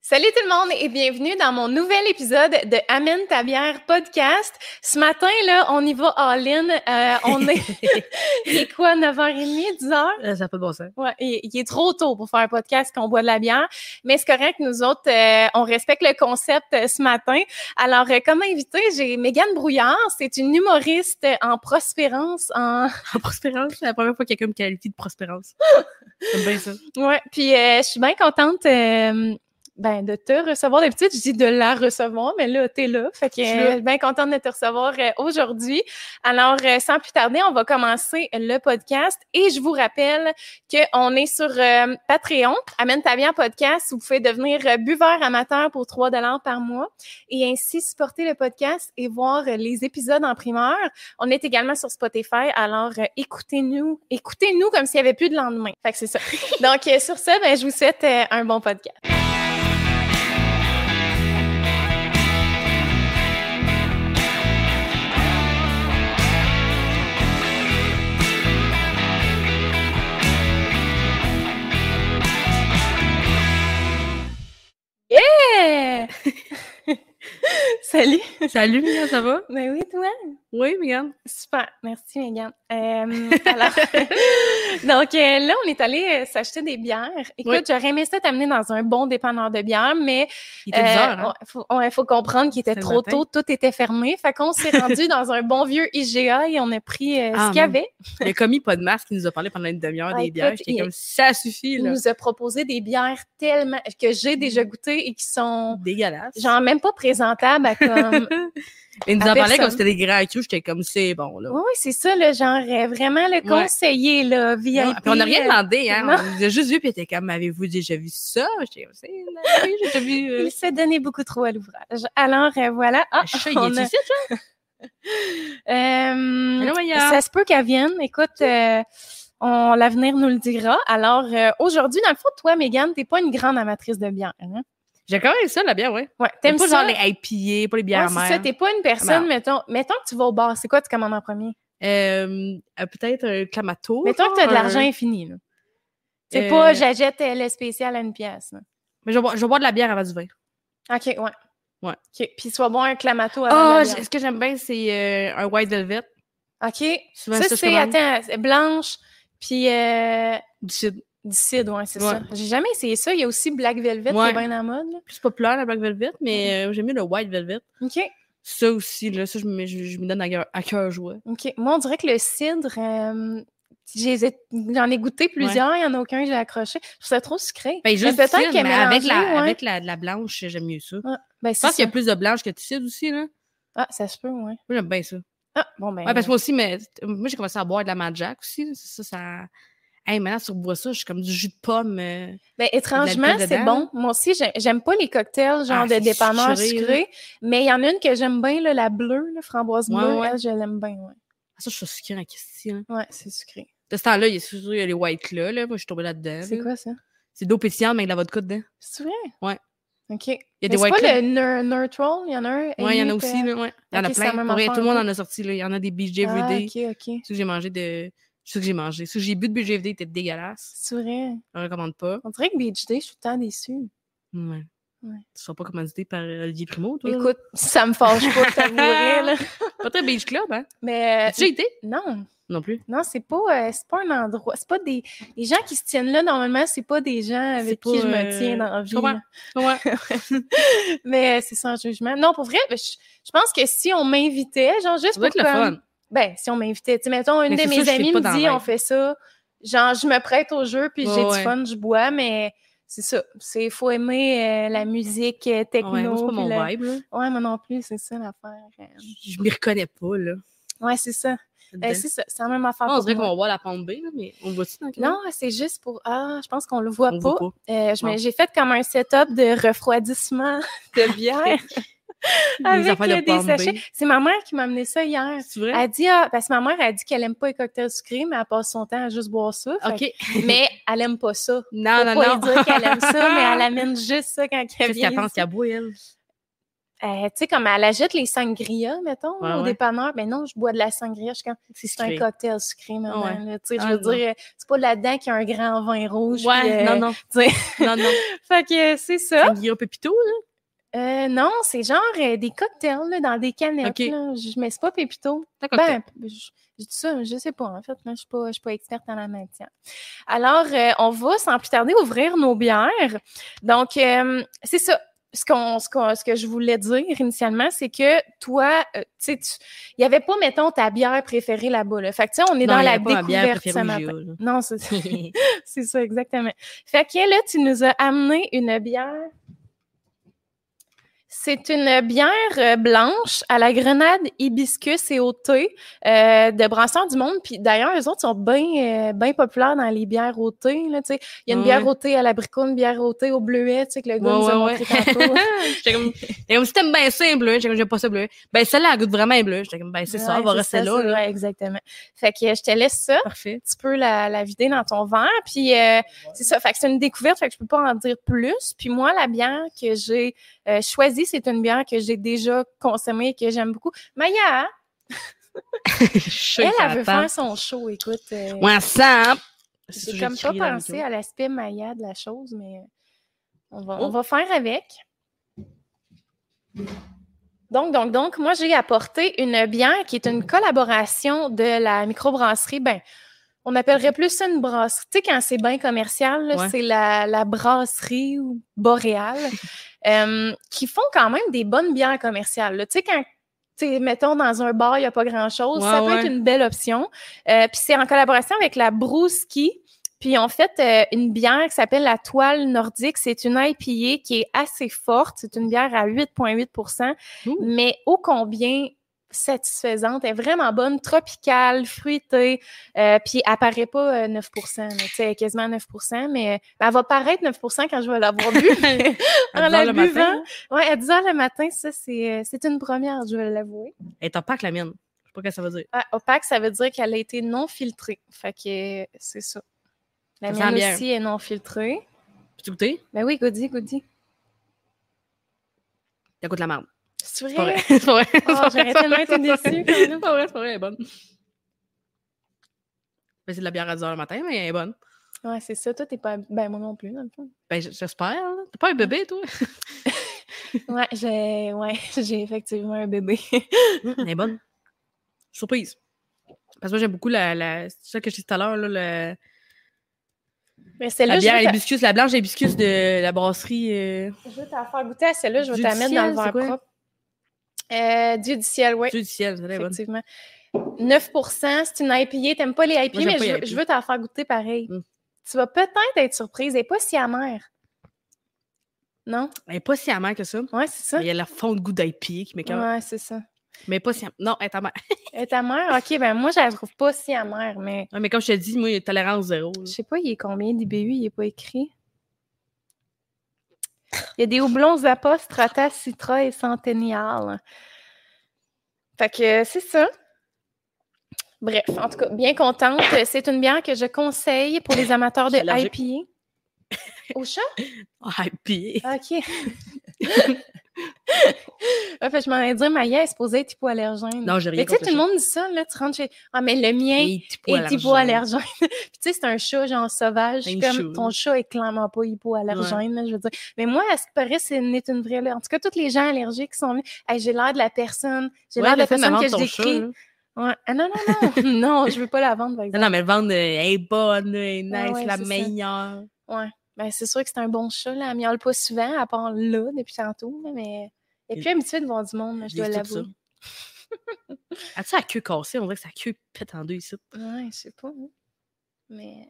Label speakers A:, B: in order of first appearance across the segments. A: Salut tout le monde et bienvenue dans mon nouvel épisode de Amène ta bière podcast. Ce matin, là, on y va all-in. Euh, on est, il est quoi, 9h30, 10h?
B: Euh, Ça n'a pas de bon sens.
A: Ouais, il, il est trop tôt pour faire un podcast qu'on boit de la bière, mais c'est correct, nous autres, euh, on respecte le concept euh, ce matin. Alors, euh, comme invité, j'ai Mégane Brouillard, c'est une humoriste en prospérance, en...
B: En prospérance, c'est la première fois que quelqu'un me qualifie de prospérance. J'aime bien ça.
A: Ouais, puis euh, je suis bien contente euh, ben, de te recevoir. D'habitude, je dis de la recevoir, mais là, t'es là, fait que
B: Je suis là.
A: euh, bien contente de te recevoir euh, aujourd'hui. Alors, euh, sans plus tarder, on va commencer le podcast et je vous rappelle qu'on est sur euh, Patreon, Amène ta bière podcast, où vous pouvez devenir euh, buveur amateur pour 3 dollars par mois et ainsi supporter le podcast et voir euh, les épisodes en primeur. On est également sur Spotify, alors euh, écoutez-nous, écoutez-nous comme s'il n'y avait plus de lendemain. Fait que c'est ça. Donc, euh, sur ça, ben, je vous souhaite euh, un bon podcast. Yeah! Salut!
B: Salut, Mia, ça va?
A: Ben oui, toi?
B: Oui, Mia.
A: Super, merci Megan. Euh, alors, donc euh, là, on est allé euh, s'acheter des bières. Écoute,
B: Oui.
A: j'aurais aimé ça t'amener dans un bon dépanneur de bières, mais il
B: Il était bizarre, hein?
A: faut, ouais, faut comprendre qu'il était
B: C'était le
A: trop
B: matin.
A: tôt, tout était fermé. Fait qu'on s'est rendu dans un bon vieux IGA et on a pris euh,
B: Ah,
A: ce qu'il y
B: non.
A: avait.
B: Le commis pas de masque, il nous a parlé pendant une demi-heure
A: Ah,
B: des bières.
A: écoute,
B: J'étais
A: il-
B: comme, ça suffit,
A: Il
B: là. Mm.
A: nous a proposé des bières tellement que j'ai déjà goûtées et qui sont
B: Dégueulasse.
A: genre même pas présentables à comme
B: il nous
A: à
B: en parlait
A: personne.
B: comme c'était des grands crus. J'étais comme, c'est bon, là.
A: Oui, oui, c'est ça, le genre euh, vraiment le
B: Ouais.
A: conseiller, là, VIP.
B: Non, puis on n'a rien
A: euh,
B: demandé, hein.
A: non.
B: On nous a juste vu, puis il était comme, avez-vous déjà vu ça? J'étais comme, c'est, oui, j'ai déjà vu. euh,
A: Il s'est donné beaucoup trop à l'ouvrage. Alors, euh, voilà. Ah,
B: le chat, il
A: on
B: est
A: a-
B: ici, tu vois?
A: Euh,
B: Allô, Mia.
A: ça se peut qu'elle vienne. Écoute, euh, on, l'avenir nous le dira. Alors, euh, aujourd'hui, dans le fond, toi, Mégane, t'es pas une grande amatrice de bière. Hein?
B: J'ai quand même ça, la bière, ouais.
A: Ouais, t'aimes
B: T'aimes pas
A: ça?
B: genre les IPA, pas les
A: Ouais,
B: bières
A: c'est ça,
B: mères.
A: t'es pas une personne, mettons, mettons que tu vas au bar, c'est quoi tu commandes en premier?
B: Euh, euh, Peut-être un clamato.
A: mettons que t'as de
B: genre, un-
A: l'argent infini, là. C'est
B: Euh,
A: pas j'achète euh, le spécial à une pièce. là.
B: Mais je vais, boire- je vais boire de la bière avant du vin.
A: OK, ouais.
B: Ouais.
A: OK, Puis soit bon un clamato avant
B: Ah,
A: la
B: j-
A: bière.
B: ce que j'aime bien, c'est euh, un white velvet.
A: OK.
B: Souvent,
A: Ça,
B: je
A: c'est,
B: commande.
A: attends, c'est blanche, puis euh,
B: du cidre.
A: du cidre, ouais, c'est
B: Ouais.
A: ça. J'ai jamais essayé ça. Il y a aussi Black Velvet qui
B: Ouais.
A: est bien en mode. là.
B: Plus populaire, la black velvet, mais
A: Mm-hmm.
B: euh, j'aime mieux le white velvet.
A: OK,
B: Ça aussi, là, ça, je me, je, je me donne à cœur, à cœur joie.
A: OK. Moi, on dirait que le cidre, euh, j'ai- j'en ai goûté plusieurs. Il y en a aucun que j'ai accroché. Je trouve ça trop sucré.
B: Ben, juste du
A: peut-être
B: cidre,
A: qu'elle
B: mais avec,
A: mélangeait,
B: la,
A: ouais.
B: avec la, de la blanche, j'aime mieux ça.
A: Ben,
B: Je
A: c'est
B: pense qu'il y a
A: ça.
B: plus de blanche que de cidre aussi, là.
A: Ah, ça se peut, ouais.
B: Moi, j'aime bien ça. Ouais,
A: Ah, bon, ben.
B: parce que moi aussi, mais moi, j'ai commencé à boire de la Mad Jack aussi. là. Ça, ça. Hey, maintenant, si on boit ça, je suis comme du jus de pomme. euh,
A: Ben, étrangement,
B: l'alcool
A: c'est
B: dedans.
A: bon. Moi aussi, j'ai- j'aime pas les cocktails, genre
B: Ah,
A: de
B: c'est
A: dépanneur
B: sucré, là.
A: sucré, mais il y en a une que j'aime bien, là, la bleue, là, framboise
B: Ouais,
A: bleue.
B: ouais.
A: Elle, je l'aime bien, ouais.
B: Ah, Ça, je suis sucrée en question.
A: Ouais, c'est sucré.
B: De ce temps-là, il y a surtout il y a les White Claw, là. Moi, je suis tombée là-dedans.
A: C'est
B: là.
A: quoi ça?
B: C'est d'eau pétillante, mais avec de la vodka dedans.
A: C'est vrai?
B: Ouais.
A: OK. Il
B: y a des
A: C'est
B: White
A: pas
B: Claw.
A: le neu- neutral, il y en a un.
B: Ouais, il y en a
A: Elite,
B: aussi,
A: euh,
B: là. Ouais. Il y en
A: ok,
B: a
A: c'est la
B: plein.
A: même
B: Pour vrai, tout le
A: affaire,
B: monde
A: ok.
B: en a sorti, là. Il y en a des Beach Everyday.
A: Ah, OK, OK.
B: Ceux que j'ai mangé de. Ceux que j'ai mangé. Ceux que j'ai bu de Beach Everyday étaient dégueulasses.
A: C'est vrai.
B: Je recommande pas.
A: On dirait que Beach Day, je suis tout le temps déçue.
B: Ouais.
A: Ouais.
B: Tu seras pas commandité par euh, Olivier Primo, toi. là?
A: Écoute, ça me fâche pas, je t'avouerais, là. Euh,
B: Pas très Beach Club, hein?
A: Mais
B: tu as été?
A: non,
B: Non plus.
A: non, c'est pas, euh, c'est pas un endroit. C'est pas des. Les gens qui se tiennent là, normalement, c'est pas des gens
B: C'est
A: avec
B: pas,
A: qui je me
B: euh,
A: tiens dans la
B: je
A: vie.
B: comprends.
A: là.
B: Ouais.
A: Mais euh, c'est sans jugement. Non, pour vrai, ben, je, je pense que si on m'invitait, genre juste
B: Ça doit
A: pour
B: être le
A: comme-
B: fun.
A: Ben, si on m'invitait, tu sais, mettons, une
B: Mais
A: de
B: c'est
A: mes
B: sûr, je fais
A: amies
B: pas
A: me
B: dans
A: dit,
B: la
A: on
B: vie.
A: fait ça, genre, je me prête au jeu, puis
B: Ouais,
A: j'ai du
B: ouais.
A: fun, je bois, mais c'est ça. C'est, faut aimer euh, la musique euh, techno.
B: Ouais, moi, c'est pas
A: puis
B: mon
A: le-
B: vibe, là.
A: Ouais, moi non plus, c'est ça l'affaire. euh.
B: Je je m'y reconnais pas, là.
A: Ouais, c'est ça. Ben,
B: dedans.
A: c'est ça, c'est la même affaire.
B: Ah, On
A: pour
B: dirait
A: moi.
B: qu'on voit la pompe B, là, mais on voit-tu dans le
A: Non, c'est juste pour. Ah, je pense qu'on le voit
B: On
A: pas.
B: voit pas.
A: Euh, je me-
B: Non.
A: J'ai fait comme un setup de refroidissement de bière
B: Les
A: avec
B: affaires
A: euh,
B: de
A: des
B: pompe
A: sachets.
B: B.
A: C'est ma mère qui m'a amené ça hier.
B: C'est vrai?
A: Elle dit, ah, parce que ma mère, elle dit qu'elle aime pas les cocktails sucrés, mais elle passe son temps à juste boire ça. Fait
B: OK.
A: que- mais elle aime pas ça.
B: Non,
A: Faut
B: Ah, non,
A: pas
B: non.
A: lui dire qu'elle aime ça, mais elle amène juste ça quand elle
B: Qu'est-ce
A: vient.
B: qu'elle pense
A: ici.
B: qu'elle boit, elle?
A: euh, tu sais, comme elle agite les sangria, mettons,
B: Ouais,
A: là, au
B: ouais.
A: dépanneur. Ben non, je bois de la sangria. Je suis comme,
B: C'est
A: c'est un
B: sucré.
A: cocktail sucré, maman.
B: Ouais.
A: là. Tu sais,
B: Ah,
A: je veux
B: non.
A: dire, c'est pas là-dedans qu'il y a un grand vin rouge. puis,
B: Ouais,
A: euh,
B: non, non.
A: sais.
B: non, non.
A: Fait que euh, c'est ça.
B: Sangria Pépito, là.
A: Euh, non, c'est genre euh, des cocktails là, dans des canettes.
B: Ok.
A: là. Je mets c'est pas pépito.
B: T'as cocktail.
A: Ben, je, je dis ça, je sais pas. En fait, là, je suis pas, je suis pas experte en la matière. Alors, euh, on va sans plus tarder ouvrir nos bières. Donc, euh, c'est ça. Ce, qu'on, ce, qu'on- ce que je voulais dire initialement, c'est que toi, euh, tu sais, tu- il n'y avait pas, mettons, ta bière préférée là-bas. Là. Fait que, tu sais, on est
B: Non,
A: dans
B: il y
A: la
B: avait pas ma bière
A: découverte ce
B: préférée au
A: matin.
B: JO, là.
A: Non, c'est ça. C'est ça, exactement. Fait que là, tu nous as amené une bière. C'est une bière euh, blanche à la grenade, hibiscus et au thé euh, de Brasseurs du Monde. Puis d'ailleurs, eux autres sont bien euh, bien populaires dans les bières au thé. Là, tu sais. Il y a une
B: Ouais.
A: bière au thé à l'abricot, une bière au thé au bleuet, tu sais, que le gars
B: Ouais,
A: nous a
B: ouais,
A: montré tantôt.
B: J'étais comme, j'étais comme si t'aimes bien ça, un bleu. J'étais comme, j'aime pas ça, bleu. Ben, celle-là, elle goûte vraiment un bleu. J'étais comme, ben, c'est ça,
A: Ouais,
B: on va rester
A: ça,
B: là,
A: c'est-
B: là.
A: ouais, exactement. Fait que euh, je te laisse ça.
B: Parfait.
A: tu peux la, la vider dans ton verre. Puis euh, c'est ça, fait que c'est une découverte, fait que je peux pas en dire plus. Puis moi, la bière que j'ai euh, choisie, c'est une bière que j'ai déjà consommée et que j'aime beaucoup. Maya,
B: Je suis sûre
A: elle,
B: que ça
A: elle veut
B: attend.
A: faire son show, écoute. euh,
B: Ouais, ça, hein?
A: J'ai
B: C'est sûr que
A: comme
B: j'ai
A: pas
B: crié dans le
A: pensé
B: micro.
A: à l'aspect Maya de la chose, mais on va, on
B: Oh.
A: va faire avec. Donc, donc, donc, moi, j'ai apporté une bière qui est une collaboration de la microbrasserie. Ben, on appellerait plus ça une brasserie. Tu sais, quand c'est bien commercial, là,
B: Ouais.
A: c'est la, la brasserie ou boréale euh, qui font quand même des bonnes bières commerciales. là. Tu sais, quand, tu sais, mettons, dans un bar, il n'y a pas grand-chose,
B: Ouais,
A: ça peut
B: ouais.
A: être une belle option. Euh, Puis c'est en collaboration avec la Brouski. Puis en fait, euh, une bière qui s'appelle la Toile Nordique, c'est une IPA qui est assez forte. C'est une bière à 8,8
B: Ouh.
A: mais ô combien satisfaisante, elle est vraiment bonne, tropicale, fruitée, euh, puis elle paraît pas euh, 9 là, tu sais, elle est quasiment 9 mais ben, elle va paraître 9 quand je vais l'avoir bu. mais
B: À
A: en
B: 10 heures
A: la
B: le matin,
A: buvant,
B: là,
A: ouais, à 10 heures le matin, ça, c'est euh, c'est une première, je vais l'avouer.
B: Elle est en pack, la mienne. Je sais pas ce que ça veut dire.
A: Ah, opaque, ça veut dire qu'elle a été non filtrée. Fait que euh, c'est ça. La
B: Ça sent
A: mienne
B: bien.
A: aussi est non filtrée.
B: Peux-tu goûter?
A: Ben oui, goody, goody.
B: T'as goûté la merde.
A: C'est
B: C'est pas vrai.
A: vrai?
B: C'est pas vrai. C'est
A: Oh,
B: pas vrai,
A: j'aurais
B: c'est pas
A: tellement
B: vrai,
A: été
B: c'est
A: déçue.
B: pas vrai. C'est pas vrai, c'est pas vrai, elle est bonne. Ben, c'est de la bière à 10h le matin, mais elle est bonne.
A: Ouais, c'est ça. Toi, t'es pas. Ben, moi non plus, dans le fond.
B: Ben, j- j'espère. là. T'es pas un bébé, toi?
A: Ouais, j'ai ouais, j'ai effectivement un bébé.
B: Elle est bonne. Surprise. Parce que moi, j'aime beaucoup la, la. C'est ça que je disais tout à l'heure, là, le-
A: Mais celle-là,
B: la
A: je
B: bière à
A: vais t'a-
B: hibiscus, la blanche à hibiscus de la brasserie. euh,
A: je vais t'en faire goûter à celle-là. Je vais
B: Dieu
A: t'en
B: du
A: mettre dans le
B: ciel, c'est
A: verre
B: quoi?
A: propre. Euh, Dieu du ciel, oui.
B: Dieu du ciel, elle est bonne.
A: Effectivement. 9 c'est une IPA. T'aimes pas les IPA,
B: j'aime
A: mais
B: pas
A: je,
B: les
A: veux-
B: IPA.
A: je veux t'en faire goûter pareil.
B: Mm.
A: Tu vas peut-être être surprise. Elle n'est pas si amère. Non?
B: Elle est pas si amère que ça.
A: Ouais, c'est ça?
B: Mais il y a la fond de goût d'IPA qui m'écoeure.
A: Ouais, c'est ça.
B: Mais elle est pas si amère. Non, elle est amère.
A: Elle est amère? OK, ben moi, je la trouve pas si amère, mais
B: Ouais, mais comme je te dis, moi, il y a tolérance zéro. là.
A: je sais pas, il est combien d'IBU, il est pas écrit. Il y a des houblons Zappa, Strata, Citra et Centennial. Fait que euh, c'est ça. Bref, en tout cas, bien contente. C'est une bière que je conseille pour les amateurs de
B: Je suis allergique.
A: IPA. Au chat?
B: Ah, IPA.
A: OK. Ouais, fait que je m'en ai dit, Maya est supposée être hypoallergène.
B: Non, j'ai rien
A: Mais tu sais,
B: contre
A: tout le monde dit ça, là, tu rentres chez. Ah, mais le mien est hypoallergène. Puis tu sais, c'est un chat, genre sauvage. Je suis
B: Un
A: comme,
B: chat.
A: ton chat est clairement pas hypoallergène, là, je veux dire. Mais moi, à ce qui paraît, c'est n'est une vraie. là. En tout cas, tous les gens allergiques qui sont venus. Hey, j'ai l'air de la personne. J'ai l'air de la personne que je décris. Ouais. Ah, non, non, non. non, je veux pas la vendre, par
B: Non,
A: exemple.
B: non, mais le vendre, euh, elle est bonne, elle est nice,
A: Ah ouais,
B: la
A: c'est ça.
B: meilleure.
A: Ben, c'est sûr que c'est un bon chat, là. Elle miaule pas souvent, à part là, depuis tantôt, là, mais. Et
B: Il-
A: puis, habituée de voir du monde, là, je
B: Vive
A: dois
B: tout
A: l'avouer.
B: ça. As-tu la queue cassée? On dirait que sa queue pète en deux ici.
A: Ouais, je sais pas. hein. Mais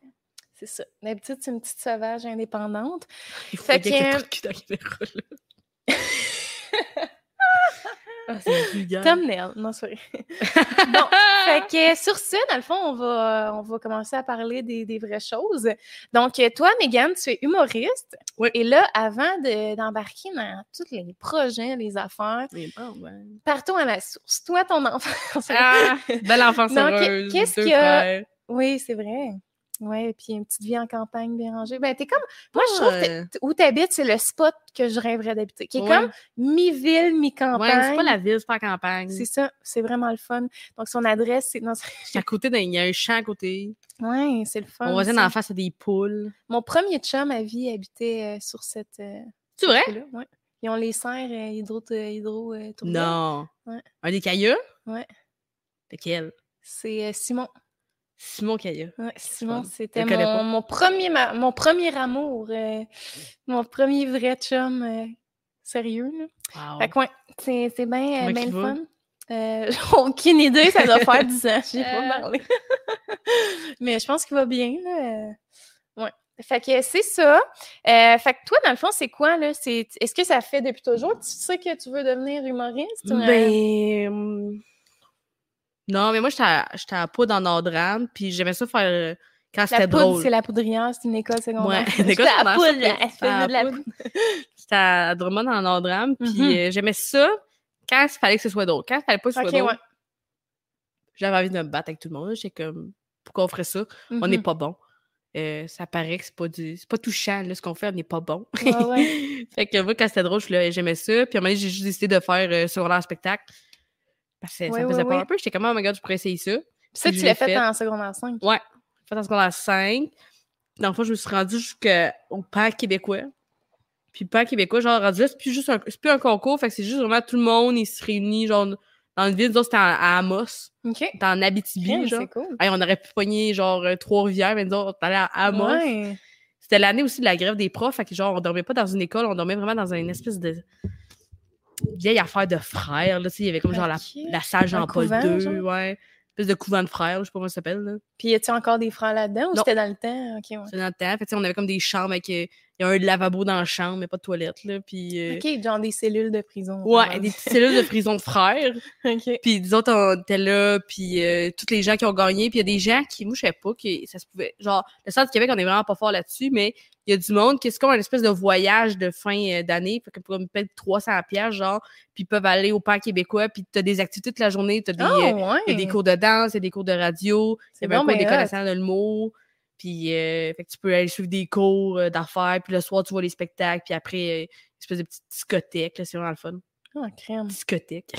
A: c'est ça. D'habitude, c'est une petite sauvage indépendante.
B: Il faut
A: Fait
B: fait qu'il y ait
A: que-
B: trop de cul dans la caméra, là. ah, c'est vulgaire. Ah!
A: Thumbnail. Non, c'est vrai. bon, fait que sur ça, dans le fond, on va, on va commencer à parler des, des vraies choses. Donc, euh, toi, Megan, tu es humoriste.
B: Oui.
A: Et là, avant de- d'embarquer dans tous les projets, les affaires,
B: Mais bon, ouais.
A: partons à la source. Toi, ton enfance.
B: Ah, belle enfance
A: Non, qu'est-
B: heureuse.
A: qu'est-ce
B: deux
A: qu'il y a-
B: frères.
A: Oui, c'est vrai. Oui, puis une petite vie en campagne bien rangée. Ben, t'es comme. Moi, je trouve que t'es- t- où t'habites, c'est le spot que je rêverais d'habiter, qui est
B: Euh, Ouais.
A: comme mi-ville,
B: Ouais, c'est pas
A: mi-campagne.
B: la ville, c'est pas la campagne.
A: c'est
B: C'est
A: ça, c'est vraiment le fun. Donc, son adresse, c'est. non, c'est-
B: à côté, d'un- il y a un champ à côté.
A: Ouais, c'est le fun.
B: Mon voisin
A: ça.
B: d'en face, c'est des poules.
A: Mon premier chum à vie habitait euh, sur cette. euh,
B: C'est vrai?
A: là, ouais. Ils ont les serres euh, hydro, euh, hydro euh, tourbillon.
B: Non.
A: Ouais.
B: Un des Caillas?
A: Ouais.
B: Lequel?
A: C'est euh, Simon.
B: Simon Caillas.
A: Ouais, Simon,
B: fun.
A: c'était
B: connais
A: mon,
B: pas.
A: mon premier, ma- mon premier amour, euh, mon premier vrai chum euh, sérieux. Là.
B: Wow.
A: Fait que ouais, c'est, c'est bien
B: Comment
A: ben
B: qu'il
A: le
B: va?
A: fun. Euh, aucune idée, ça doit faire 10 ans, j'ai pas
B: Euh.
A: parlé. Mais je pense qu'il va bien. Là. euh, Ouais. Fait que c'est ça. Euh, fait que toi, dans le fond, c'est quoi, là? C'est, est-ce que ça fait depuis toujours? Tu sais que tu veux devenir humoriste? ou, euh,
B: Ben. hum, Non, mais moi, j'étais à, j'étais à Poudre en Nordrande, puis j'aimais ça faire. euh, Quand
A: La
B: c'était
A: poudre,
B: drôle.
A: c'est la poudrière, c'est une école secondaire.
B: Ouais, une école
A: la
B: secondaire,
A: poudre,
B: ça,
A: elle
B: c'était à
A: fait de la
B: poudre.
A: poudre.
B: C'était à Drummond en Nordrande, puis
A: Mhm.
B: euh, j'aimais ça quand il fallait que ce soit drôle. Quand il fallait pas que ce soit
A: Ok,
B: drôle,
A: ouais.
B: j'avais envie de me battre avec tout le monde. là. J'étais comme, pourquoi on ferait ça? On
A: Mm-hmm. Mhm.
B: n'est pas bon. Euh, ça paraît que c'est pas du... c'est pas touchant, là, ce qu'on fait, on n'est pas bon.
A: Ouais,
B: fait que moi, quand c'était drôle, je suis là, j'aimais ça. Puis à un moment donné, j'ai juste décidé de faire euh, secondaire spectacle. Parce que
A: Ouais,
B: ça me
A: ouais,
B: faisait peur
A: ouais.
B: un peu. J'étais comme, oh my god, je pourrais essayer ça.
A: Puis ça,
B: Je
A: tu
B: l'ai
A: l'as fait,
B: faite.
A: en secondaire 5.
B: Ouais. J'ai fait en secondaire 5. Dans le fond, je me suis rendue jusqu'au Père québécois. Puis le Père québécois, genre, rendu là, c'est plus juste un, c'est plus un concours. Fait que c'est juste vraiment tout le monde, il se réunit, genre, dans une ville. Nous autres, c'était en- à Amos.
A: OK.
B: C'était en Abitibi,
A: Crime,
B: genre.
A: c'est cool.
B: Hey, on aurait pu pogner, genre, euh, Trois-Rivières, mais nous autres, on allait à Amos.
A: Ouais.
B: C'était l'année aussi de la grève des profs. Fait que, genre, on dormait pas dans une école, on dormait vraiment dans une espèce de vieille affaire de frères, là. Tu sais, il y avait comme, genre, la,
A: Ok.
B: la salle
A: Un
B: Jean-Paul
A: couvent,
B: II,
A: genre?
B: ouais. Une espèce de couvent de frères, je sais pas comment ça s'appelle, là.
A: Puis, y tu encore des francs là-dedans ou
B: Non.
A: c'était dans le temps? OK, ouais.
B: C'était dans le temps. Fait que, tu sais, on avait comme des chambres avec. euh, Il y a un lavabo dans la chambre, mais pas de toilette, là. Puis. euh,
A: OK, genre des cellules de prison.
B: Ouais, des euh, petites cellules de prison de frères.
A: OK.
B: Puis disons, on était là, puis euh, tous les gens qui ont gagné. Puis il y a des gens qui, moi, je savais pas que ça se pouvait. Genre, le Centre du Québec, on est vraiment pas fort là-dessus, mais il y a du monde qui c'est comme un espèce de voyage de fin euh, d'année. Fait que pour me payer 300 pièces genre, puis ils peuvent aller au parc québécois, puis t'as des activités toute la journée, t'as des,
A: Ah,
B: euh,
A: ouais.
B: il y a des cours de danse, il y a des cours de radio, il y
A: C'est
B: avait un
A: bon,
B: cours
A: ben
B: des
A: hot.
B: connaissances de l'humour. Puis, euh, fait que tu peux aller suivre des cours euh, d'affaires, puis le soir, tu vois les spectacles, puis après, euh, une espèce de petite discothèque, là, c'est vraiment le fun.
A: Ah, crème.
B: Discothèque.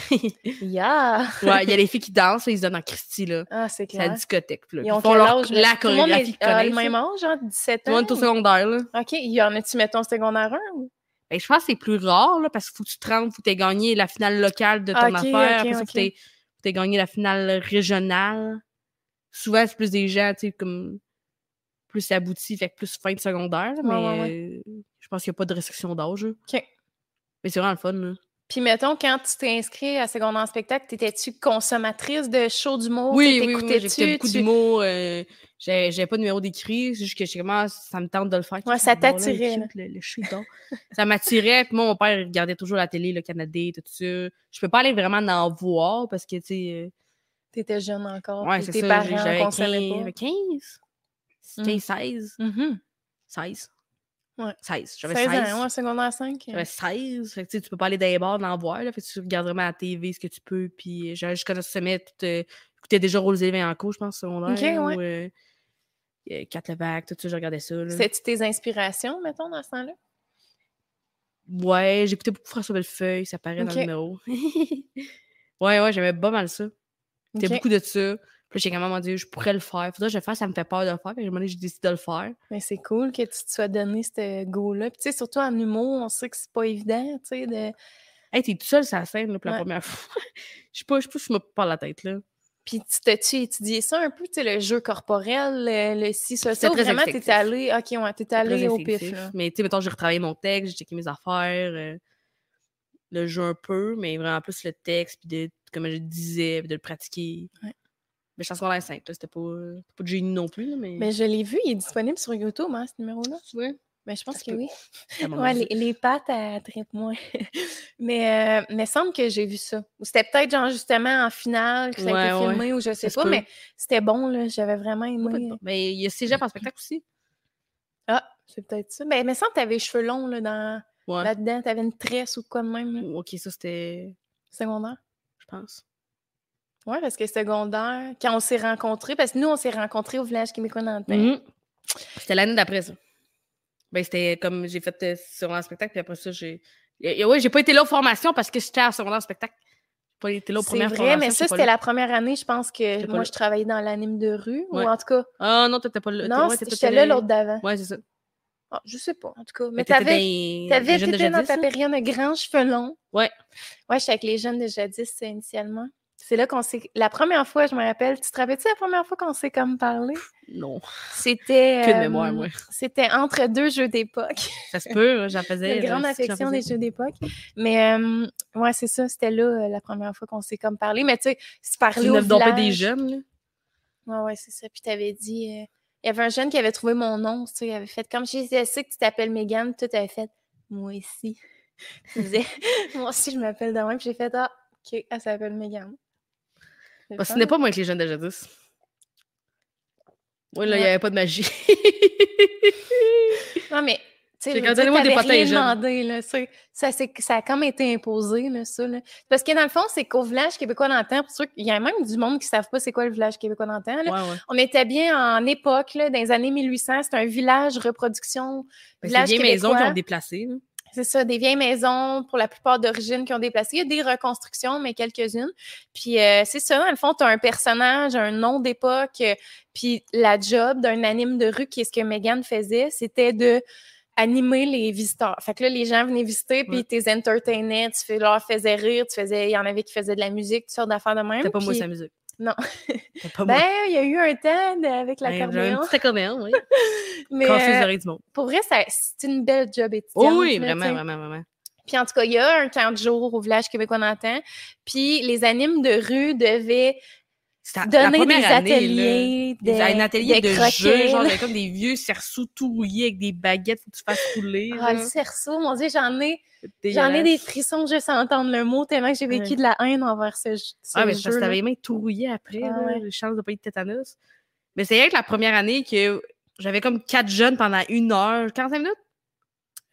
A: Yeah.
B: ouais, il y a les filles qui dansent, là, ils se donnent en Christie, là.
A: Ah, c'est
B: C'est la
A: clair.
B: discothèque, puis là.
A: Ils
B: Ils
A: ont
B: font
A: quel
B: leur,
A: âge?
B: la
A: mettons? Tout le monde est- ah,
B: chorégraphie qu'ils
A: a le
B: connaissent.
A: même
B: là.
A: âge, genre 17
B: Tout le
A: ans?
B: monde est au secondaire, là.
A: OK. Y en a-tu, mettons, secondaire 1? Ou...
B: Ben, je pense que c'est plus rare, là, parce qu'il faut que tu te rendes, faut que tu aies gagné la finale locale de ton
A: Ok,
B: affaire,
A: ok,
B: après ça, faut
A: ok.
B: que t'aies- faut que tu aies gagné la finale régionale. Souvent, c'est plus des gens, tu sais, comme plus aboutis, fait que plus fin de secondaire, mais
A: ouais,
B: euh, je pense qu'il n'y a pas de restriction d'âge. là.
A: Ok.
B: Mais c'est vraiment le fun, là.
A: Puis, mettons, quand tu t'es inscrit à secondaire en spectacle, t'étais-tu consommatrice de shows d'humour?
B: Oui,
A: Tu
B: oui, oui,
A: t'écoutais-tu?
B: j'écoutais beaucoup
A: Tu-
B: d'humour, euh, j'ai- j'avais pas de numéro d'écrit, c'est juste que je sais comment ça me tente de le faire.
A: Ouais, ça
B: Bon, là, il est
A: t'attirait, là.
B: cute, Le, le chou, donc. ça m'attirait, puis moi, mon père il regardait toujours la télé, le Canadien, tout ça. Je peux pas aller vraiment en voir, parce que, tu sais... euh,
A: T'étais jeune encore.
B: Ouais,
A: puis
B: c'est
A: tes
B: ça. j'ai-
A: parents
B: J'avais
A: ne concernaient
B: 15,
A: pas.
B: 15,
A: Mm.
B: 15, 16,
A: Mhm.
B: 16.
A: Ouais.
B: 16. J'avais
A: 16
B: 16.
A: ans, ouais, secondaire 5.
B: J'avais 16. Fait que, tu sais, tu peux pas aller dans les bars, dans voir. Là, fait que tu regardes vraiment à la TV ce que tu peux. Puis euh, je, je connais ce sommet. Tout, euh, j'écoutais déjà Rosé Véancourt, je pense, secondaire.
A: Ok,
B: là,
A: ouais.
B: Ou, euh, euh, Kat Levac, tout ça, je regardais ça. là.
A: C'était-tu tes inspirations, mettons, dans ce temps-là?
B: Ouais, j'écoutais beaucoup François Bellefeuille, ça paraît dans
A: Ok.
B: le numéro. ouais, ouais, j'aimais pas mal ça. C'était
A: Ok.
B: beaucoup de ça. Puis là, j'ai quand même dit, je pourrais le faire. Faudrait que je le fasse, ça me fait peur de le faire. Fait que j'ai décidé de le faire.
A: Mais c'est cool que tu te sois donné ce goût-là. Puis, tu sais, surtout en humour, on sait que c'est pas évident, tu sais, de...
B: Hey, t'es tout seul sur la scène là, pour
A: Ouais.
B: la première fois. Je sais pas, je sais pas si je me parle la tête là.
A: Puis, tu t'as-tu étudié ça un peu, tu sais, le jeu corporel, euh, le, le ci, ça,
B: C'était
A: ça, ou
B: très
A: vraiment, t'es
B: instinctif.
A: allé... OK, ouais, t'es allé au pif, là.
B: Mais tu sais, mettons, j'ai retravaillé mon texte, j'ai checké mes affaires, euh, le jeu un peu, mais vraiment plus le texte, puis de comme je disais, puis de le pratiquer.
A: Ouais.
B: Mais je pense qu'on est simple, là, c'était pas, c'était pas de génie non plus, là, mais.
A: Mais je l'ai vu, il est disponible sur YouTube, hein, ce numéro-là.
B: Ouais,
A: Mais je pense
B: se
A: que
B: peut.
A: oui.
B: c'était à mon
A: Ouais,
B: avis.
A: les, les pattes, à traite moins. mais euh, mais semble que j'ai vu ça. Ou c'était peut-être, genre, justement, en finale, que ça a été
B: Ouais, ouais.
A: filmé, ou je sais
B: se
A: pas,
B: peut.
A: mais c'était bon, là. J'avais vraiment
B: Pas de
A: aimé.
B: bon. Mais il y a Cégep en spectacle aussi.
A: Ah, c'est peut-être ça. Mais il me semble que t'avais les cheveux longs, là, dans...
B: Ouais.
A: là-dedans. T'avais une tresse ou de quoi de même, là,
B: Ok, ça c'était.
A: secondaire.
B: Je pense.
A: Oui, parce que secondaire, quand on s'est rencontrés, parce que nous, on s'est rencontrés au village québécois d'Antin.
B: Mhm. C'était l'année d'après ça. Ben, c'était comme j'ai fait euh, secondaire en spectacle, puis après ça, j'ai. Et- et ouais, j'ai pas été là aux formations parce que j'étais à secondaire en spectacle. J'ai pas été là aux
A: C'est
B: premières
A: vrai,
B: formations.
A: mais ça,
B: j'étais pas
A: c'était
B: là.
A: la première année, je pense que
B: J'étais pas
A: moi,
B: là.
A: je travaillais dans l'anime de rue,
B: Ouais.
A: ou en tout cas.
B: Ah non, t'étais pas là.
A: non,
B: Ouais,
A: c'était-
B: t'étais-
A: j'étais là l'autre d'avant.
B: Ouais, c'est ça.
A: Ah, je sais pas, en tout cas. Mais,
B: Mais
A: t'avais,
B: t'étais dans les-
A: t'avais,
B: les jeunes de
A: t'étais dans
B: jadis,
A: ta
B: là.
A: période de grands cheveux longs.
B: Ouais.
A: Ouais, j'étais avec les jeunes de jadis, euh, initialement. C'est là qu'on s'est. La première fois, je me rappelle, tu te rappelles-tu la première fois qu'on s'est comme parlé?
B: Non.
A: C'était.
B: Que de
A: euh,
B: mémoire, moi.
A: C'était entre deux jeux d'époque.
B: Ça se peut, hein, j'en faisais.
A: Une
B: j'en-
A: grande
B: j'en
A: affection des
B: faisais.
A: jeux d'époque. Mais euh, ouais, c'est ça, c'était là euh, la première fois qu'on s'est comme parlé. Mais tu sais, se
B: Tu
A: parler au
B: ne pas des
A: village.
B: jeunes, là.
A: Ouais, ouais, c'est ça. Puis t'avais dit, euh, il y avait un jeune qui avait trouvé mon nom, tu sais, il avait fait comme je sais que tu t'appelles Mégane, tout avait fait moi aussi. Tu disais, moi aussi je m'appelle demain, puis j'ai fait ah, ok, elle s'appelle Mégane. C'est
B: Parce que
A: fun.
B: ce n'est pas moi avec les jeunes de jadis. Oui, là, il n'y
A: Ouais.
B: avait pas de magie.
A: Non, mais. Tu sais,
B: J'ai
A: je veux
B: gardé
A: dire,
B: le mot des
A: t'avais
B: potins
A: rien
B: jeunes.
A: demandé, là, tu sais. ça, c'est- ça a comme été imposé, là, ça. Là. Parce que dans le fond, c'est qu'au village québécois d'antan, pour ceux qui- il y a même du monde qui ne savent pas c'est quoi le village québécois d'antan. là.
B: ouais, ouais.
A: On était bien en époque, là, dans les années 1800, c'était un village reproduction
B: Ben, c'est
A: Village
B: des maisons qui
A: québécois.
B: ont déplacé. là.
A: C'est ça, des vieilles maisons, pour la plupart d'origine, qui ont déplacé. Il y a des reconstructions, mais quelques-unes. Puis euh, c'est ça, dans le fond, tu as un personnage, un nom d'époque, euh, puis la job d'un anime de rue, qui est ce que Megan faisait, c'était de animer les visiteurs. Fait que là, les gens venaient visiter, puis
B: Ouais.
A: tu les entertainais, tu fais- leur faisais rire, tu faisais, il y en avait qui faisaient de la musique, toutes sortes d'affaires de même.
B: C'était pas moi,
A: Puis-
B: sa musique.
A: Non.
B: C'était pas
A: Ben,
B: moi.
A: il y a eu un temps de- avec
B: Ben, J'avais un
A: l'accordéon,
B: petit accordéon, oui.
A: mais
B: Quand les
A: euh,
B: oreilles du monde.
A: pour vrai, ça- c'est une belle job étudiante.
B: Oh oui,
A: là,
B: vraiment,
A: tu sais.
B: vraiment, vraiment.
A: Puis en tout cas, il y a un camp de jour au village québécois d'antan. Puis les animes de rue devaient
B: C'était Ah, la
A: donner
B: première
A: des
B: année, là.
A: ateliers,
B: Des-
A: des,
B: un
A: des
B: atelier de jeu,
A: croquets,
B: genre
A: là.
B: j'avais comme des vieux cerceaux tout rouillés avec des baguettes, faut que tu fasses rouler.
A: Ah, le
B: genre.
A: cerceau, mon Dieu, j'en ai, j'en ai
B: Dégueulasse.
A: des frissons juste à entendre le mot, tellement que j'ai vécu
B: Ouais.
A: de la haine envers ce, j- ce
B: Ah, mais c'est parce
A: jeu.
B: que t'avais les mains tout rouillées après,
A: Ah,
B: là,
A: ouais.
B: les chances de pas eu de tétanos. Mais c'est vrai que la première année que j'avais comme quatre jeunes pendant une heure, 45 minutes?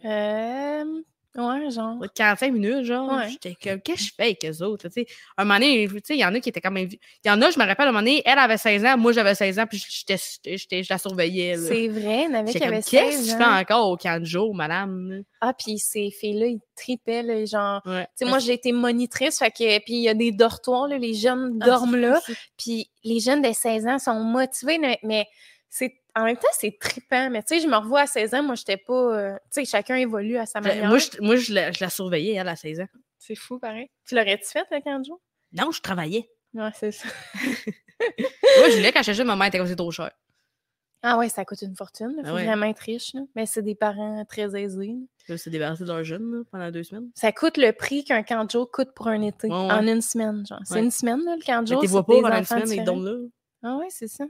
A: Euh, ouais, genre.
B: Ouais, 45 minutes, genre.
A: Ouais.
B: J'étais comme, qu'est-ce que je fais avec eux autres? là, tu sais? un moment donné, tu sais, il y en a qui étaient quand même. vieux. Il y en a, je me rappelle, un moment donné, elle avait 16 ans, moi j'avais 16 ans, puis j'étais, j'étais- je la surveillais. Là.
A: C'est vrai, il y en avait
B: J'étais
A: qui
B: comme,
A: avaient
B: qu'est-ce que
A: 16
B: tu
A: ans.
B: fais encore au camp de jour, madame? là?
A: Ah, puis ces filles-là, ils tripaient, là, genre...
B: Ouais.
A: Tu sais, moi, j'ai été monitrice, fait que... Puis il y a des dortoirs, là, les jeunes
B: Ah,
A: dorment
B: c'est
A: là.
B: fou, ça.
A: Puis les jeunes de 16 ans sont motivés, mais, mais c'est en même temps, c'est trippant. Mais tu sais, je me revois à 16 ans, moi, j'étais pas. euh, tu sais, chacun évolue à sa manière.
B: Ben, Moi, je, moi je, la, je la surveillais, elle, à 16 ans.
A: C'est fou, pareil. Tu l'aurais-tu fait, euh, le camp de jour?
B: Non, je travaillais.
A: Ouais, c'est ça.
B: moi, je voulais quand j'étais jeune, ma mère était comme, c'est trop cher.
A: Ah ouais, ça coûte une fortune. Il
B: Ah
A: faut
B: ouais.
A: vraiment être riche. là. Mais c'est des parents très aisés. là.
B: Ils peuvent se débarrasser de leurs jeunes là, pendant deux semaines.
A: Ça coûte le prix qu'un camp de jour coûte pour un été.
B: Ouais, ouais.
A: En une semaine, genre. C'est
B: Ouais.
A: une semaine, là, le camp de
B: Je
A: jour.
B: les
A: c'est
B: vois pas
A: des
B: pendant une
A: enfants
B: semaine, ils
A: différents.
B: dorment là.
A: Ah ouais, c'est ça.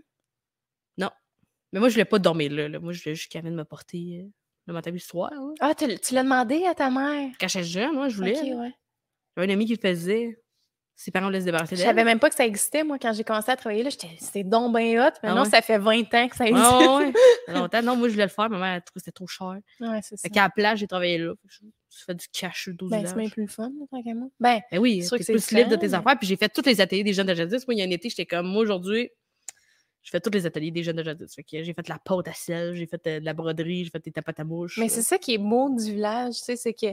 B: Mais moi, je voulais pas dormir là. là. Moi, je voulais juste qu'elle vienne me porter euh, le matin et le soir. là.
A: Ah, tu l- tu l'as demandé à ta mère.
B: Quand j'étais jeune, moi, je voulais.
A: Ok,
B: là.
A: ouais.
B: J'avais un ami qui le faisait. Ses parents voulaient se débarrasser
A: Je
B: d'elle.
A: savais même pas que ça existait, moi, quand j'ai commencé à travailler là. J'étais, c'est donc ben hot. Mais
B: Ah
A: non,
B: ouais?
A: ça fait 20 ans que ça
B: Ouais,
A: existe.
B: ouais, ouais. Ça fait longtemps. Non, moi, je voulais le faire. Ma mère, elle trouvait que c'était trop cher.
A: Ouais, c'est ça.
B: Fait qu'à la plage, j'ai travaillé là. Je je fais du cash 12
A: Ben,
B: ben,
A: c'est même plus le fun, là, tant qu'à moi. Ben,
B: Ben oui,
A: sûr que
B: t'es
A: c'est
B: plus libre de tes
A: différent,
B: affaires. Puis j'ai fait tous les ateliers des jeunes de jadis. Moi, il y a un été, j'étais comme, moi, aujourd'hui, je fais tous les ateliers des jeunes de jadis. Fait que j'ai fait de la pâte à sel, j'ai fait euh, de la broderie, j'ai fait des tapettes à mouche.
A: mais c'est ça qui est beau du village, tu sais, c'est que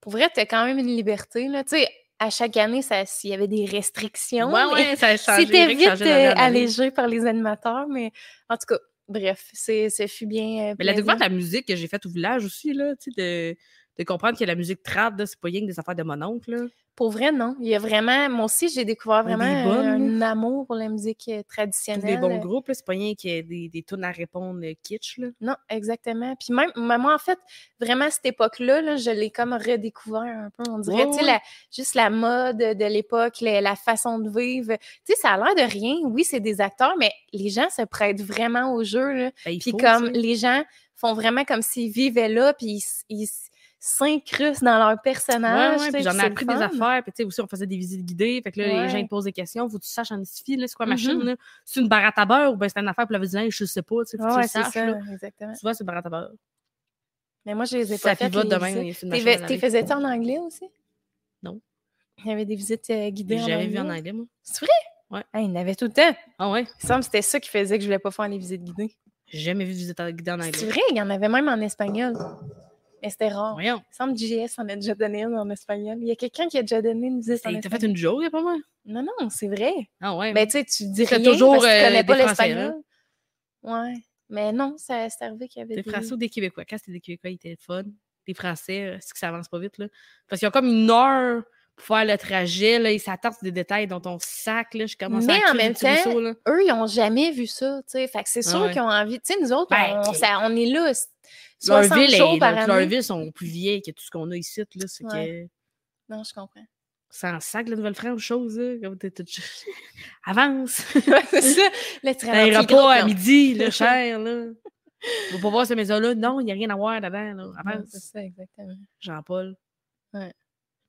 A: pour vrai, t'as quand même une liberté, là. Tu sais, à chaque année, ça, s'il y avait des restrictions.
B: Ouais,
A: mais
B: ouais, ça a changé.
A: C'était
B: Eric
A: vite
B: changeait d'année
A: euh,
B: en année.
A: allégé par les animateurs, mais en tout cas, bref, c'est, ce fut bien. euh,
B: Mais la
A: plaisant.
B: découverte de la musique que j'ai faite au village aussi, là, tu sais, de, de comprendre que la musique trad, là, c'est pas rien que des affaires de mon oncle, là.
A: Pour vrai, non. Il y a vraiment, moi aussi, j'ai découvert
B: On est des
A: vraiment euh, un
B: bonnes,
A: amour pour la musique euh,
B: Tous
A: traditionnelle.
B: des bons groupes, là, c'est pas rien que des, des tunes à répondre euh, kitsch, là.
A: Non, exactement. Puis même, mais moi, en fait, vraiment, à cette époque-là, là, je l'ai comme redécouvert un peu. On dirait,
B: Ouais,
A: tu
B: ouais.
A: sais, la- juste la mode de l'époque, la, la façon de vivre. Tu sais, ça a l'air de rien. Oui, c'est des acteurs, mais les gens se prêtent vraiment au jeu. là.
B: Ben, il
A: Puis
B: faut,
A: comme
B: tu sais.
A: les gens font vraiment comme s'ils vivaient là, puis ils s- ils s- s'incrustent dans leur personnage.
B: Ouais, ouais,
A: tu sais,
B: puis j'en ai
A: Ah, c'est le
B: appris des
A: fun.
B: affaires. Puis, tu sais, aussi, on faisait des visites guidées. Fait que là, les gens,
A: Ouais.
B: ils te posent des questions. Faut que tu saches en ici, là, c'est quoi
A: Mhm.
B: la machine, là? C'est une baratte à beurre ou ben, c'est une affaire pour la visage, je sais pas, tu sais. Faut que tu
A: Ouais,
B: le
A: c'est
B: saches,
A: ça,
B: là.
A: exactement.
B: Souvent, c'est une baratte à beurre.
A: Mais moi, je les ai
B: Ça
A: pas faites.
B: pivote
A: les
B: de même,
A: visites.
B: c'est une
A: T'es
B: machine à
A: ve- T'es
B: laver.
A: faisais-tu en anglais aussi?
B: hein. Non.
A: Il y avait des visites euh, guidées
B: J'ai
A: en
B: jamais vu en
A: anglais.
B: anglais, moi.
A: C'est vrai?
B: Ouais.
A: Hey, il y en avait tout le temps.
B: Ah ouais?
A: Il me semble que c'était ça qui faisait que je voulais pas faire les visites guidées.
B: J'ai jamais vu de visite guidée en
A: C'est
B: anglais.
A: vrai, il y en avait même en espagnol. Mais c'était rare.
B: Voyons.
A: Il me semble que JS en a déjà donné une en espagnol. Il y a quelqu'un qui a déjà donné une visite en
B: Hey, T'as
A: espagnol.
B: fait une joke, pas moi?
A: Non, non, c'est vrai.
B: Ah ouais.
A: Mais tu sais, tu dis
B: C'est
A: rien
B: toujours,
A: parce que tu
B: euh,
A: connais
B: des
A: pas
B: Français,
A: l'espagnol. Ouais. Mais non, ça- c'est arrivé qu'il y avait
B: des
A: des...
B: Français ou des Québécois? Quand c'était des Québécois, ils étaient le fun. Des Français, euh, c'est que ça avance pas vite, là. Parce qu'ils ont comme une heure pour faire le trajet, là. Ils s'attardent sur des détails dans ton sac, là. Je commence
A: Mais
B: à
A: en
B: crier
A: même
B: du petit
A: temps,
B: ruisseau, là.
A: Eux, ils ont jamais vu ça, tu sais. Fait que c'est sûr
B: Ah ouais.
A: qu'ils ont envie... Tu sais, nous autres,
B: Ben,
A: on, ça- on est là c-
B: Leur
A: 60
B: ville,
A: jours
B: est-
A: par
B: leur-
A: année.
B: leur ville sont plus vieilles que tout ce qu'on a ici, là. C'est que.
A: Non, je comprends.
B: Sans sac, la Nouvelle-France, chose, là. Comme t'es toute- Avance!
A: c'est ça. Là, tu ralentis
B: Un
A: le
B: repas à
A: groupe, non.
B: midi, là, cher, là. Faut pas voir cette maison-là. Non, il n'y a rien à voir dedans, là.
A: Non, c'est
B: Avance,
A: ça, exactement.
B: Jean-Paul.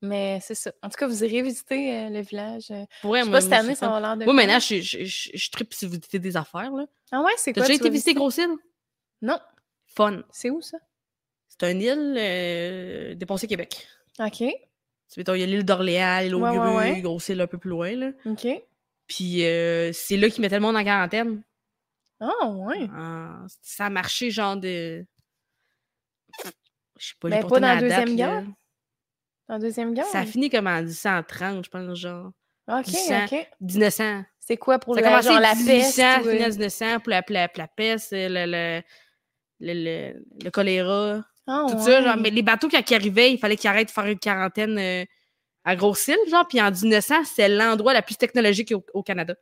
A: Mais c'est ça. En tout cas, vous irez visiter euh, le village. euh.
B: Pour vrai,
A: je sais
B: Ah, moi,
A: pas cette
B: moi,
A: année,
B: c'est
A: ça va l'air de.
B: Moi,
A: quoi.
B: maintenant, je, je, je, je tripe si vous dites des affaires, là.
A: Ah ouais, c'est
B: T'as
A: quoi?
B: déjà
A: tu
B: été
A: vas
B: visiter Grosse-Île?
A: Non.
B: Fun.
A: C'est où ça?
B: C'est une île euh, dépassée Québec.
A: OK.
B: Tu mettons, il y a l'île d'Orléans, l'île aux
A: Ouais, ouais,
B: grues,
A: ouais.
B: Grosse-Île un peu plus loin, là.
A: OK.
B: Puis euh, c'est là qu'ils mettaient le monde en quarantaine.
A: Ah ouais.
B: Ah, ça a marché, genre de... Je sais pas,
A: Mais Ben,
B: j'ai
A: pas
B: pourtant
A: dans la
B: date,
A: Deuxième
B: là.
A: En deuxième guerre?
B: Ça a fini comme en 1830, je pense, genre.
A: OK,
B: glissant.
A: OK.
B: 1900.
A: C'est quoi pour
B: ça a
A: la,
B: commencé
A: genre, la
B: en
A: peste?
B: 1800,
A: ou, euh,
B: fini en 1900, pour la, pour la- pour la peste, le, le, le, le- le choléra,
A: Ah
B: tout
A: ouais.
B: ça. Genre, mais les bateaux qui, qui arrivaient, il fallait qu'ils arrêtent de faire une quarantaine euh, à Grosse-Île, genre. Puis en 1900, c'est l'endroit la plus technologique au, au Canada.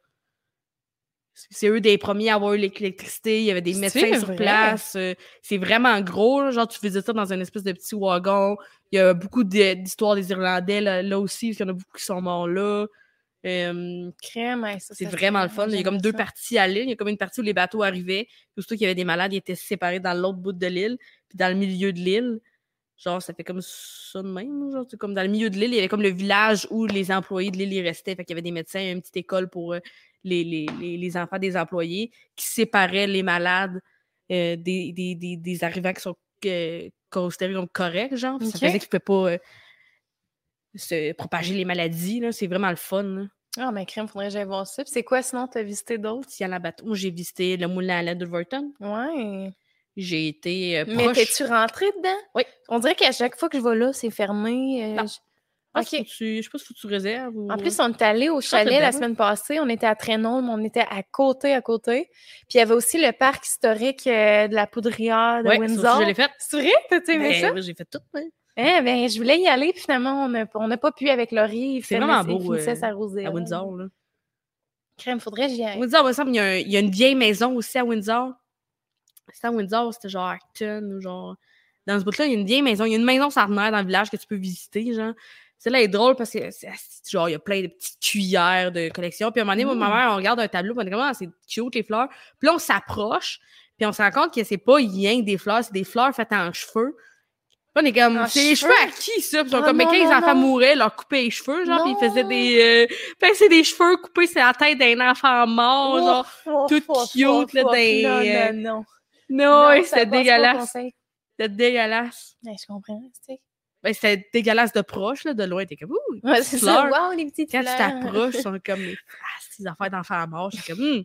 B: C'est eux des premiers à avoir eu l'éc- l'électricité. Il y avait des
A: C'est
B: médecins sur
A: vrai?
B: place. euh, c'est vraiment gros. là, Genre, tu faisais ça dans une espèce de petit wagon. Il y a beaucoup de- d'histoires des Irlandais là, là aussi, parce qu'il y en a beaucoup qui sont morts là. Euh,
A: Crème, hein, ça,
B: c'est
A: ça se
B: vraiment le
A: fait,
B: fun. Il y a comme
A: j'aime
B: deux
A: ça.
B: parties à l'île. Il y a comme une partie où les bateaux arrivaient. Puis surtout qu'il y avait des malades, ils étaient séparés dans l'autre bout de l'île. Puis dans le milieu de l'île, genre, ça fait comme ça de même. Genre, c'est comme dans le milieu de l'île, il y avait comme le village où les employés de l'île y restaient. Fait qu'il y avait des médecins, une petite école pour euh, les, les, les, les enfants des employés qui séparaient les malades euh, des, des, des, des arrivants qui sont euh, considérés comme corrects, genre. Puis Ça
A: Ok.
B: faisait qu'ils ne pouvaient pas euh, se propager les maladies. là. C'est vraiment le fun. là.
A: Ah, mais crème, faudrait que j'aille voir ça. Puis c'est quoi sinon, t'as visité d'autres?
B: Si à la bateau, j'ai visité le moulin à lait d'Ulverton.
A: Ouais.
B: J'ai été euh,
A: Mais
B: proche.
A: t'es-tu rentrée dedans?
B: Oui.
A: On dirait qu'à chaque fois que je vais là, c'est fermé. euh,
B: Non.
A: je-
B: Je pense
A: Ok.
B: que tu- je sais pas si faut que tu réserves ou...
A: En plus, on est allé au
B: pense que
A: chalet la
B: dedans.
A: semaine passée. On était à Trénon, mais on était à côté, à côté. Puis il y avait aussi le parc historique euh, de la Poudrière de
B: Ouais, ça aussi,
A: Windsor.
B: je l'ai fait.
A: C'est vrai? T'as-tu aimé
B: Ben,
A: ça?
B: oui, J'ai fait tout. hein.
A: Eh ben, je voulais y aller, puis finalement, on n'a on n'a pas pu avec Laurie. Il
B: C'est
A: fermait-
B: vraiment
A: il
B: beau,
A: finissait
B: euh,
A: sa rosée.
B: À Windsor, là.
A: Crème, faudrait que j'y
B: À
A: aille.
B: Windsor, il me semble, il y, a un- il y a une vieille maison aussi à Windsor. C'était à Windsor, c'était genre Acton ou genre... Dans ce bout-là, il y a une vieille maison. Il y a une maison centenaire dans le village que tu peux visiter, genre. Celle-là est drôle parce que, c'est- c'est- genre, il y a plein de petites cuillères de collection. Puis à un moment donné, moi,
A: Mm.
B: ma mère, on regarde un tableau, puis on est comme, ah, c'est cute, les fleurs. Puis là, on s'approche, puis on se rend compte que c'est pas rien que des fleurs, c'est des fleurs faites en cheveux. Puis on est comme,
A: En
B: c'est les cheveux
A: cheveux?
B: à qui, ça? Puis ils sont
A: Ah,
B: comme, mais
A: non,
B: quand les
A: non,
B: enfants
A: non.
B: mouraient, ils leur coupaient les cheveux, genre, puis ils faisaient
A: Non.
B: des... euh, fait que c'est des cheveux coupés, c'est la tête d'un enfant
A: Oh!
B: mort, genre.
A: tout
B: toute cute, là, des-
A: Non,
B: euh,
A: non, non.
B: Non,
A: Non, ça
B: c'était
A: passe pas au
B: dégueulasse.
A: conseil.
B: C'était dégueulasse.
A: Ouais, je comprends, tu sais.
B: Ben, c'était dégueulasse de proche, là, de loin. T'es comme, ouh,
A: Ouais, c'est ça.
B: fleurs.
A: Wow, les petites
B: Quand tu
A: fleurs.
B: t'approches, ils sont comme, les- ah, ces affaires d'enfants morts. J'étais comme, hmm.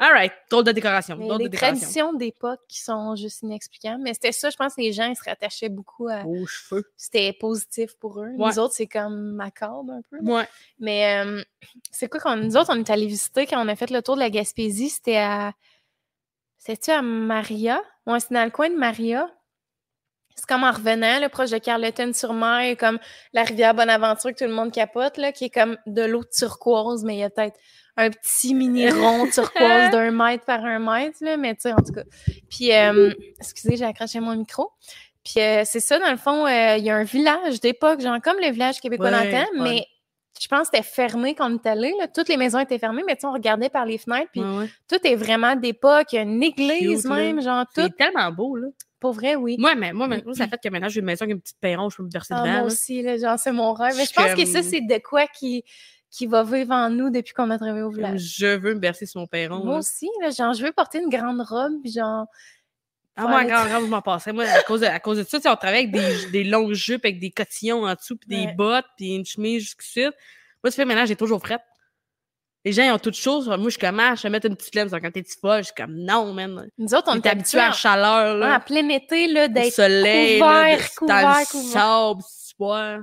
B: All right, drôle de décoration.
A: Mais
B: Drôle de
A: les
B: décoration.
A: traditions d'époque qui sont juste inexplicables. Mais c'était ça, je pense que les gens, ils se rattachaient beaucoup à.
B: Aux cheveux.
A: C'était positif pour eux.
B: Ouais.
A: Nous autres, c'est comme macabre un peu.
B: Ouais.
A: Mais euh, c'est quoi qu'on. Nous autres, on est allés visiter quand on a fait le tour de la Gaspésie. C'était à. C'était-tu à Maria? Ouais, c'est dans le coin de Maria. C'est comme en revenant, là, proche de Carleton-sur-Mer, comme la rivière Bonaventure que tout le monde capote, là, qui est comme de l'eau turquoise, mais il y a peut-être un petit mini rond turquoise d'un mètre par un mètre, là, mais tu sais, en tout cas. Puis, euh, excusez, j'ai accroché mon micro. Puis, euh, c'est ça, dans le fond, euh, il y a un village d'époque, genre comme le village québécois
B: Ouais,
A: d'antan,
B: fun.
A: mais je pense que c'était fermé quand on est allé. là. Toutes les maisons étaient fermées, mais tu sais, on regardait par les fenêtres, puis
B: Ouais, ouais.
A: tout est vraiment d'époque. Il y a une église
B: Cute, là.
A: même, genre tout.
B: C'est tellement beau, là.
A: Pour vrai, oui.
B: Moi, mais, moi, mais- moi, ça fait que maintenant, j'ai une maison avec une petite perron, je peux me verser
A: Ah,
B: devant.
A: moi
B: là.
A: aussi, là, genre, c'est mon rêve. Mais je
B: Je suis
A: pense que ça,
B: comme-
A: c'est de quoi qui, qui va vivre en nous depuis qu'on a travaillé au
B: Comme
A: village.
B: Je veux me bercer sur mon perron.
A: Moi
B: là.
A: aussi, là, genre, je veux porter une grande robe, puis genre,
B: Ah, moi,
A: Ouais.
B: grand, grand, je m'en passais. Moi, à cause de, à cause de ça, tu sais, on travaille avec des, des longues jupes, avec des cotillons en dessous, puis des
A: Ouais.
B: bottes, puis une chemise jusqu'ici. Moi, tu fais maintenant, j'ai toujours frette. Les gens, ils ont toutes choses. Moi, je suis comme, ah, je vais mettre une petite lèvre. Ils sont comme, t'es-tu folle? Je suis comme, non, man.
A: Nous autres, on est
B: habitué à la chaleur,
A: En
B: là.
A: plein été, là,
B: au
A: d'être
B: soleil, là,
A: couvert,
B: d'être dans
A: couvert,
B: le
A: couvert.
B: sable, tu vois.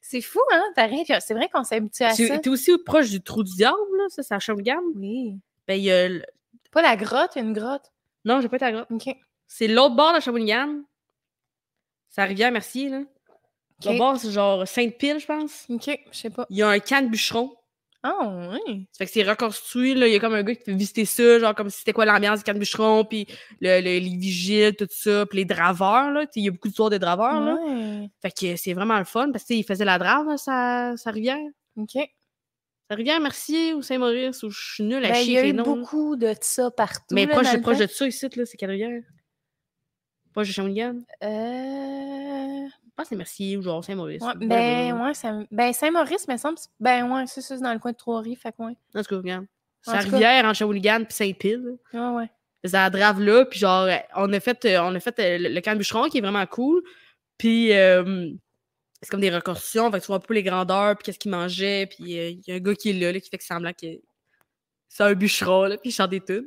A: C'est fou, hein, pareil. Puis c'est vrai qu'on s'habitue à
B: Tu
A: ça.
B: es aussi proche du trou du diable, là, ça, c'est à Shawinigan.
A: Oui.
B: Ben, il y a le-
A: Pas la grotte, une grotte.
B: Non, j'ai pas été à la grotte.
A: OK.
B: C'est l'autre bord de Shawinigan. C'est à Rivière-Mercier, là.
A: OK.
B: L'autre bord, c'est genre Sainte-Pile, je pense.
A: OK, je sais pas.
B: Il y a un camp de bûcheron.
A: Ah oui.
B: Ça fait que c'est reconstruit, là. Il y a comme un gars qui fait visiter ça, genre comme si c'était quoi l'ambiance du camp de bûcheron, puis le, le- les vigiles, tout ça, puis les draveurs, là. Tu sais, Il y a beaucoup d'histoires de draveurs, là.
A: Ouais.
B: Fait que c'est vraiment le fun, parce que tu sais, il faisait la drave, là, sa, sa rivière.
A: OK.
B: Sa rivière Mercier ou Saint-Maurice, ou je suis nulle à
A: Ben, il
B: chier
A: y a
B: avec les
A: eu
B: noms, là.
A: beaucoup de ça partout.
B: Mais
A: là,
B: proche,
A: dans
B: de-
A: le
B: proche
A: temps.
B: de ça, ici, là, c'est quelle rivière? Proche de Shawinigan?
A: Euh...
B: Je pense que c'est Mercier ou genre Saint-Maurice.
A: Ouais,
B: ou whatever,
A: ben,
B: là.
A: ouais, ça... me- ben Saint-Maurice, me semble. c'est- Ben, ouais, c'est ça, c'est dans le coin de Trois-Rives, fait que ouais.
B: En tout cas, regarde.
A: En
B: Sa
A: tout cas.
B: rivière entre Shawinigan puis Saint-Pile. là.
A: Ouais, ouais.
B: Faisait la drave là, puis genre, euh, on a fait, euh, on a fait euh, le, le camp de bûcheron qui est vraiment cool. Puis euh, c'est comme des reconstructions, fait que tu vois un peu les grandeurs, puis qu'est-ce qu'ils mangeaient, puis euh, il y a un gars qui est là, là, qui fait que semblant que c'est un bûcheron, là, puis il chante des tunes.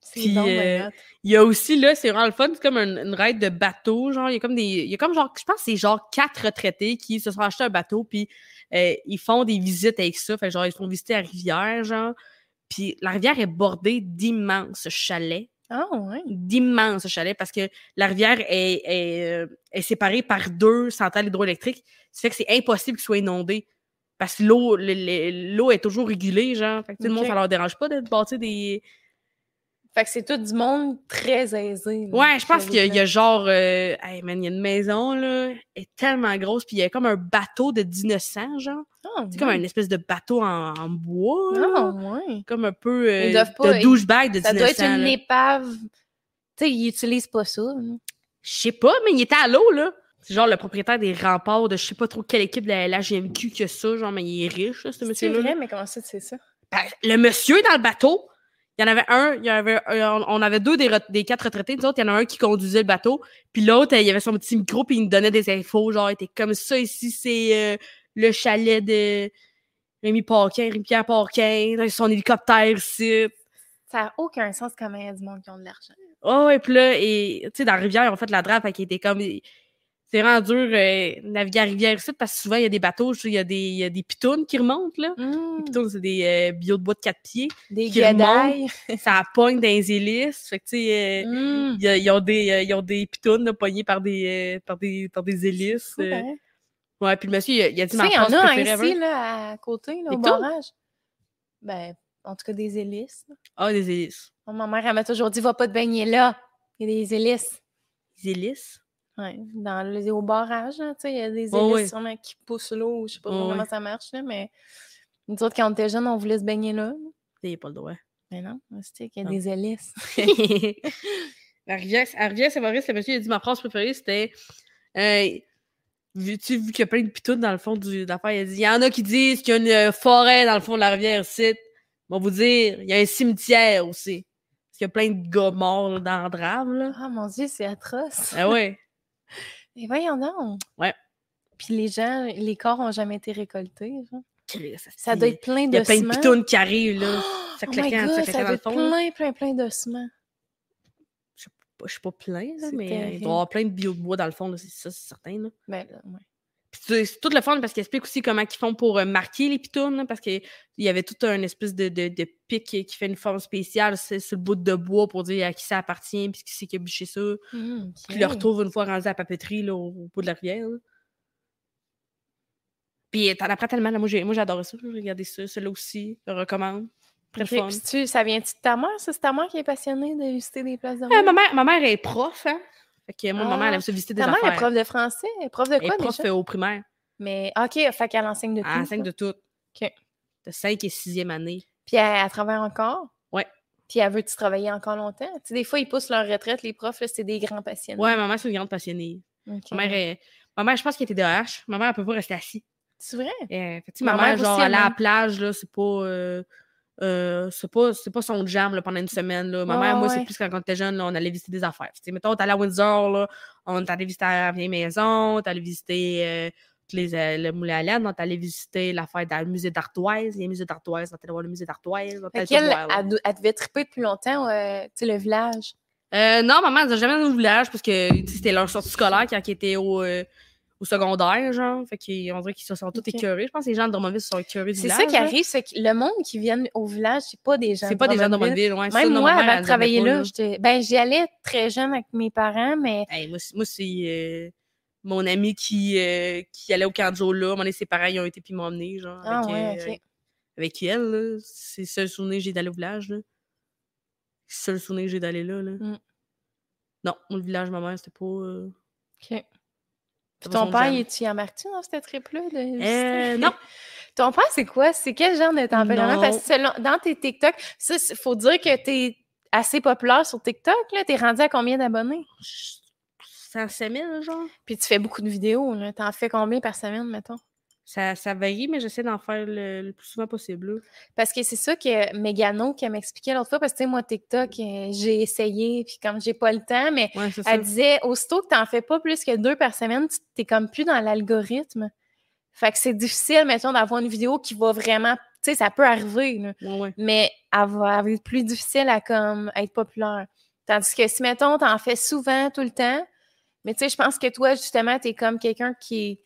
A: C'est
B: Puis,
A: donc
B: euh,
A: ben hot.
B: Il y a aussi, là, c'est vraiment le fun, c'est comme un- une raide de bateau, genre, il y a comme des, il y a comme genre, je pense que c'est genre quatre retraités qui se sont achetés un bateau, puis euh, ils font des visites avec ça, fait que genre, ils se font visiter la rivière, genre, puis la rivière est bordée d'immenses chalets,
A: Ah ouais.
B: d'immenses chalets, parce que la rivière est, est, euh, est séparée par deux centrales hydroélectriques, ce qui fait que c'est impossible qu'ils soient inondés. Parce que l'eau le- le- l'eau est toujours régulée, genre. Fait que tout le monde,
A: Ok.
B: ça leur dérange pas de bâtir des,
A: Fait que c'est tout du monde très aisé. là,
B: Ouais, je
A: qui
B: pense qu'il y, a-
A: habite
B: il y a genre. euh, hey man, il y a une maison, là. Elle est tellement grosse, puis il y a comme un bateau de 1900, genre.
A: là. Ah,
B: C'est comme
A: ouais.
B: un espèce de bateau en, en bois.
A: Ah
B: là.
A: ouais.
B: Comme un peu. euh,
A: Ils doivent pas-
B: de douchebag de
A: Ça
B: 1900.
A: doit être une
B: là.
A: épave. Tu sais, ils utilisent pas ça. hein.
B: Je sais pas, mais il était à l'eau, là. C'est genre le propriétaire des remparts de je sais pas trop quelle équipe de la LHJMQ que ça, genre, mais il est riche, là, ce
A: C'est
B: monsieur-là.
A: vrai, mais comment ça, tu sais ça?
B: Ben, le monsieur dans le bateau, il y en avait un, il y en avait, euh, on- on avait deux des, ret- des quatre retraités, nous autres, il y en a un qui conduisait le bateau, puis l'autre, euh, il avait son petit micro, puis il nous donnait des infos, genre, il était comme ça, ici, c'est euh, le chalet de Rémi Paquin, Rémi-Pierre Paquin, là, son hélicoptère ici.
A: Ça n'a aucun sens comment il y a du monde qui ont de l'argent.
B: Oh, et puis là, et, tu sais, dans la rivière, ils ont fait la drape, fait qu'il était comme... C'est vraiment dur euh, naviguer à rivière ici, parce que souvent, il y a des bateaux, je sais, il y a des, il y a des pitounes qui remontent, là.
A: Hmm.
B: Les pitounes, c'est des euh, billots de bois de quatre pieds.
A: Mmh. Des
B: qui
A: gadailles.
B: ça pogne dans les hélices. Fait que, tu sais, euh,
A: Mm.
B: y a- ils ont des, euh, ils ont des pitounes, là, pognées par des, euh, par des, par des hélices.
A: Fou,
B: euh.
A: pareil.
B: Ouais, puis le monsieur, il a, il a dit
A: Tu sais,
B: ma
A: il y en
B: phrase
A: a un
B: préférée
A: ici,
B: ever.
A: là, à côté, là,
B: Des
A: au
B: tours?
A: barrage. Ben, en tout cas, des hélices. là.
B: Ah, des hélices.
A: Moi, ma mère, elle m'a toujours dit, va pas te baigner là. Il y a des hélices.
B: Des hélices?
A: Ouais, dans le, au barrage, là, tu sais, il y a des hélices
B: Ouais, ouais.
A: sûrement qui poussent l'eau. Je sais pas
B: Ouais,
A: trop
B: ouais.
A: comment ça marche, là, mais nous autres, quand on était jeunes, on voulait se baigner là.
B: Il a pas le droit.
A: Mais non, c'est qu'il y a
B: Non.
A: des hélices.
B: à rivière, à rivière Saint-Maurice, le monsieur, il a dit ma phrase préférée, c'était. euh, vu- tu sais, vu qu'il y a plein de pitounes dans le fond du, de l'affaire, il a dit il y en a qui disent qu'il y a une euh, forêt dans le fond de la rivière ici. On va vous dire, il y a un cimetière aussi. Parce qu'il y a plein de gars morts là, dans le drame, là.
A: Ah mon Dieu, c'est atroce.
B: Ah ouais.
A: Mais voyons donc.
B: Ouais.
A: Puis les gens, les corps ont jamais été récoltés. genre.
B: Chris,
A: Ça
B: asti.
A: doit être plein
B: Il y a
A: de
B: plein de
A: ciment.
B: pitounes qui arrivent, là. Ça
A: Oh my
B: claquait,
A: God,
B: ça
A: ça
B: claquait dans
A: doit
B: le
A: être
B: fond. là. Bah,
A: plein, plein, plein de ciment.
B: Je suis pas plein, là,
A: C'est
B: mais euh, il
A: terrible.
B: doit y avoir plein de bio de bois dans le fond, là. C'est ça, c'est certain, là.
A: Ben, là, ouais.
B: Puis c'est c'est tout le fun parce qu'il explique aussi comment ils font pour euh, marquer les pitounes, là, parce qu'il y avait tout un espèce de, de, de pic qui qui fait une forme spéciale c'est sur le bout de bois pour dire à qui ça appartient, puis qui c'est qui a bûché ça.
A: Hmm, ok.
B: Puis ils le retrouvent une fois rendu à la papeterie, là, au, au bout de la rivière, là. Puis euh, t'en apprends tellement, là. Moi, j'ai- moi, j'adorais ça. J'ai regardé ça, celle-là aussi. Je le recommande. Très
A: Ok,
B: le fun.
A: puis tu- ça vient-tu de ta mère? ça? C'est ta mère qui est passionnée de visiter des places de
B: Euh,
A: rêve?
B: ma, mère, ma mère est prof, hein? Fait que moi, ma mère,
A: Ah,
B: elle aime ça visiter des
A: Ta mère
B: affaires.
A: est prof de français? Elle est prof de
B: Elle
A: quoi
B: est prof
A: déjà?
B: euh, au primaire.
A: Mais OK, fait qu'elle enseigne de tout.
B: Elle enseigne
A: ça.
B: de tout.
A: OK.
B: De 5 et 6e année.
A: Puis elle, elle travaille encore?
B: Ouais.
A: Puis elle veut-tu travailler encore longtemps? Tu sais, des fois, ils poussent leur retraite, les profs, là, c'est des grands passionnés.
B: Ouais, ma mère, c'est une grande passionnée.
A: Ok.
B: Ma mère, est- ma mère je pense qu'elle était de H. Ma mère, elle peut pas rester assise.
A: C'est vrai?
B: Euh, fait que, tu sais,
A: Ma
B: ma, mère,
A: mère
B: genre,
A: aussi, elle
B: aller à la
A: aime.
B: plage, là, c'est pas. euh, euh, c'est pas, c'est pas son jam là, pendant une semaine. Là. Ma
A: Ouais,
B: mère, moi,
A: ouais.
B: c'est plus quand on était jeune, là, on allait visiter des affaires. Tu sais, mettons, t'allais à Windsor, là, on t'allait visiter la vieille maison, t'allais visiter euh, les, euh, le moulin à l'air, donc t'allais visiter l'affaire dans le musée d'Artoise, il y a un musée d'Artoise, donc t'allais voir le musée d'Artoise, donc
A: Fait
B: t'allais
A: qu'elle,
B: tout voir, là.
A: elle, do- elle devait triper depuis longtemps, euh, tu sais, le village.
B: Euh, non, maman, ils ont jamais dans le village parce que tu sais, c'était leur sortie scolaire quand ils étaient au, euh, au secondaire, genre. Fait qu'on dirait qu'ils se sont tous
A: Ok.
B: écœurés. Je pense que les gens de Drummondville se sont écœurés du
A: C'est
B: village.
A: ça qui
B: là.
A: arrive, c'est que le monde qui vient au village, c'est pas des gens.
B: C'est pas des gens de Drummondville, ouais. Ah, ça,
A: Même
B: non,
A: moi,
B: ma mère,
A: avant
B: elle
A: de
B: disait
A: travailler
B: pas,
A: là, j'étais- ben, j'y allais très jeune avec mes parents, mais
B: Hey, moi, c'est- moi, c'est euh, mon ami qui, euh, qui allait au Canjo là. À un moment donné, ses parents ils ont été puis m'ont emmené, genre.
A: Ah
B: avec,
A: ouais,
B: euh,
A: ok.
B: avec elle, là. C'est le seul souvenir que j'ai d'aller au village, là. C'est le seul souvenir que j'ai d'aller là, là.
A: Mm.
B: Non, moi, le village, ma mère, c'était pas. euh,
A: OK. Puis
B: c'était pas
A: ton
B: son
A: père,
B: jam.
A: il est-tu embarqué dans cette trip-là? de
B: Euh,
A: visiter?
B: non,
A: Ton père, c'est quoi? C'est quel genre de tempérament?
B: Non.
A: Parce que selon- dans tes TikTok, ça, il faut dire que t'es assez populaire sur TikTok, là. T'es rendu à combien d'abonnés?
B: je- 107 000, genre.
A: Puis tu fais beaucoup de vidéos, là. T'en fais combien par semaine, mettons?
B: Ça, ça varie, mais j'essaie d'en faire le, le plus souvent possible. là.
A: Parce que c'est ça que Mégano, qui m'expliquait l'autre fois, parce que, tu sais, moi, TikTok, euh, j'ai essayé, puis comme j'ai pas le temps, mais
B: Ouais, c'est ça.
A: Elle disait, aussitôt que t'en fais pas plus que deux par semaine, tu- t'es comme plus dans l'algorithme. Fait que c'est difficile, mettons, d'avoir une vidéo qui va vraiment. Tu sais, ça peut arriver, là,
B: Ouais, ouais.
A: mais elle va elle va être plus difficile à comme être populaire. Tandis que si, mettons, t'en fais souvent, tout le temps, mais tu sais, je pense que toi, justement, t'es comme quelqu'un qui est.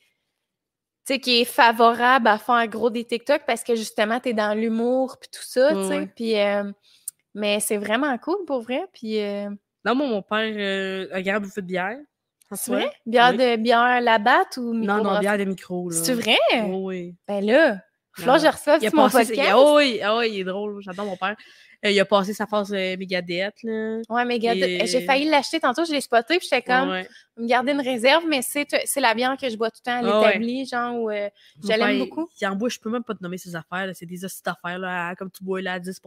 A: Tu sais, qui est favorable à faire gros des TikTok parce que justement, t'es dans l'humour puis tout ça,
B: Ouais,
A: tu sais.
B: ouais.
A: Puis, euh, mais c'est vraiment cool pour vrai. Puis, euh,
B: Non, moi, mon père, euh, regarde, vous faites de bière. Ça se
A: C'est vrai?
B: voit?
A: Bière
B: Oui.
A: de bière la batte ou
B: Non, non,
A: microbrasserie?
B: bière de micro. là.
A: C'est vrai?
B: Oui, oui.
A: Ben là, Flore,
B: Non.
A: je reçois
B: Il a
A: sur mon
B: passé.
A: podcast.
B: sa- il a- oh, oui, ah oui, il est drôle. J'adore mon père. Euh, il a passé sa phase euh, Megadeth, là.
A: Ouais, mais regarde,
B: Et-
A: j'ai failli l'acheter tantôt, je l'ai spoté, puis j'étais comme,
B: Ouais, ouais.
A: me garder une réserve, mais c'est c'est la bière que je bois tout le temps à
B: Ah ouais.
A: l'établi, genre, où, euh,
B: Mon
A: je l'aime
B: père, il-
A: beaucoup.
B: Il en boit, je peux même pas te nommer ses affaires. là. C'est des hosties d'affaires, là, à- comme tu bois là, à 10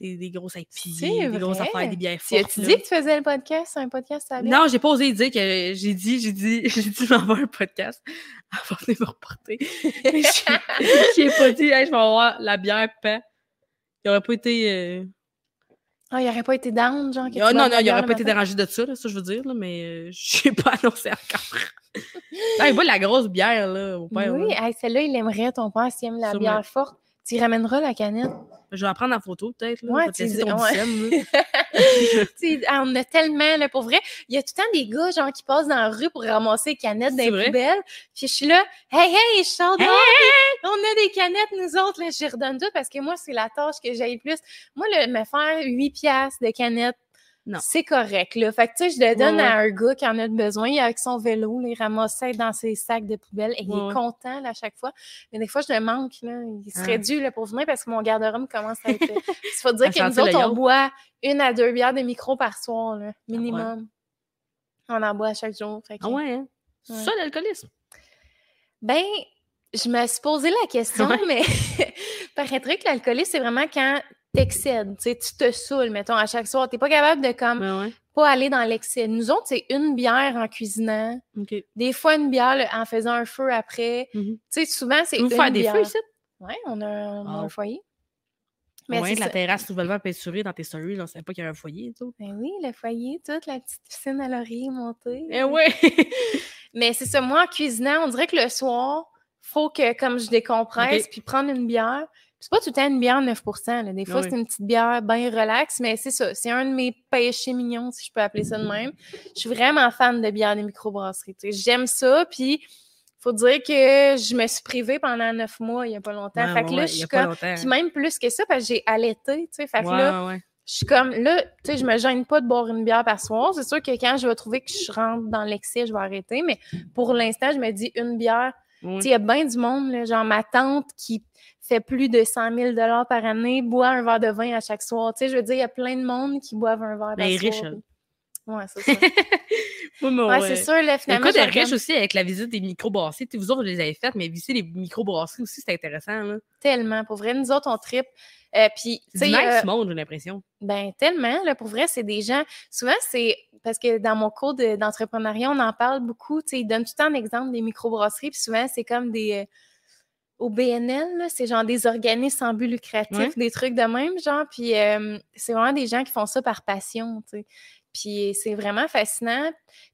B: des, des grosses IPA, des grosses
A: vrai?
B: affaires, des bières
A: tu
B: fortes.
A: as-tu
B: là.
A: dit que tu faisais le podcast, un podcast à la bière?
B: Non, j'ai pas osé lui dire que j'ai dit, j'ai dit, j'ai dit, je m'en vais à un podcast. Elle va venir me reporter. Mais j'ai- j'ai pas dit, hey, je vais avoir la bière pain. Il aurait pas été. euh,
A: Ah, il aurait pas été down, genre, que
B: ah,
A: tu
B: non,
A: manges
B: non,
A: la
B: il
A: bière
B: aurait
A: le
B: pas été
A: matin?
B: dérangé de ça, là, ça je veux dire, là, mais euh, je j'ai pas annoncé encore. non, il boit de la grosse bière, là, mon père.
A: Oui,
B: là.
A: hey, celle-là, il aimerait, ton père, s'il aime la
B: Sûrement.
A: bière forte. Tu y ramèneras la canette.
B: Je vais la prendre en photo, peut-être. là.
A: Ouais,
B: je vais te
A: tu
B: laisser
A: dis-
B: ton
A: ouais.
B: dixième, là.
A: Tu sais, on a tellement, là, pour vrai, il y a tout le temps des gars, genre, qui passent dans la rue pour ramasser les canettes
B: C'est
A: des
B: vrai.
A: poubelles. Puis je suis là, hey, hey, je sors dehors, puis on a des canettes, nous autres, là, je redonne tout parce que moi, c'est la tâche que j'aille plus. Moi, le, me faire 8 piastres de canettes,
B: Non.
A: c'est correct, là. Fait que, tu sais, je le donne
B: Ouais,
A: à un gars qui en a de besoin, il est avec son vélo, là, il ramasse ça dans ses sacs de poubelle et il
B: Ouais,
A: est
B: ouais.
A: content, là, à chaque fois. Mais des fois, je le manque, là. Il serait
B: Ah.
A: dû, là, pour venir parce que mon garde-robe commence à être. Il faut dire
B: À
A: que nous
B: sentir le
A: autres, on
B: yaourt.
A: boit une à deux bières de micro par soir, là, minimum. On en boit à chaque jour. fait que-
B: Ah ouais, hein? C'est
A: Ouais.
B: ça l'alcoolisme.
A: Ben, je me suis posé la question,
B: Ouais.
A: mais paraîtrait que l'alcoolisme, c'est vraiment quand t'excèdes, tu sais, tu te saoules, mettons, à chaque soir. T'es pas capable de, comme,
B: Ouais, ouais.
A: pas aller dans l'excès. Nous autres, c'est une bière en cuisinant,
B: OK.
A: des fois une bière là, en faisant un feu après.
B: Mhm.
A: Tu sais, souvent, c'est
B: Vous
A: une
B: faire des
A: bière.
B: feux Ah, ici?
A: Ouais, on a, un- on a un
B: Wow.
A: foyer. Mais
B: Loin
A: c'est
B: de la
A: ça.
B: terrasse nouvellement peinturée dans tes stories, j'en savais pas qu'il y avait un foyer, tu
A: Ben oui, le foyer, toute la petite piscine à laurier montée.
B: Eh ouais!
A: Mais c'est ça, moi, en cuisinant, on dirait que le soir, faut que, comme je décompresse,
B: Ok.
A: puis prendre une bière. Puis C'est pas tout le temps une bière 9 là. Des fois,
B: Ouais.
A: c'est une petite bière bien relax, mais c'est ça. C'est un de mes péchés mignons, si je peux appeler ça de même. Je suis vraiment fan de bière des microbrasseries. tu sais. J'aime ça, puis faut dire que je me suis privée pendant neuf mois, il y a pas longtemps.
B: Ouais,
A: fait que
B: ouais,
A: là,
B: ouais,
A: je
B: il y
A: suis
B: a pas
A: comme...
B: longtemps.
A: Puis même plus que ça, parce que j'ai allaité, tu sais. Fait que
B: Ouais,
A: là,
B: ouais, ouais.
A: je suis comme, là, tu sais, je me gêne pas de boire une bière par soir. C'est sûr que quand je vais trouver que je rentre dans l'excès, je vais arrêter. Mais pour l'instant, je me dis une bière.
B: Ouais.
A: Tu sais, il y a bien du monde, là, genre ma tante qui fait plus de 100 000 par année, boit un verre de vin à chaque soir. Tu sais, je veux dire, il y a plein de monde qui boivent un verre
B: Mais
A: par
B: elle est riche,
A: soir.
B: elle.
A: Ouais, c'est ça.
B: Ouais,
A: Ouais,
B: mais hein. ouais.
A: c'est sûr, là,
B: Le
A: finalement.
B: cas de
A: j'en
B: riche
A: donne
B: aussi avec la visite des microbrasseries. Tu sais, Vous autres, vous les avez faites, mais visiter les microbrasseries aussi, c'est intéressant. Là.
A: Tellement. Pour vrai, nous autres, on tripe. Euh, puis, tu
B: C'est
A: sais,
B: du nice
A: euh,
B: monde, j'ai l'impression.
A: Ben tellement, là, pour vrai, c'est des gens. Souvent, c'est parce que dans mon cours de- d'entrepreneuriat, on en parle beaucoup. Tu sais, ils donnent tout le temps l'exemple des microbrasseries, puis souvent, c'est comme des. euh, au BNL, là, c'est genre des organismes sans but lucratif,
B: Ouais.
A: des trucs de même, genre. Puis euh, c'est vraiment des gens qui font ça par passion, tu sais. Puis c'est vraiment fascinant.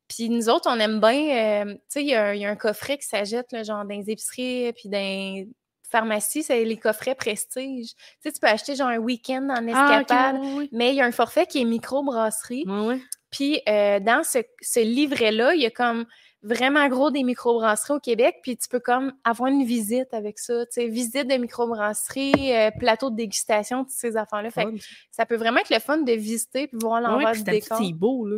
A: Puis nous autres, on aime bien, euh, tu sais, il y, a un- il y a un coffret qui s'ajoute, là, genre dans les épiceries, puis dans les pharmacies, c'est les coffrets prestige. Tu sais, tu peux acheter genre un week-end en
B: Ah, ok,
A: escapade.
B: ouais, ouais,
A: Mais il y a un forfait qui est micro-brasserie.
B: ouais. Ouais, ouais.
A: Puis euh, dans ce, ce livret-là, il y a comme vraiment gros des microbrasseries au Québec, puis tu peux comme avoir une visite avec ça, tu sais, visite de microbrasserie, euh, plateau de dégustation, tous ces affaires-là. Fait que
B: Fun.
A: ça peut vraiment être le fun de visiter puis voir
B: Ouais, ouais,
A: l'envers
B: puis
A: du
B: c'est habitué,
A: décor.
B: C'est beau, là.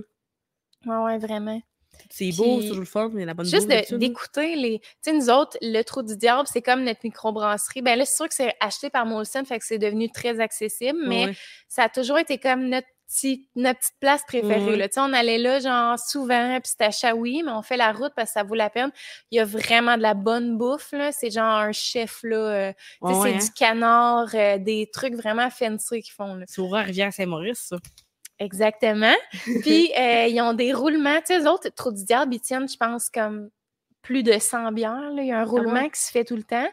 A: Ouais, ouais, vraiment.
B: C'est beau,
A: Puis-
B: c'est toujours le fun, mais la bonne
A: Juste
B: bouffe,
A: de-
B: d'habitude, là.
A: d'écouter les... Tu sais, nous autres, le Trou du Diable, c'est comme notre microbrasserie. Ben là, c'est sûr que c'est acheté par Molson, fait que c'est devenu très accessible, mais
B: Ouais.
A: ça a toujours été comme notre, petit- notre petite place préférée.
B: Ouais.
A: là. Tu sais, On allait là, genre, souvent, puis c'était à Shawi, mais on fait la route parce que ça vaut la peine. Il y a vraiment de la bonne bouffe, là. C'est genre un chef, là. euh, tu sais,
B: Ouais,
A: c'est
B: hein.
A: du canard, euh, des trucs vraiment fancy qu'ils font, là.
B: C'est au Rivière-Saint-Maurice, ça.
A: Euh, Exactement. Puis, euh, ils ont des roulements. Tu sais, eux autres, Trou du Diable, ils tiennent, je pense, comme plus de 100 bières, là. Il y a
B: Ah
A: un roulement qui se fait tout le temps.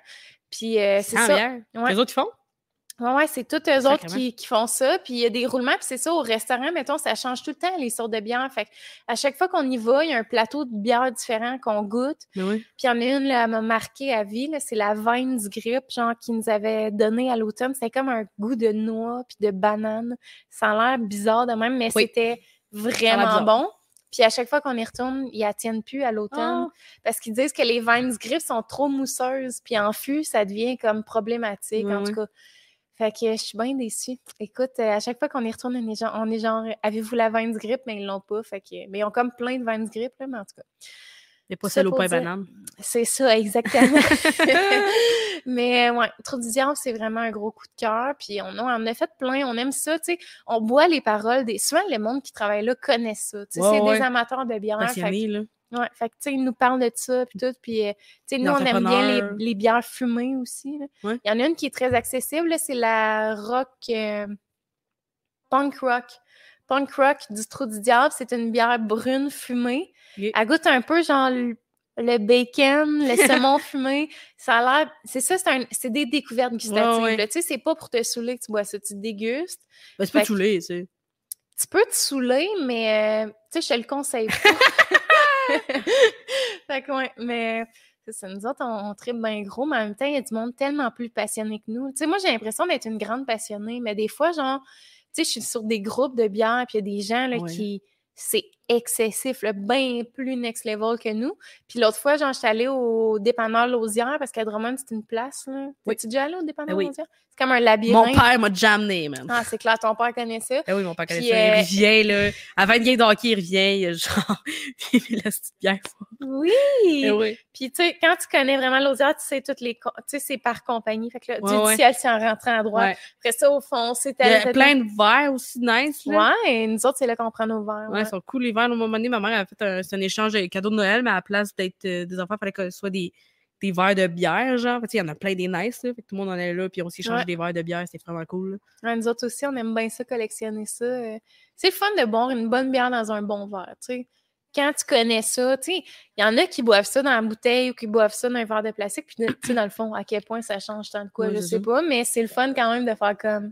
A: Puis, euh, c'est ça.
B: Rivière.
A: Ouais.
B: Ah, Les autres, ils font?
A: Oui, ouais, c'est toutes eux autres
B: Sacrément.
A: qui, qui font ça. Puis il y a des roulements, puis c'est ça, au restaurant, mettons, ça change tout le temps les sortes de bières. Fait que à chaque fois qu'on y va, il y a un plateau de bières différents qu'on goûte.
B: Mais ouais.
A: Puis il y en a une, là, elle m'a marqué à vie, là, c'est la vine du grip, genre, qui nous avait donné à l'automne. C'était comme un goût de noix puis de banane. Ça a l'air bizarre de même, mais
B: Oui.
A: c'était
B: bizarre.
A: vraiment bon. Puis à chaque fois qu'on y retourne, ils la tiennent plus à l'automne
B: Ah.
A: parce qu'ils disent que les vines du griffe sont trop mousseuses, puis en fût, ça devient comme problématique,
B: Ouais,
A: en tout
B: ouais.
A: cas. Fait que je suis bien déçue. Écoute, euh, à chaque fois qu'on y retourne, on est genre, on est genre, avez-vous la vine du grip? Mais ils l'ont pas. Fait que, mais ils ont comme plein de vines du grip, là, mais en tout cas.
B: Il n'y a pas
A: Ça
B: celle au
A: pour
B: pain
A: dire-
B: banane.
A: C'est ça, exactement. mais euh, ouais, Trou du Diable, c'est vraiment un gros coup de cœur. Puis on, on en a fait plein, on aime ça, tu sais. On boit les paroles des. Souvent, le monde qui travaille là connaît ça. tu sais,
B: Ouais,
A: c'est
B: ouais.
A: des amateurs de bière. fait que-
B: Passionné, là. Ben,
A: Ouais, fait que, tu sais, ils nous parlent de ça, puis tout, puis, euh, tu sais, nous, on aime bien
B: L'entrepreneur.
A: les, les bières fumées aussi. là. Il
B: Ouais.
A: y en a une qui est très accessible, là, c'est la rock, euh, punk rock. Punk rock du Trou du Diable, c'est une bière brune fumée.
B: Ok.
A: Elle goûte un peu, genre, le, le bacon, le saumon fumé. Ça a l'air... C'est ça, c'est un- c'est des découvertes gustatives,
B: ouais.
A: là. Tu sais, c'est pas pour te saouler que tu bois ça, tu dégustes.
B: Ben, c'est pas
A: Fait que-
B: tous les, tu sais.
A: Tu peux te saouler, mais euh, tu sais, je te le conseille pas. fait que ouais, mais c'est ça, nous autres, on, on tripe bien gros, mais en même temps, il y a du monde tellement plus passionné que nous. Tu sais, moi, j'ai l'impression d'être une grande passionnée, mais des fois, genre, tu sais, je suis sur des groupes de bière, puis il y a des gens là,
B: Ouais.
A: qui. C'est excessif, là, bien plus next level que nous. Puis l'autre fois, genre, je suis allée au dépanneur Lausière parce qu'à Drummond, c'est une place. Là.
B: Oui. Eh
A: tu déjà allée au dépanneur
B: oui.
A: Lausière? C'est comme un labyrinthe.
B: Mon père m'a déjà amené, man.
A: Ah, c'est clair, ton père connaît ça.
B: Ben oui, mon père connaît
A: Puis,
B: ça.
A: euh,
B: Il revient, là. Avant de gagner d'hockey, il revient, euh, genre. Il met la petite bière.
A: Oui! Eh
B: Ben oui.
A: Puis, tu sais, quand tu connais vraiment l'auditeur, tu sais toutes les... co- Tu sais, c'est par compagnie. Fait que là,
B: Ouais,
A: du
B: ouais.
A: ciel, c'est en rentrant à droite.
B: Ouais.
A: Après ça, au fond, c'est
B: Il y
A: à
B: a plein de verres aussi nice, là.
A: Ouais, et nous autres, c'est là qu'on prend nos verres.
B: Ouais,
A: ouais.
B: ils sont cool. L'hiver, à un moment donné, ma mère elle a fait un, c'est un échange de cadeaux de Noël, mais à la place d'être euh, des enfants, il fallait que ce soit des, des verres de bière, genre. Fait que, tu sais, Il y en a plein des nice, là. Fait que tout le monde en est là, puis on s'échange
A: Ouais.
B: des verres de bière, c'est vraiment cool. là.
A: Ouais, nous autres aussi, on aime bien ça, collectionner ça. euh. C'est le fun de boire une bonne bière dans un bon verre, tu sais. Quand tu connais ça, tu sais, il y en a qui boivent ça dans la bouteille ou qui boivent ça dans un verre de plastique. Puis, tu sais, dans le fond, à quel point ça change tant de quoi,
B: Ouais,
A: je
B: c'est
A: sais
B: ça.
A: pas. Mais c'est le fun quand même de faire comme...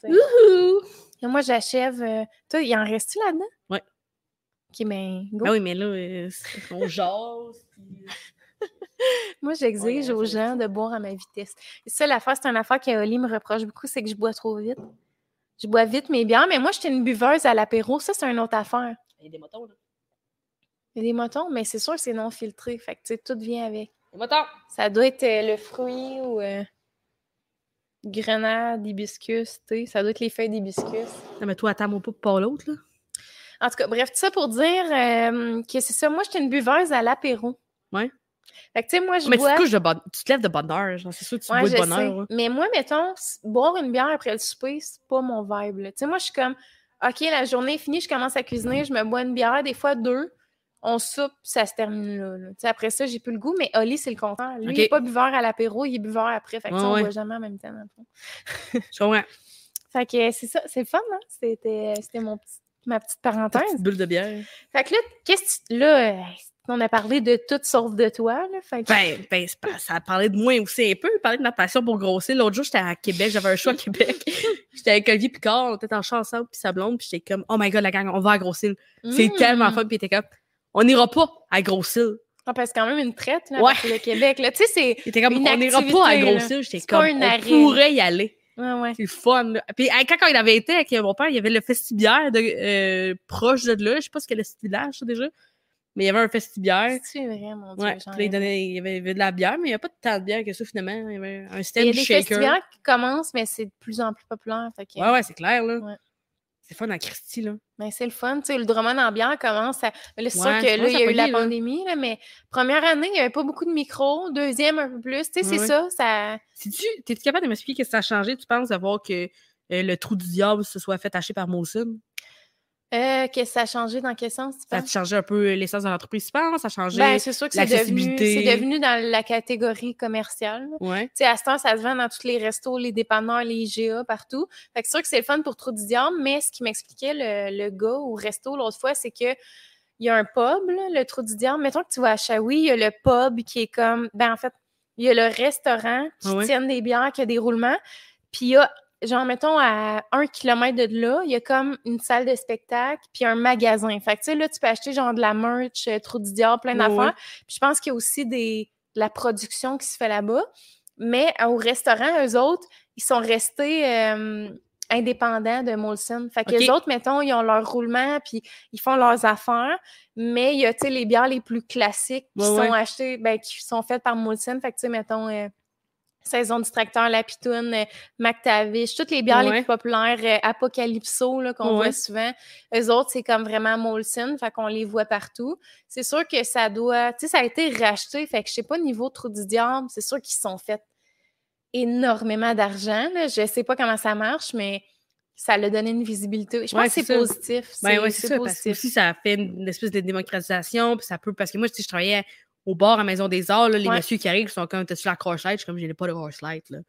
A: tu sais. Et moi, j'achève... euh, Toi, il en reste-tu là-dedans?
B: Ouais.
A: OK, ben, go.
B: Ah oui, mais là, euh, c'est- on jase. puis-
A: Moi, j'exige
B: Ouais,
A: aux
B: c'est ça.
A: gens de boire à ma vitesse. Et ça, l'affaire, c'est une affaire qu'Oli me reproche beaucoup, c'est que je bois trop vite. Je bois vite mes bières, mais moi, j'étais une buveuse à l'apéro. Ça, c'est une autre affaire.
B: Il y a des motons, là.
A: Il y a des motons, mais c'est sûr que c'est non filtré. Fait que, tu sais, tout vient avec.
B: Des motons!
A: Ça doit être euh, le fruit ou euh, grenade, hibiscus, tu sais. Ça doit être les feuilles d'hibiscus.
B: Non, mais toi, attends-moi pas pour l'autre, là.
A: En tout cas, bref, tout ça pour dire euh, que c'est ça. Moi, j'étais une buveuse à l'apéro.
B: Ouais.
A: Fait que, tu sais, moi, je
B: mais
A: bois...
B: tu te couches de bonne... Tu te lèves de bonne heure, genre. C'est sûr que tu
A: Ouais,
B: bois
A: je
B: de bonne
A: sais.
B: heure. ouais.
A: Mais moi, mettons, s- boire une bière après le souper, c'est pas mon vibe. là. Tu sais, moi, je suis comme, OK, la journée est finie, je commence à cuisiner, je me bois une bière, des fois deux, on soupe, ça se termine là. là. Tu sais, après ça, j'ai plus le goût, mais Oli, c'est le contraire. Lui,
B: Ok.
A: il n'est pas buveur à l'apéro, il est buveur après. Fait que, tu sais,
B: Ouais,
A: on
B: ouais.
A: boit jamais en même temps, dans le fond.
B: Je comprends.
A: Fait que euh, c'est ça, c'est le fun, hein? C'était c'était mon petit- ma petite
B: Ta
A: parenthèse.
B: petite bulle de bière.
A: Fait que là, qu'est-ce que tu- là, euh, On a parlé de tout sauf de toi. Là, fait que-
B: Ben, ben, c'est pas- ça parlait de moi aussi un peu. Il parlait de ma passion pour grossir. L'autre jour, j'étais à Québec, j'avais un show à Québec. j'étais avec Olivier Picard, on était en chant ensemble, puis sa blonde, puis j'étais comme, oh my god, la gang, on va à Grossil. C'est
A: Mm.
B: tellement fun, puis il était comme, on n'ira pas à Grossil.
A: Ah, parce que c'est quand même une traite là,
B: Ouais.
A: avec le Québec. Là. Tu sais, c'est.
B: Il était comme,
A: Une
B: on n'ira
A: activité,
B: pas à
A: là.
B: Grossil. J'étais
A: C'est pas
B: comme,
A: un
B: on
A: arrêt.
B: pourrait y aller.
A: Ouais, ouais.
B: C'est le fun. là. Puis hey, quand, quand il avait été avec mon père, il y avait le festibiaire de, euh, proche de là. Je sais pas ce que le village, ça, déjà. Mais il y avait un festibiaire.
A: C'est vrai, mon Dieu.
B: Ouais, puis
A: j'en
B: là, il,
A: ai-
B: donnait, il, y avait, il y avait de la bière, mais il n'y a pas de tant de bière que ça, finalement. Il y avait un
A: Il y a
B: stand
A: des
B: shaker.
A: festivals qui commencent, mais c'est de plus en plus populaire. Fait que-
B: Ouais, ouais, c'est clair, là.
A: Ouais.
B: C'est fun à Christie, là.
A: Mais c'est le fun, tu sais, le Drummond ambiant commence à... mais Là, c'est
B: Ouais,
A: sûr
B: je
A: que là,
B: pense
A: il
B: que
A: y a
B: ça
A: eu la
B: pognait, là.
A: pandémie, là, mais première année, il n'y avait pas beaucoup de micros. Deuxième, un peu plus. Tu sais,
B: Ouais,
A: c'est
B: ouais.
A: ça, ça...
B: Si tu es capable de m'expliquer qu'est-ce que ça a changé, tu penses d'avoir que euh, le trou du diable se soit fait tacher par Molson?
A: Euh, que ça a changé dans quel sens, tu
B: Ça a
A: penses?
B: changé un peu euh, l'essence de l'entreprise, tu penses? Ça a changé.
A: Ah. Ben, c'est sûr que c'est devenu,
B: l'accessibilité.
A: c'est devenu dans la catégorie commerciale. là.
B: ouais.
A: Tu sais, à ce temps, ça se vend dans tous les restos, les dépanneurs, les IGA, partout. Fait que c'est sûr que c'est le fun pour Trou du Diable, mais ce qui m'expliquait le, le gars au resto l'autre fois, c'est que il y a un pub, là, le Trou du Diable. Mettons que tu vas à Chaoui, il y a le pub qui est comme... Ben, en fait, il y a le restaurant qui
B: Ah ouais?
A: tient des bières, qui a des roulements. Puis il y a, genre, mettons, à un kilomètre de là, il y a comme une salle de spectacle puis un magasin. Fait que, tu sais, là, tu peux acheter, genre, de la merch, euh, Trou du Diable, plein
B: Ouais,
A: d'affaires.
B: ouais.
A: Puis je pense qu'il y a aussi des, de la production qui se fait là-bas. Mais euh, au restaurant, eux autres, ils sont restés euh, indépendants de Molson. Fait que les
B: Ok.
A: autres, mettons, ils ont leur roulement, puis ils font leurs affaires. Mais il y a, tu sais, les bières les plus classiques qui
B: Ouais,
A: sont
B: ouais.
A: achetées, ben, qui sont faites par Molson. Fait que, tu sais, mettons... euh, Saison Distracteur, La Pitoune, euh, McTavish, toutes les bières les
B: Ouais.
A: plus populaires, euh, Apocalypso, là, qu'on voit
B: Ouais.
A: souvent. Eux autres, c'est comme vraiment Molson, fait qu'on les voit partout. C'est sûr que ça doit... Tu sais, ça a été racheté, fait que je sais pas, niveau Trou du Diable, c'est sûr qu'ils se sont fait énormément d'argent. là. Je sais pas comment ça marche, mais ça l'a donné une visibilité. Je pense
B: Ouais,
A: que c'est
B: c'est ça.
A: positif.
B: Ben ouais, c'est ça. Parce que aussi, ça fait une, une espèce de démocratisation. Puis ça peut. Parce que moi, tu sais, je travaillais au bar à Maison des Arts. là, les
A: Ouais.
B: messieurs qui arrivent, ils sont comme, t'as-tu la crochette? Je suis comme, je n'ai pas de crochette. là. Tu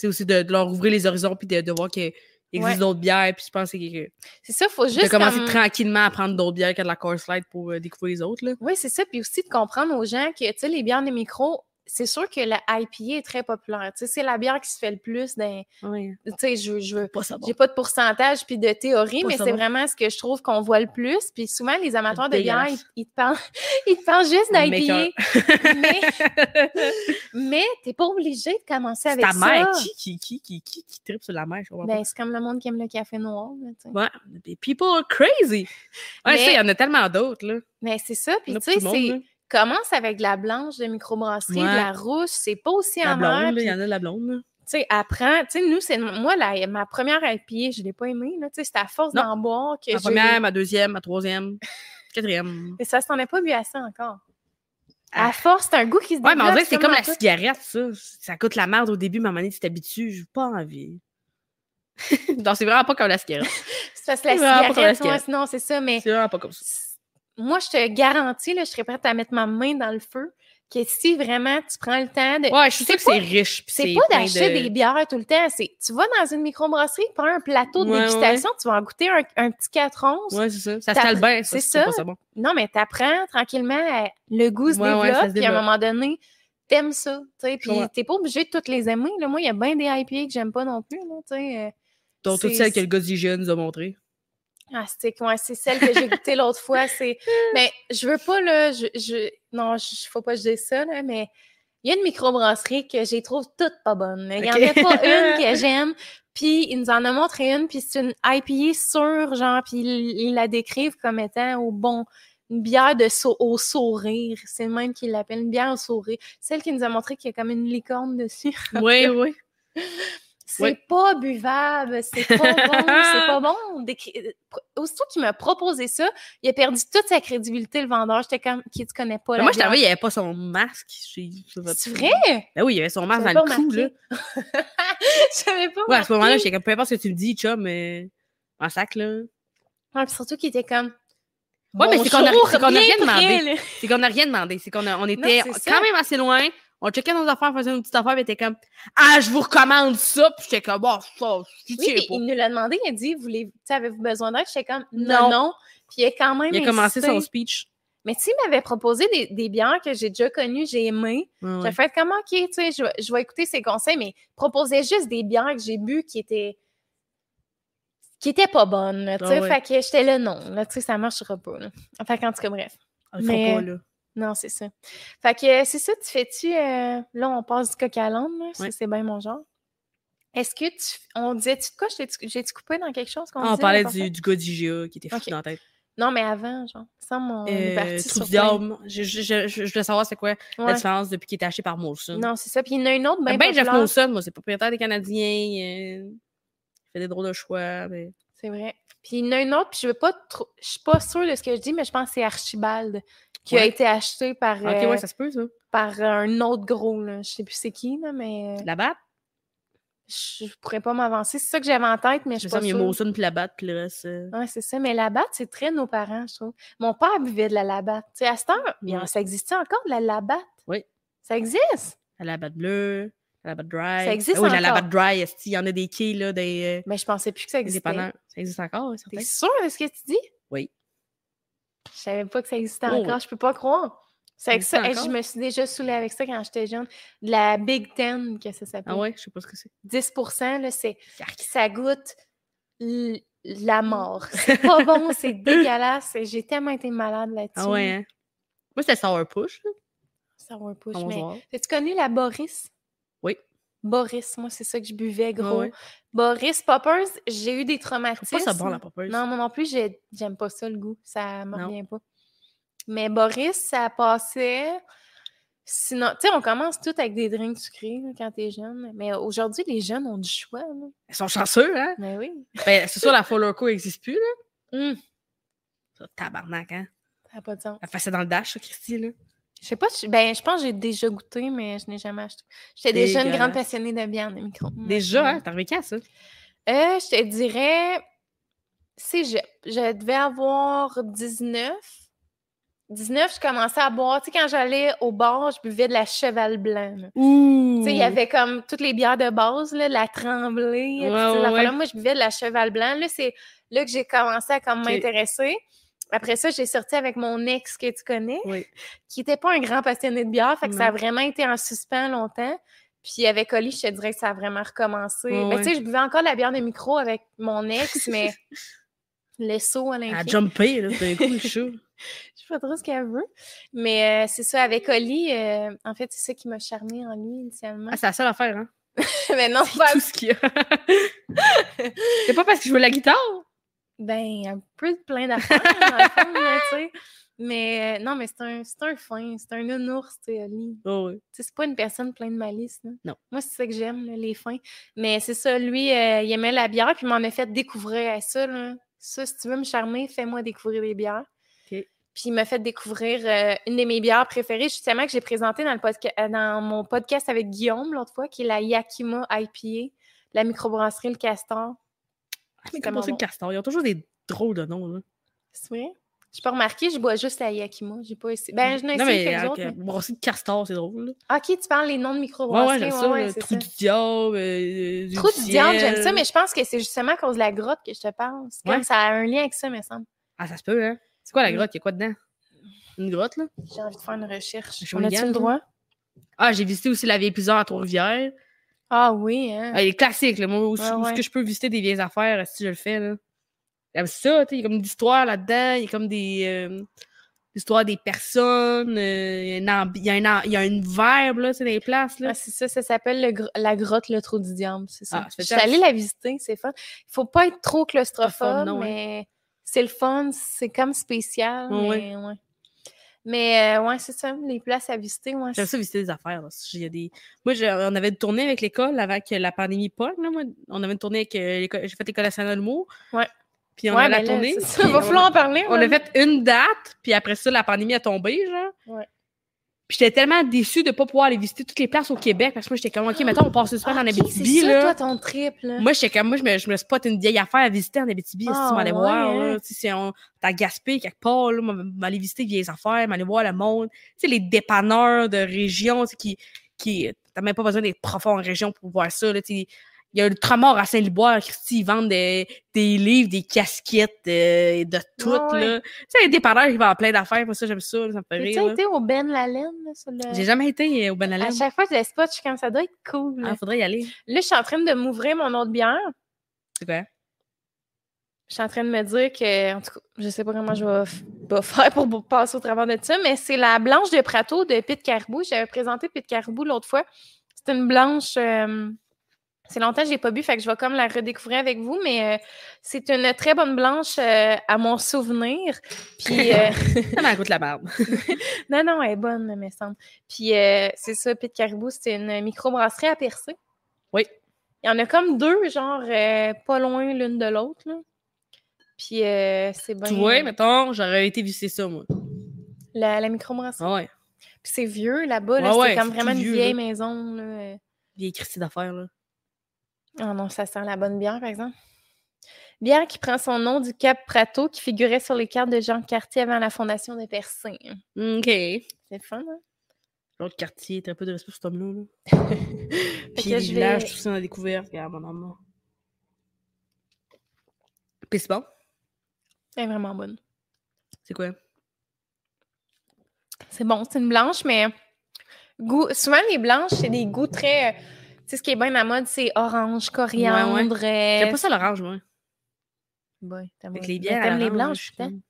B: sais, aussi de, de leur ouvrir les horizons, puis de, de voir qu'il existe
A: Ouais.
B: d'autres bières. Puis je pense que- que.
A: C'est ça, faut
B: de
A: juste...
B: commencer
A: comme-
B: tranquillement à prendre d'autres bières que de la course light pour euh, découvrir les autres. Là.
A: Oui, c'est ça. Puis aussi de comprendre aux gens que, tu sais, les bières des micros, c'est sûr que la IPA est très populaire. Tu sais, c'est la bière qui se fait le plus. dans-
B: Ouais.
A: Tu sais, je, je veux.
B: Pas ça bon.
A: J'ai pas de pourcentage puis de théorie,
B: Pas
A: mais
B: ça
A: c'est
B: bon.
A: vraiment ce que je trouve qu'on voit le plus. Puis souvent, les amateurs de bière, ils,
B: Dégueulasse.
A: ils te parlent, ils te parlent juste
B: Le maker.
A: d'IPA. mais mais t'es pas obligé de commencer
B: C'est
A: avec
B: ta mère
A: ça.
B: qui, qui, qui, qui, qui, qui tripe sur la mer. Je comprends
A: Ben, c'est comme le monde qui aime le café noir. là, tu sais.
B: pas. Ouais, des people are crazy. Ouais,
A: Mais-
B: ça, il y en a tellement d'autres. là.
A: Mais c'est ça. Puis
B: Là,
A: tu
B: pour
A: sais,
B: tout le monde,
A: c'est
B: là.
A: commence avec de la blanche de microbrasserie, de
B: Ouais.
A: la rouge. C'est pas aussi
B: La
A: en
B: blonde, là, il y en a de la blonde. là.
A: tu sais, apprends. Tu sais, nous, c'est moi, la, ma première IPA, je l'ai pas aimée. là. Tu sais, c'est à force
B: Non.
A: d'en boire que
B: Ma
A: j'ai-
B: première, ma deuxième, ma troisième, quatrième.
A: Mais ça, s'en est pas bu à ça encore.
B: Ah.
A: À force, c'est un goût qui se
B: Ouais, mais on
A: développe,
B: dirait que c'est comme la
A: dans tout.
B: cigarette, ça. Ça coûte la merde au début, mais à un moment donné, tu t'habitues, j'ai pas envie. non, c'est vraiment pas comme la cigarette.
A: C'est parce que la
B: Ouais, pas comme la
A: cigarette, ouais,
B: cigarette.
A: sinon, c'est ça, mais
B: C'est vraiment pas comme ça.
A: c'est- moi, je te garantis, là, je serais prête à mettre ma main dans le feu, que si vraiment tu prends le temps de...
B: Ouais, je suis
A: C'est
B: sûre que c'est riche. puis
A: C'est pas
B: plein
A: d'acheter
B: de-
A: des bières tout le temps. c'est Tu vas dans une microbrasserie, prends un plateau de
B: Ouais, ouais.
A: dégustation, tu vas en goûter un, un petit 4 onces.
B: Ouais, c'est ça. Ça
A: T'as-
B: s'appelle bien,
A: c'est
B: ça.
A: ça.
B: C'est pas ça bon.
A: Non, mais t'apprends tranquillement, à- le goût se
B: Ouais, ouais,
A: développe,
B: ça se
A: puis à un
B: développe.
A: moment donné, t'aimes ça, tu sais, puis
B: comprends.
A: t'es pas obligé de toutes les aimer, là. Moi, il y a bien des IPA que j'aime pas non plus, là, tu sais. euh,
B: Dont toutes
A: C'est-
B: celles que le gars du jeune nous a montrées.
A: Ah, c'est ouais, c'est celle que j'ai goûtée l'autre fois, c'est... Mais je veux pas, là, je... je... Non, je... faut pas que je dise ça, là, mais il y a une microbrasserie que j'ai trouve toutes pas bonnes. Il y en
B: Ok.
A: a pas une que j'aime, puis il nous en a montré une, puis c'est une IPA sûre, genre, puis ils ils la décrivent comme étant au bon... Une bière de sau- au sourire. C'est le même qu'il l'appelle, une bière au sourire. Celle qui nous a montré qu'il y a comme une licorne dessus.
B: Oui, oui.
A: C'est
B: Ouais.
A: pas buvable, c'est pas bon, c'est pas bon. Décri- Aussitôt qu'il m'a proposé ça, il a perdu toute sa crédibilité, le vendeur. J'étais comme, qui tu connais pas?
B: Mais
A: la
B: Moi, je
A: bière?
B: t'avais, il n'y avait pas son masque. chez- chez votre-
A: C'est vrai?
B: Ben oui, il y avait son masque
A: J'avais
B: dans
A: pas
B: le cou, là.
A: remarqué. J'avais pas.
B: Ouais, à ce moment-là,
A: remarqué.
B: j'étais comme, peu importe ce que tu me dis, chum, euh, en sac, là.
A: Ouais, puis surtout qu'il était comme.
B: Ouais, mais c'est qu'on a-
A: Bonjour,
B: c'est qu'on a
A: bien
B: rien
A: près,
B: demandé.
A: là.
B: C'est qu'on n'a rien demandé. C'est qu'on a- on était
A: c'est ça.
B: quand même assez loin. On checkait nos affaires, on faisait une petite affaire, mais était comme, ah, je vous recommande ça. Puis j'étais comme, oh, ça, je
A: Oui,
B: tiens
A: puis
B: pas.
A: il nous l'a demandé, il a dit, Voulez- tu sais, avez-vous besoin d'aide? J'étais comme, non, non.
B: Non.
A: Puis il a quand même.
B: Il a commencé
A: insisté.
B: son speech.
A: Mais tu sais, il m'avait proposé des, des bières que j'ai déjà connues, j'ai aimées.
B: Ouais,
A: J'ai
B: ouais.
A: fait comme, OK, tu sais, je, vais- je vais écouter ses conseils, mais il proposait juste des bières que j'ai bu qui étaient qui étaient pas bonnes, là, tu sais.
B: Ah ouais.
A: Fait que j'étais là, non, là, tu sais, ça marchera pas, là. Fait qu'en tout cas, bref.
B: Ils font
A: mais-
B: pas, là.
A: Non, c'est ça. Fait que euh, c'est ça, tu fais-tu. euh, là, on passe du coq à l'âne, là, ça,
B: Ouais.
A: c'est bien mon genre. Est-ce que tu. On disait-tu de quoi? Je t'ai-tu- J'ai-tu coupé dans quelque chose qu'on
B: Ah, on
A: disait,
B: parlait
A: n'importe
B: du, du gars d'IGA qui était fou
A: Ok.
B: dans la tête.
A: quoi? Non, mais avant, genre. Ça, mon. est
B: Euh,
A: parti
B: Trou
A: sur
B: du
A: plein-
B: Diable. Je, je, je, je voulais savoir c'est quoi
A: Ouais.
B: la différence depuis qu'il était acheté par Molson.
A: Non, c'est ça. Puis il y en a une autre,
B: Ben,
A: ben,
B: ben Jeff
A: populaire.
B: Molson, moi, c'est propriétaire des Canadiens. euh, il fait des drôles de choix. Mais...
A: C'est vrai. Puis il y en a une autre, puis je veux pas trop. Je suis pas sûre de ce que je dis, mais je pense que c'est Archibald qui a
B: Ouais.
A: été acheté par,
B: Ah, Ok,
A: euh,
B: ouais, ça se peut, ça.
A: par un autre gros, là. Je sais plus c'est qui, là, mais euh,
B: La batte.
A: je je pourrais pas m'avancer. C'est ça que j'avais en tête, mais je suis
B: Je me
A: pas
B: semble il y a
A: sûre.
B: Molson puis la batte, puis le reste. euh,
A: Oui, c'est ça. Mais la batte, c'est très nos parents, je trouve. Mon père buvait de la labatte. Tu sais, à cette heure, il y en-
B: Ouais.
A: ça existait encore de la labatte?
B: Oui.
A: Ça existe?
B: à la batte bleue, à la batte dry.
A: Ça existe
B: Ah oui, à la
A: encore.
B: batte dry, esti, il y en a des quais, là, des, euh,
A: Mais je pensais plus que ça
B: des
A: existait.
B: dépanneurs. Ça existe encore, hein,
A: T'es
B: certain.
A: sûre de ce que tu dis?
B: Oui.
A: Je savais pas que ça existait
B: Oh,
A: encore. Je peux pas croire. C'est
B: Ça
A: avec ça.
B: existe
A: Hey, je
B: encore?
A: me suis déjà saoulée avec ça quand j'étais jeune. De la Big Ten, que ça s'appelle.
B: Ah ouais, je sais pas ce que c'est.
A: 10 là, c'est
B: Yark.
A: ça goûte l- la mort. C'est pas bon, c'est dégueulasse. J'ai tellement été malade là-dessus.
B: Ah ouais, hein. Moi, c'était Sour Push, là,
A: Ça va un push,
B: à mon
A: mais
B: soir.
A: T'as-tu connu la Boris?
B: Oui.
A: Boris, moi, c'est ça que je buvais,
B: Ah
A: gros.
B: ouais.
A: Boris Poppers, j'ai eu des
B: Je
A: traumatismes.
B: trouve pas ça bon, la popeuse.
A: Non, moi non plus, j'ai- j'aime pas ça, le goût. Ça me
B: Non.
A: revient pas. Mais Boris, ça passait... Sinon, tu sais, on commence tout avec des drinks sucrés là, quand t'es jeune. Mais aujourd'hui, les jeunes ont du choix. là.
B: Elles sont chanceux, hein?
A: Mais oui,
B: ben, c'est sûr, la Four Loko n'existe plus, là.
A: Hum.
B: Ça, tabarnak, hein?
A: ça n'a pas de sens.
B: Elle passait dans le dash, ça, Christy, là.
A: Je sais pas, je- ben, je pense que j'ai déjà goûté, mais je n'ai jamais acheté. J'étais déjà une grande
B: Dégueulasse.
A: passionnée de bière, de micro.
B: Déjà, hein? T'es arrivé quand, ça?
A: Euh, je te dirais, cégep. Je devais avoir 19. 19, je commençais à boire. Tu sais, quand j'allais au bar, je buvais de la cheval blanc. là.
B: Ouh!
A: Tu sais, il y avait comme toutes les bières de base, là, la tremblée.
B: Ouais,
A: puis ces
B: ouais,
A: affaires-là.
B: ouais.
A: Moi, je buvais de la cheval blanc. Là, c'est là que j'ai commencé à comme
B: Ok.
A: m'intéresser. Après ça, j'ai sorti avec mon ex que tu connais,
B: Oui.
A: qui n'était pas un grand passionné de bière, fait que ça a
B: Non.
A: vraiment été en suspens longtemps. Puis avec Oli, je te dirais que ça a vraiment recommencé.
B: Ouais,
A: Ben, tu sais, je buvais encore de la bière de micro avec mon ex, mais le saut
B: Elle a
A: olympique.
B: jumpé, là, d'un coup, le chou.
A: Je sais pas trop ce qu'elle veut. Mais euh, c'est ça, avec Oli, euh, en fait, c'est ça qui m'a charmée en lui initialement.
B: Ah, c'est la seule affaire, hein?
A: mais non,
B: C'est
A: pas-
B: tout ce qu'il y a. c'est pas parce que je veux la guitare!
A: Ben, un peu de plein d'affaires, dans le fond, là, tu sais. Mais euh, non, mais c'est un, c'est un fin, c'est un nounours, tu sais, Oli.
B: Oh, oui.
A: Tu sais, c'est pas une personne pleine de malice. là.
B: Non.
A: Moi, c'est ça que j'aime, là, les fins. Mais c'est ça, lui, euh, il aimait la bière, puis il m'en a fait découvrir à ça. Là. Ça, si tu veux me charmer, fais-moi découvrir des bières.
B: Ok.
A: Puis il m'a fait découvrir euh, une de mes bières préférées, justement, que j'ai présentée dans, le podca- euh, dans mon podcast avec Guillaume l'autre fois, qui est la Yakima IPA, la microbrasserie Le Castor.
B: Ah, mais
A: C'est
B: comment
A: tellement
B: c'est le
A: bon.
B: castor? Ils ont toujours des drôles de noms, là.
A: C'est vrai? J'ai pas remarqué, je bois juste la Yakima. J'ai pas essayé. Ben, je n'ai
B: non,
A: essayé
B: mais
A: quelques
B: avec,
A: autres.
B: euh, brasser de castor, c'est drôle. là.
A: mais- Ok, tu parles les noms de
B: Ouais, ouais,
A: microbrasserie.
B: j'aime ça. le
A: c'est
B: trou du diable. euh, du
A: Trou du diable, j'aime ça,
B: ciel.
A: mais je pense que c'est justement à cause de la grotte que je te parle. C'est Comme
B: Ouais.
A: ça a un lien avec ça, me semble.
B: Ah, ça se peut, hein? C'est quoi la
A: Mm.
B: grotte? Il y a quoi dedans? Une grotte, là?
A: J'ai envie de faire une recherche.
B: Je
A: On a-tu
B: regarde,
A: le
B: là.
A: droit?
B: Ah, j'ai visité aussi la vieille plusieurs à Trois-Rivières.
A: Ah oui, hein?
B: Ah, il est classique, là. Moi, où,
A: Ouais,
B: où est-ce
A: ouais.
B: que je peux visiter des vieilles affaires, si je le fais, là? J'aime ça, tu sais. Il y a comme d'histoire là-dedans. Il y a comme des. euh, l'histoire des personnes. euh, il y a une ambi- il y a une am- il y a une verbe, là, tu sais, dans les places, là.
A: Ah, c'est ça, ça s'appelle le gr- la grotte, le trou du diable, c'est ça.
B: Ah, ça fait
A: je suis allée
B: tâche.
A: la visiter, c'est fun. Il faut pas être trop claustrophobe,
B: Claustrophobe, non, hein.
A: mais c'est le fun, c'est comme spécial,
B: Ouais,
A: mais ouais. Mais euh, ouais, c'est ça, les places à visiter, ouais.
B: J'aime ça visiter des affaires. là. Il y a des... Moi, j'ai- on avait une tournée avec l'école avant que la pandémie pogne. là, moi. On avait une tournée avec euh, l'école. J'ai fait l'école nationale de l'humour.
A: Ouais.
B: Puis on
A: ouais,
B: a la
A: ben là,
B: tournée.
A: c'est ça,
B: puis
A: va
B: on-
A: falloir en parler.
B: on a
A: là.
B: fait une date, puis après ça, la pandémie a tombé, genre.
A: Ouais.
B: Puis j'étais tellement déçue de ne pas pouvoir aller visiter toutes les places au Québec parce que moi, j'étais comme, OK, maintenant, on passe une semaine
A: Ah,
B: en
A: ok,
B: Abitibi,
A: c'est ça,
B: là.
A: toi, ton trip, là.
B: Moi, j'étais comme, moi, je me, je me spot une vieille affaire à visiter en Abitibi, si
A: Ah,
B: tu m'allais
A: ouais,
B: voir,
A: hein?
B: là, tu sais, si on, t'as gaspé quelque part, là, m- m'aller visiter des vieilles affaires, m'aller voir le monde, tu sais, les dépanneurs de région, tu sais, qui, qui, t'as même pas besoin d'être profond en région pour voir ça, là, tu sais, Il y a Ultramar à Saint-Liboire, Christy, ils vendent des, des livres, des casquettes, euh, de tout,
A: Ah ouais.
B: là. Tu sais, il y a des parleurs qui vendent plein d'affaires, moi, ça, j'aime ça, ça me fait
A: Tu
B: rire,
A: as
B: là.
A: été au Ben Lalaine, là, sur le-
B: J'ai jamais été euh, au Ben
A: À chaque fois, je les spot, je suis comme ça doit être cool.
B: Ah, faudrait y aller.
A: Là, je suis en train de m'ouvrir mon autre bière.
B: C'est quoi?
A: Je suis en train de me dire que, en tout cas, je sais pas comment je vais, f- pas faire pour b- passer au travers de ça, mais c'est la blanche de Prato de Pete Caribou. J'avais présenté Pete Caribou l'autre fois. C'est une blanche. euh, c'est longtemps que je l'ai pas bu, fait que je vais comme la redécouvrir avec vous, mais euh, c'est une très bonne blanche euh, à mon souvenir. Puis. euh,
B: Ça m'a goûté la barbe.
A: Non, non, elle est bonne, me semble. Puis euh, c'est ça, Pit Caribou, c'est une microbrasserie à percer.
B: Oui.
A: Il y en a comme deux, genre euh, pas loin l'une de l'autre. là. Puis euh, c'est bon.
B: Tu vois, mettons, j'aurais été visser ça, moi.
A: La, la microbrasserie.
B: Ah ouais.
A: Puis c'est vieux là-bas, là,
B: Ouais,
A: c'est
B: ouais,
A: comme
B: c'est
A: vraiment
B: tout
A: une
B: vieux,
A: vieille
B: là.
A: maison. Là. Euh,
B: Vieille Christy d'affaires, là.
A: Oh non, ça sent la bonne bière, par exemple. Bière qui prend son nom du Cap Prato qui figurait sur les cartes de Jean Cartier avant la fondation de Percé. Mmh,
B: OK.
A: C'est le fun, hein?
B: L'autre quartier, t'as un peu de respect pour cet homme-là. là.
A: que
B: Puis les
A: je vais-
B: villages, tout ça, on a découvert. Regarde, mon amour. Puis c'est bon.
A: Elle est vraiment bonne.
B: C'est
A: Euh,
B: quoi?
A: C'est bon, c'est une blanche, mais goût, souvent les blanches, c'est des goûts très. euh, Tu sais, ce qui est bien à la mode, c'est orange, coriandre.
B: J'aime
A: euh,
B: pas ça l'orange, moi.
A: boy, t'as
B: Avec
A: moi-
B: les
A: mais
B: bières. à
A: t'aimes les
B: l'orange,
A: blanches,
B: je
A: putain.
B: suis-
A: hein.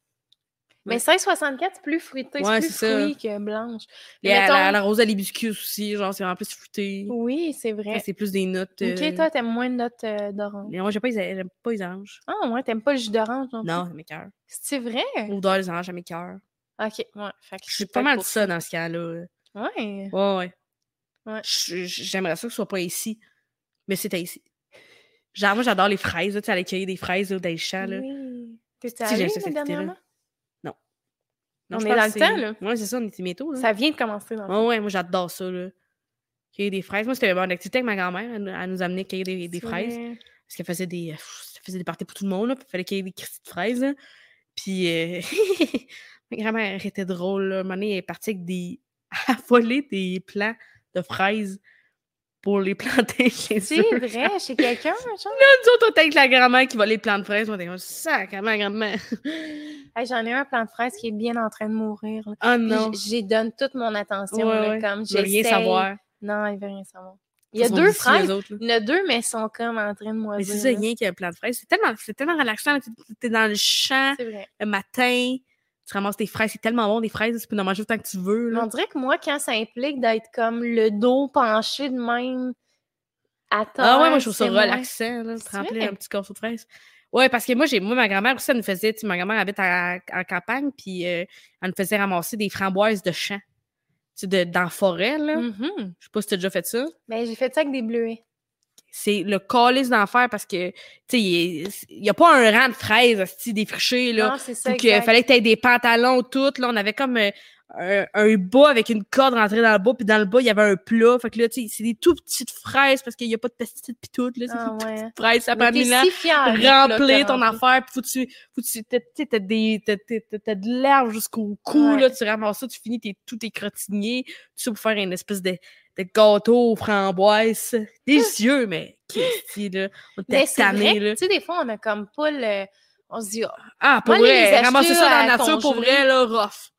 A: Mais 1664, c'est plus fruité,
B: Ouais,
A: c'est plus
B: c'est ça.
A: fruit que blanche.
B: Et
A: Mais
B: à la,
A: mettons-
B: à la rose à l'hibiscus aussi, genre, c'est en plus fruité.
A: Oui, c'est
B: Ça,
A: vrai.
B: C'est plus des notes. euh,
A: Ok, toi, t'aimes moins de notes euh, d'orange.
B: Mais moi, j'aime pas, les- j'aime pas les oranges.
A: Ah, ouais, t'aimes pas le jus d'orange non plus.
B: Non, ça m'écoeure.
A: C'est vrai?
B: L'odeur des oranges, ça m'écoeure.
A: Ok, ouais. Fait que
B: Je suis
A: c'est
B: pas
A: peut-être
B: mal
A: pour-
B: ça dans ce cas-là.
A: Ouais.
B: Ouais, ouais.
A: Ouais.
B: Je- je- J'aimerais ça que ce soit pas ici. Mais c'était ici. Genre, moi, j'adore les fraises. là, Tu sais, aller cueillir des fraises là, dans les champs. Ah, Là.
A: Oui. T'es-tu
B: Si, j'aime
A: allée là,
B: ça, cet été-là.
A: dernièrement?
B: Non,
A: On
B: je
A: est
B: pense
A: dans
B: que
A: le
B: c'est-
A: temps,
B: Ouais, c'est ça, on était métaux. Là.
A: Ça vient de commencer dans le
B: Ouais, ouais, moi, j'adore ça. Là. Cueillir des fraises. Moi, c'était une activité avec ma grand-mère. Elle, nous- elle nous amenait cueillir des, des
A: C'est
B: fraises.
A: vrai.
B: Parce qu'elle faisait des, euh, pff, elle faisait des parties pour tout le monde. Là, puis il fallait cueillir des cristaux de fraises. là. Puis, euh, ma grand-mère était drôle. Là. Un moment donné, elle est partie avec des. à voler des plants de fraises pour les planter chez eux.
A: C'est vrai, chez quelqu'un, genre.
B: Nous autres, on était avec la grand-mère qui volait les plants de fraises. On était comme sacrément grand-mère.
A: Hey, J'en ai un plant de fraise qui est bien en train de mourir. là.
B: Oh
A: Puis
B: non.
A: j- J'y donne toute mon attention.
B: Ouais,
A: là,
B: ouais.
A: Comme
B: Je veux rien
A: j'essaye.
B: savoir.
A: Non, il veut rien savoir. Il y a
B: Ils sont
A: deux
B: d'ici, eux
A: fraises.
B: autres, là.
A: Il y en a deux, mais ils sont comme en train de
B: Mais
A: moisir.
B: c'est ça,
A: là.
B: rien qu'un plant de fraises. C'est tellement, c'est tellement relaxant. là. T'es- T'es dans le champ
A: C'est vrai.
B: le matin. Tu ramasses tes fraises. C'est tellement bon, des fraises. Tu peux en manger autant que tu veux.
A: Mais on
B: Là.
A: dirait que moi, quand ça implique d'être comme le dos penché de même à terre,
B: Ah ouais, moi, je trouve ça
A: c'est moins-
B: relaxant. Là,
A: C'est
B: te remplir
A: vrai.
B: un petit corseau de fraises. Ouais, parce que moi, j'ai, moi, ma grand-mère aussi, elle nous faisait, tu sais, ma grand-mère habite en, en campagne, puis euh, elle nous faisait ramasser des framboises de champ. Tu sais, de- dans la forêt, là.
A: Mhm.
B: Je sais pas si t'as déjà fait ça.
A: Ben, j'ai fait ça avec des bleuets.
B: c'est le calice d'enfer parce que, tu sais, il n'y a pas un rang de fraises, asti, défrichées, là.
A: Non, Ah, c'est ça.
B: Faut que-
A: exact.
B: fallait que tu aies des pantalons, tout, là. On avait comme euh, un, un bas avec une corde rentrée dans le bas, puis dans le bas, il y avait un plat. Fait que là, tu sais, c'est des tout petites fraises parce qu'il n'y a pas de pesticides, puis tout, là. C'est
A: Ah
B: des
A: ouais.
B: petites fraises, ça prend
A: Mais t'es
B: mille ans.
A: si fière.
B: Remplir ton affaire, puis faut que tu, faut que tu, t'as- tu sais, t'as des, t'as, t'as- t'as- t'as de l'herbe jusqu'au cou,
A: Ouais.
B: là, tu ramasses ça, tu finis tes, tous tes crottiniers, tout ça pour faire une espèce de, de gâteau aux framboises. Délicieux, mais qu'est-ce que là?
A: Mais
B: On était
A: Ben, c'est vrai,
B: tannés,
A: que,
B: là.
A: tu sais, des fois, on a comme pas le... On se dit, Ah,
B: Ah, pour
A: Moi, les
B: vrai,
A: acheter
B: ramasser ça dans la
A: à
B: nature, pour
A: congeler.
B: vrai, là, rough.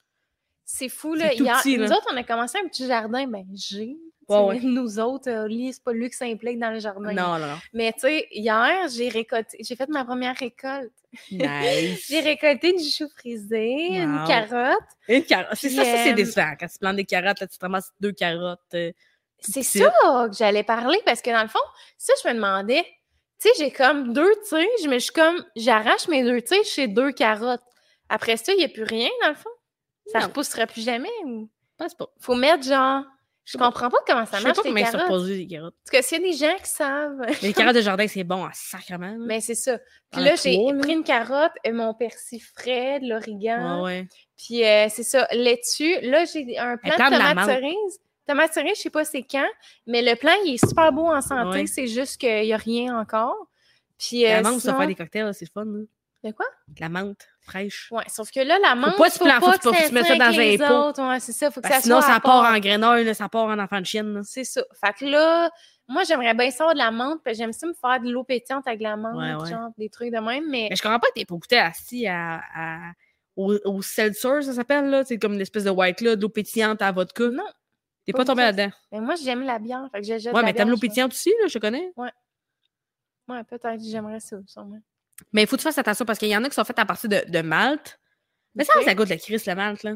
A: C'est fou,
B: C'est
A: là.
B: tout
A: Hier-
B: petit,
A: nous
B: là.
A: autres, on a commencé un petit jardin. Ben, j'ai. tu
B: Ouais,
A: sais, Nous autres, euh, Oli, c'est pas lui qui s'implique dans le jardin.
B: Non, non.
A: Mais tu sais, hier, j'ai récolté, j'ai fait ma première récolte.
B: Nice.
A: J'ai récolté du chou frisé, une
B: Wow.
A: carotte.
B: Une carotte. C'est ça, ça,
A: Puis, euh,
B: c'est décevant. Quand tu plantes des carottes, là, tu te ramasses deux carottes. euh, tout
A: C'est
B: petites.
A: ça que j'allais parler parce que dans le fond, ça, je me demandais. Tu sais, j'ai comme deux tiges, mais je suis comme, j'arrache mes deux tiges, j'ai deux carottes. Après ça, il n'y a plus rien, dans le fond. Ça
B: Non.
A: repoussera plus jamais. Ou...
B: Je pense pas.
A: Faut mettre genre. Je
B: sais pas.
A: comprends pas comment ça
B: je sais
A: marche,
B: pas comment
A: les
B: ils
A: carottes.
B: sont produits, les carottes.
A: Parce que s'il y a des gens qui savent.
B: Mais les carottes de jardin, c'est bon, en sacrement. là.
A: Mais c'est ça. Puis
B: Un
A: là, j'ai
B: trois, là.
A: pris une carotte, et mon persil frais, de l'origan.
B: Ouais, ouais.
A: Puis euh, c'est ça, laitue. Là, j'ai un plant
B: plante
A: de
B: la
A: tomate
B: menthe.
A: cerise. Tomate cerise, je sais pas c'est quand, mais le plant, il est super beau en santé.
B: Ouais.
A: C'est juste qu'il n'y a rien encore. Puis, euh,
B: la menthe, ça
A: sinon-
B: fait des cocktails, là, c'est le fun. là.
A: De quoi?
B: De La menthe fraîche.
A: Ouais, sauf que là, la menthe,
B: pas se
A: faut
B: planter,
A: pas
B: faut
A: que
B: pas-
A: ça
B: faut mettre ça
A: avec
B: dans un
A: les
B: pot.
A: autres. Ouais, c'est ça, faut que
B: Parce
A: ça
B: que sinon,
A: soit à
B: ça part
A: part.
B: en grenouille, là, ça part en enfant de chienne. là.
A: C'est ça. Fait que là, Moi, j'aimerais bien ça avoir de la menthe, puis j'aime ça me faire de l'eau pétillante avec de la menthe,
B: Ouais, ouais.
A: genre des trucs de même, mais
B: Mais je comprends pas que t'es pas goûté assis à, à- au, au seltzer, ça s'appelle, là. C'est comme une espèce de white, là, de l'eau pétillante à vodka.
A: Non.
B: T'es
A: Pas
B: pas
A: goûté
B: tombé
A: à ça.
B: là-dedans.
A: Mais moi, j'aime la bière. Fait que je jette
B: Ouais,
A: la
B: mais
A: bière,
B: t'aimes l'eau
A: je pense.
B: pétillante aussi, là, je te connais.
A: Ouais, peut-être, j'aimerais ça, sûrement.
B: Mais il faut que tu fasses attention parce qu'il y en a qui sont faites à partir de, de malt. Mais ça,
A: Ok.
B: ça goûte le Chris, le malt, là.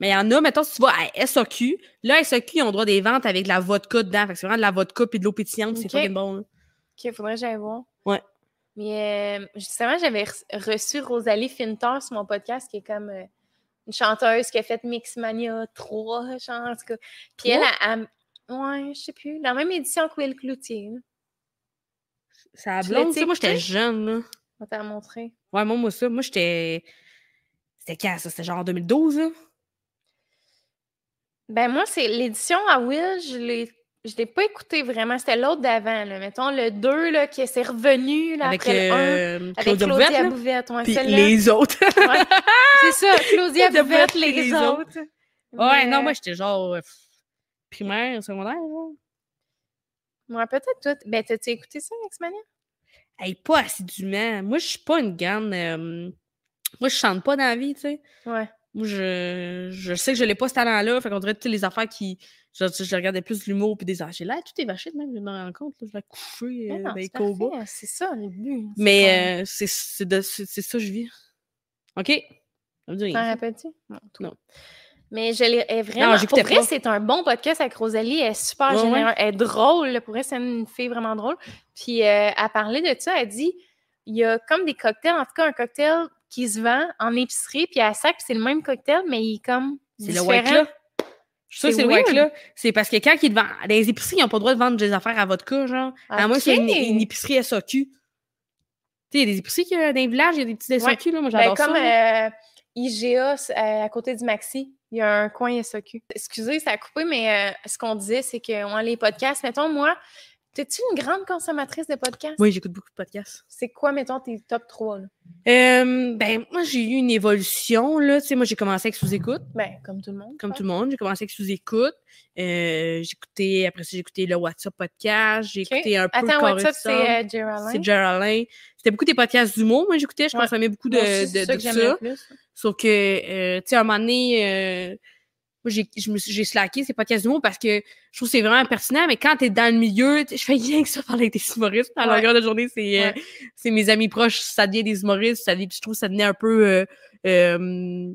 B: Mais il y en a, mettons, si tu vas à SAQ, là, SAQ, ils ont droit à des ventes avec de la vodka dedans. Fait que c'est vraiment de la vodka puis de l'eau pétillante, c'est
A: Ok.
B: fucking bon. là.
A: OK, faudrait que j'aille voir.
B: Ouais.
A: Mais euh, justement, j'avais re- reçu Rosalie Finter sur mon podcast, qui est comme euh, une chanteuse qui a fait Mixmania 3, genre, en tout cas. Puis elle,
B: Trois?
A: elle- elle- ouais, je sais plus, dans la même édition que Will Cloutier. là.
B: Ça a
A: Tu l'as
B: blonde, tu sais, moi, j'étais
A: écouté?
B: jeune, là.
A: On t'a montré.
B: Ouais, moi, moi, ça, moi, j'étais. C'était quand, ça? C'était genre en 2012, là?
A: Ben moi, c'est l'édition à Will, je l'ai je l'ai pas écouté vraiment. C'était l'autre d'avant, là. Mettons le 2, là, qui s'est revenu, là,
B: avec
A: après le 1.
B: euh,
A: avec
B: Claudia Bouvette,
A: Claudia
B: là.
A: Bouvette, ouais,
B: Puis
A: celle-là.
B: les autres.
A: C'est ça, Claudia
B: Claudia Bouvette,
A: Bouvette,
B: puis
A: les,
B: les
A: autres.
B: autres. ouais,
A: Mais,
B: non, moi, j'étais genre euh, pff, primaire, secondaire, genre.
A: Ouais, peut-être toi. t- Ben, t'as-tu écouté ça,
B: Euh,
A: Mania?
B: Hey, pas assidûment. Moi, je suis pas une grande. euh, Moi, je chante pas dans la vie, tu sais.
A: Ouais.
B: Moi, je, je sais que je l'ai pas ce talent-là. Fait qu'on dirait toutes les affaires qui. Je, je- je regardais plus l'humour puis des affaires. J'ai l'air tout évaché de même, je me rends compte. Là, je l'ai couché
A: Mais
B: euh,
A: Ben non,
B: dans les
A: c'est
B: combats.
A: parfait, hein, C'est ça, le but. hein. c'est qu'on-
B: Mais euh, c'est c'est de- c'est- c'est ça que je vis. OK? Ça me dit rien,
A: T'en
B: ça.
A: rappelles-tu? Non. toi.
B: Non.
A: Mais je l'ai elle est vraiment. pour
B: j'écoutais
A: vrai,
B: pas.
A: c'est un bon podcast avec Rosalie. Elle est super
B: Ouais, ouais.
A: généreuse. Elle est drôle. là. Pour vrai, c'est une fille vraiment drôle. Puis euh, elle parlait de ça. Elle dit il y a comme des cocktails, en tout cas un cocktail qui se vend en épicerie, puis à sac, puis c'est le même cocktail, mais il est comme.
B: C'est le
A: différent.
B: white là. Je suis sûre que
A: C'est
B: c'est le white
A: weird.
B: là. C'est parce que quand ils te vendent. Dans les épiceries, ils n'ont pas le droit de vendre des affaires à vodka, genre. À moins que c'est une,
A: Ah, Ok.
B: une épicerie SAQ. Tu sais, il y a des épiceries qui, euh, dans les villages, il y a des petits SAQ, là. Moi,
A: Ben,
B: j'adore ça.
A: comme
B: là.
A: euh, IGA c- euh, à côté du Maxi, il y a un coin E SOQ. Excusez, ça a coupé, mais euh, ce qu'on disait, c'est que ouais, les podcasts, mettons, moi, t'es-tu une grande consommatrice de podcasts?
B: Oui, j'écoute beaucoup de podcasts.
A: C'est quoi, mettons, tes top 3? Là?
B: Euh, ben, moi, j'ai eu une évolution, là. Tu sais, moi, j'ai commencé avec sous-écoute,
A: Ben, comme tout le monde.
B: comme tout le monde. J'ai commencé avec sous-écoute. Euh, j'écoutais, après ça, j'ai écouté le WhatsApp podcast. J'ai
A: Ok.
B: écouté un peu
A: Attends,
B: Corée
A: WhatsApp,
B: de Sable.
A: c'est euh, Geraldine.
B: C'est Geraldine. C'était beaucoup des podcasts d'humour, moi, j'écoutais. Je
A: Ouais.
B: consommais beaucoup de,
A: Moi aussi, c'est
B: de,
A: ça
B: de
A: que j'aime
B: ça.
A: le plus.
B: Sauf que, euh, tu sais, à un moment donné, euh, moi, j'ai, je me suis- j'ai slacké ces podcasts d'humour parce que je trouve que c'est vraiment pertinent, mais quand t'es dans le milieu, tu- je fais rien que ça parler avec des humoristes. À
A: Ouais.
B: longueur de journée, c'est, euh, c'est mes amis proches, ça devient des humoristes, ça devient, puis je trouve que ça devenait un peu... euh, euh,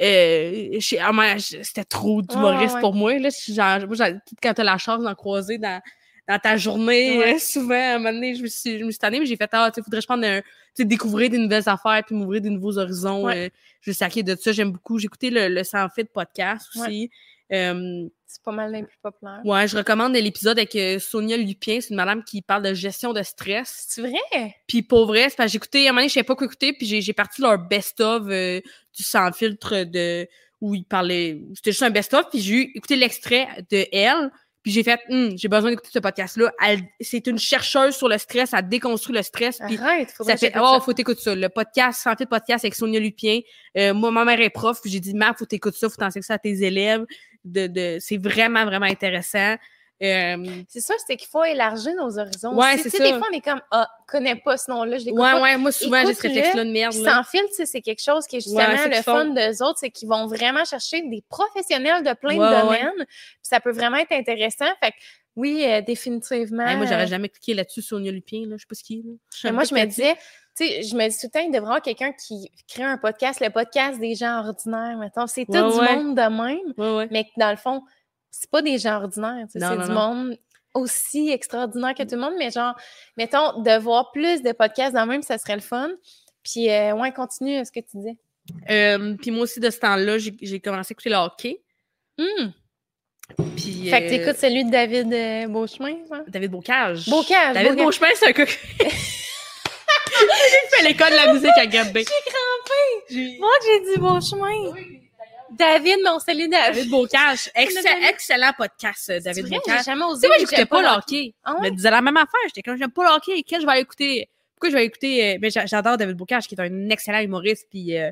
B: euh, je- à un moment, je- c'était trop d'humoristes
A: ouais.
B: pour moi. Là, Je suis genre, moi, j'en- quand t'as la chance d'en croiser dans, dans ta journée,
A: Ouais.
B: euh, souvent, à un moment donné, je me suis, je me suis tannée, mais j'ai fait, ah, tu sais, faudrait que je prenne un, tu sais, découvrir des nouvelles affaires puis m'ouvrir des nouveaux horizons.
A: Ouais.
B: euh, je suis saquée de ça. J'aime beaucoup. J'ai écouté le, le Sans Fit podcast aussi. Euh,
A: C'est pas mal les plus populaires.
B: ouais, je recommande l'épisode avec euh, Sonia Lupien. C'est une madame qui parle de gestion de stress.
A: C'est vrai?
B: Puis pour vrai, c'est parce que j'écoutais, à un moment donné, je savais pas quoi écouter, puis j'ai, j'ai parti leur best-of euh, du sans filtre de où ils parlaient. C'était juste un best-of, puis j'ai eu- écouté l'extrait de elle, puis j'ai fait Hum, j'ai besoin d'écouter ce podcast-là. Elle, c'est une chercheuse sur le stress, elle déconstruit le stress, puis
A: Arrête, faudrait
B: ça
A: que ah.
B: fait
A: j'écoute
B: Oh,
A: ça.
B: faut t'écouter ça. Le podcast, sans filtre podcast avec Sonia Lupien. Euh, moi, ma mère est prof, puis j'ai dit Mère, faut t'écouter ça, faut t'enseigner ça à tes élèves. De, de, c'est vraiment, vraiment intéressant. Euh,
A: C'est ça, c'est qu'il faut élargir nos horizons.
B: Ouais,
A: aussi.
B: c'est
A: Tu sais, Des
B: ça.
A: fois, on est comme, ah, connais pas ce nom-là, je l'écoute
B: ouais,
A: pas.
B: ouais, moi souvent j'ai ce
A: Écoute-le,
B: réflexe-là de merde.
A: Puis
B: là.
A: sans fil, tu sais, c'est quelque chose qui est justement
B: Ouais, c'est
A: le
B: qu'ils
A: fun
B: font.
A: d'eux autres, c'est qu'ils vont vraiment chercher des professionnels de plein
B: Ouais,
A: de
B: ouais.
A: domaines. Puis ça peut vraiment être intéressant. Fait que oui, euh, définitivement.
B: Hey, moi, j'aurais
A: euh,
B: jamais cliqué là-dessus sur Sonia Lupien, là. Je sais pas ce qui est, là.
A: mais moi, je me disais, tu sais, je me dis tout le temps, il devrait y avoir quelqu'un qui crée un podcast, le podcast des gens ordinaires, mettons. C'est
B: Ouais,
A: tout
B: ouais.
A: du monde de même,
B: Ouais, ouais.
A: mais que dans le fond, c'est pas des gens ordinaires. tu sais,
B: Non,
A: C'est
B: non,
A: du
B: non.
A: monde aussi extraordinaire que tout le monde, mais genre, mettons, de voir plus de podcasts dans le même, ça serait le fun. Puis, euh, ouais, continue ce que tu disais.
B: Euh, puis moi aussi, de ce temps-là, j'ai j'ai commencé à écouter le hockey.
A: Hum!
B: Puis,
A: Fait que
B: euh,
A: t'écoutes celui de David euh, Beauchemin, genre?
B: David Bocage.
A: Bocage,
B: David
A: Bocage.
B: Beauchemin, c'est un gars qui fait l'école de la musique à Gambé. J'ai
A: Moi, j'ai dit Beauchemin. David, mon salut David.
B: David Bocage. Excell-
A: C'est notre ami.
B: excellent podcast, euh, David
A: C'est vrai,
B: Bocage.
A: j'ai
B: Tu
A: jamais osé.
B: sais, moi,
A: j'écoutais
B: j'écoutais pas le
A: leur-
B: hockey.
A: Ah
B: Je
A: ouais?
B: me disais la même affaire. J'étais comme, j'aime pas le hockey. Quel je vais aller écouter? Pourquoi je vais écouter? euh, Mais j'a- j'adore David Bocage, qui est un excellent humoriste. Puis, euh,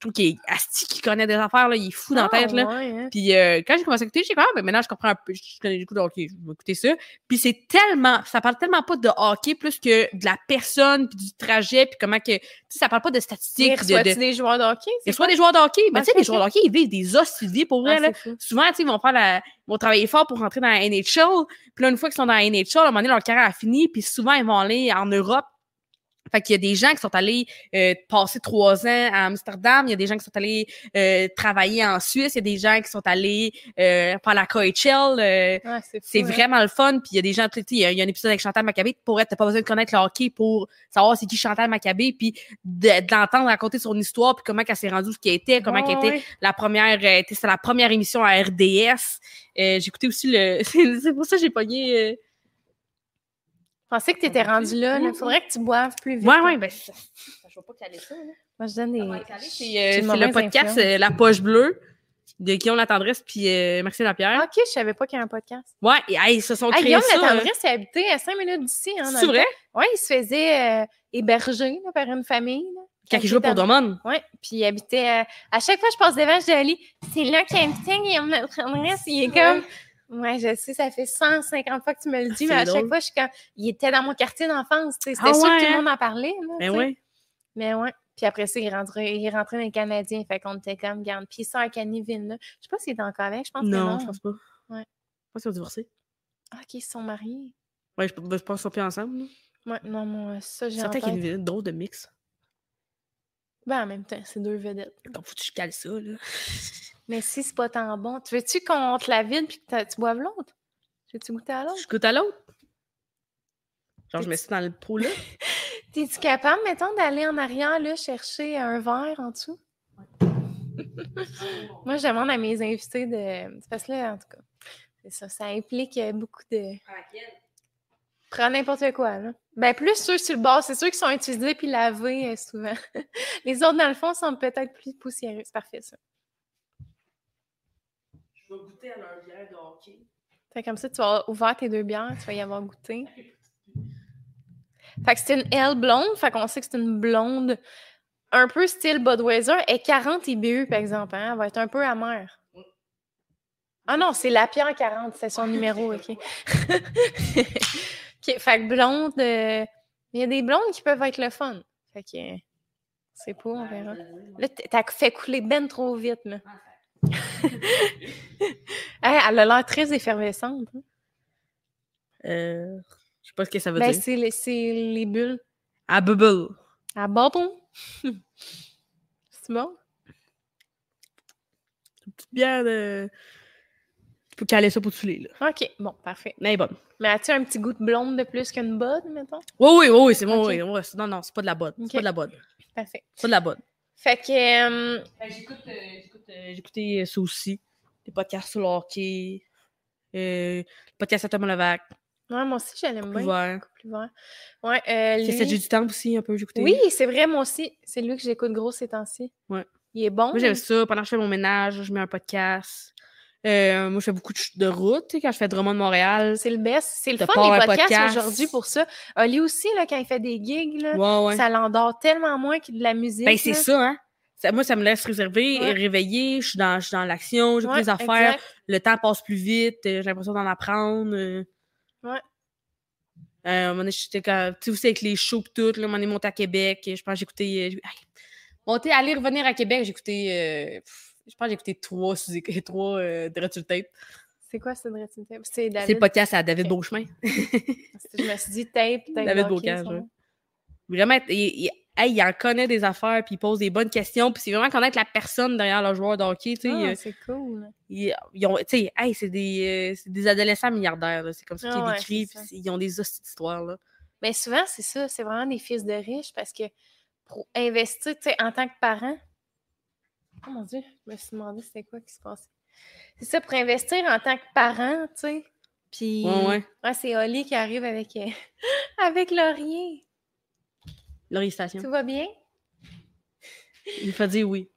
B: trouve qu'il est asti, qu'il connaît des affaires, là, il est fou dans la tête, là.
A: ouais, hein.
B: Puis euh, quand j'ai commencé à écouter, j'ai quand même, maintenant je comprends un peu, je connais du coup, donc, ok, je vais écouter ça. Puis c'est tellement, ça parle tellement pas de hockey plus que de la personne, puis du trajet, puis comment que, tu sais, ça parle pas de statistiques.
A: Mais
B: puis De,
A: reçois-tu
B: de,
A: des joueurs de hockey?
B: il reçoit des joueurs de hockey, mais
A: Ah,
B: tu sais,
A: c'est
B: les joueurs de hockey, ils vivent des os, ils vivent pour vrai,
A: Ah,
B: là.
A: c'est fou.
B: Souvent, tu sais, ils vont faire la, ils vont travailler fort pour rentrer dans la NHL. Puis là, une fois qu'ils sont dans la NHL, à un moment donné, leur carrière a fini. Puis souvent, ils vont aller en Europe. Fait qu'il y a des gens qui sont allés euh, passer trois ans à Amsterdam. Il y a des gens qui sont allés euh, travailler en Suisse. Il y a des gens qui sont allés euh, faire la KHL. euh,
A: Ouais, c'est fou,
B: c'est
A: hein.
B: vraiment le fun. Puis il y a des gens, tu sais, il y, a- il y a un épisode avec Chantal Maccabé. Pour être, t'as pas besoin de connaître le hockey pour savoir c'est qui Chantal Maccabé. Puis de, de l'entendre raconter son histoire, puis comment qu'elle s'est rendue où ce qu'elle était, comment
A: Ouais,
B: qu'elle était
A: Ah, ouais.
B: la première, euh, était- c'était la première émission à RDS. Euh, J'écoutais aussi le. c'est c'est pour ça que j'ai pogné. euh,
A: Je pensais que tu étais rendu là. Il
B: Mhm.
A: faudrait que tu boives plus vite.
B: Ouais, ouais, ben. ça- ça, Je vois pas que ça allait ça. là.
A: Moi, je donne
B: Ça
A: des.
B: va aller, C'est
A: j'ai
B: euh,
A: une
B: c'est le
A: mauvaise
B: podcast
A: influence.
B: euh, La Poche Bleue de Guillaume Latendresse puis euh, Maxime Lapierre.
A: Ah, Ok, je savais pas qu'il y avait un podcast.
B: Ouais, et, hey, ils se sont
A: Ah,
B: créés.
A: Guillaume
B: ça, hein.
A: Latendresse, il habitait à 5 minutes d'ici. Hein, dans
B: C'est
A: le
B: vrai?
A: Oui, il se faisait euh, héberger là, par une famille. là.
B: Quand il jouait pour Drummond.
A: Oui, puis il habitait. euh, à chaque fois que je passe devant, je dis c'est là qu'il habitait, Guillaume Latendresse. Il est comme. Ouais, je sais, ça fait 150 fois que tu me le dis,
B: c'est
A: mais à
B: drôle.
A: chaque fois, je suis quand. Il était dans mon quartier d'enfance. tu sais, C'était
B: Ah
A: sûr
B: ouais,
A: que tout
B: hein?
A: le monde en parlait. là, tu
B: Ben
A: sais.
B: ouais.
A: Mais ouais. Puis après ça, il est rentré, il est rentré dans les Canadiens. Fait qu'on était comme, garde. Puis il sort à Canneville, là. Je sais pas s'il est encore avec, je pense que non.
B: Non, je pense pas.
A: Ouais.
B: Je pense qu'ils ont divorcé.
A: Ah, ok, ils se sont mariés.
B: Ouais, je, ben, je pense qu'ils sont plus ensemble. là.
A: Ouais, non, moi, ça, j'ai
B: C'est certain
A: entendu.
B: qu'il y a une vidéo drôle de mix.
A: Ben, en même temps, c'est deux vedettes.
B: Donc, faut que tu cales ça, là.
A: Mais si c'est pas tant bon, tu veux-tu qu'on te la vide puis que t'as- tu boives l'autre? Veux-tu goûter à l'autre?
B: Je goûte à l'autre. Genre, je mets ça dans le pot, là.
A: T'es-tu capable, mettons, d'aller en arrière, là, chercher un verre en dessous? Moi, je demande à mes invités de. c'est Parce que là, en tout cas, c'est ça. Ça implique euh, beaucoup de.
B: Ah,
A: Prends n'importe quoi, là. Ben, plus ceux sur le bord, c'est ceux qui sont utilisés puis lavés euh, souvent. Les autres, dans le fond, sont peut-être plus poussiéreux. C'est parfait, ça.
B: Je vais goûter à leur bière de hockey.
A: Fait comme ça, tu vas avoir ouvert tes deux bières, tu vas y avoir goûté. Fait que c'est une L blonde, fait qu'on sait que c'est une blonde un peu style Budweiser. Elle est 40 IBU, par exemple, hein? Elle va être un peu amère. Ah non, c'est la pierre 40, c'est son numéro, OK. OK, fait que blonde... euh, Il y a des blondes qui peuvent être le fun. Fait que... euh, C'est pas,
B: Ben,
A: on verra. Là, t- t'as fait couler ben trop vite, là. Hey, elle a l'air très effervescente. hein.
B: Euh, je sais pas ce que ça veut
A: Ben,
B: dire.
A: c'est les, c'est les bulles.
B: À bubble.
A: À bâton. c'est bon?
B: Petite bière de. Tu peux caler ça pour tous les, là.
A: OK, bon, parfait.
B: Mais bon.
A: Mais as-tu un petit goût de blonde de plus qu'une bonne, mettons?
B: Oui, oui, oui, oui, c'est bon,
A: Ok.
B: oui, oui, c'est- Non, non, c'est pas de la bonne.
A: Ok.
B: C'est pas de la bonne.
A: Parfait.
B: C'est pas de la bonne.
A: Fait que... euh,
B: Ben, J'écoute, euh, j'écoutais ça aussi. Des podcasts sur le hockey. Euh, le podcast à Thomas Levac.
A: Ah ouais, moi aussi, je l'aime bien.
B: Ouvert.
A: Plus vert. Ouais, euh,
B: Qu'est-ce que j'ai
A: lui...
B: du temps aussi, un peu, j'écoutais.
A: Oui, c'est vrai, moi aussi. C'est lui que j'écoute gros ces temps-ci.
B: Ouais.
A: Il est bon.
B: Moi, j'aime ça. Pendant que je fais mon ménage, je mets un podcast. Euh, moi, je fais beaucoup de, ch- de route. tu sais, Quand je fais Drummond-Montréal.
A: C'est le best. C'est le
B: T'as
A: fun,
B: pas
A: les
B: un
A: podcasts
B: podcast.
A: aujourd'hui pour ça. Euh, lui aussi, là, quand il fait des gigs, là,
B: Ouais, ouais.
A: ça l'endort tellement moins que de la musique.
B: Ben, c'est
A: là.
B: ça, hein. Ça- moi, ça me laisse réserver
A: Ouais.
B: et réveiller. Je suis dans, je suis dans l'action, j'ai
A: Ouais,
B: plus d'affaires.
A: exact.
B: Le temps passe plus vite. euh, J'ai l'impression d'en apprendre. euh.
A: Ouais.
B: Euh, à un moment donné, j'étais quand- Tu sais, aussi avec les shows pis tout. Là, à un moment donné, monter à Québec. et Je pense que j'ai écouté. euh, j'ai- aïe. Monter, aller, revenir à Québec, j'ai écouté. euh, pff, je pense que j'ai écouté trois, sous- trois euh, Dread sur le tape.
A: C'est quoi, c'est Dread Tape? C'est
B: C'est
A: David.
B: le podcast à David
A: Ok.
B: Beauchemin.
A: Je me suis dit tape, tape.
B: David
A: hockey,
B: Bocage,
A: son
B: ouais.
A: nom.
B: Vraiment, il, il- hey, il en connaît des affaires, puis il pose des bonnes questions, puis c'est vraiment connaître la personne derrière le joueur de hockey. Tu sais,
A: Ah,
B: euh,
A: c'est cool.
B: ils, ils ont, tu sais, hey, c'est des, euh, c'est des adolescents milliardaires, là. c'est comme ça
A: Ah
B: qu'ils
A: ouais,
B: décrit,
A: c'est
B: puis ils ont des hosties d'histoires, là.
A: Mais Ben, souvent, c'est ça, c'est vraiment des fils de riches parce que pour investir, tu sais, en tant que parent. Oh mon Dieu, je me suis demandé c'était quoi qui se passait. C'est ça, pour investir en tant que parent, tu sais. Puis.
B: Ouais, ouais.
A: Ouais, c'est Oli qui arrive avec, euh, avec Laurier.
B: Leur station.
A: Tout va bien?
B: Il faut dire oui.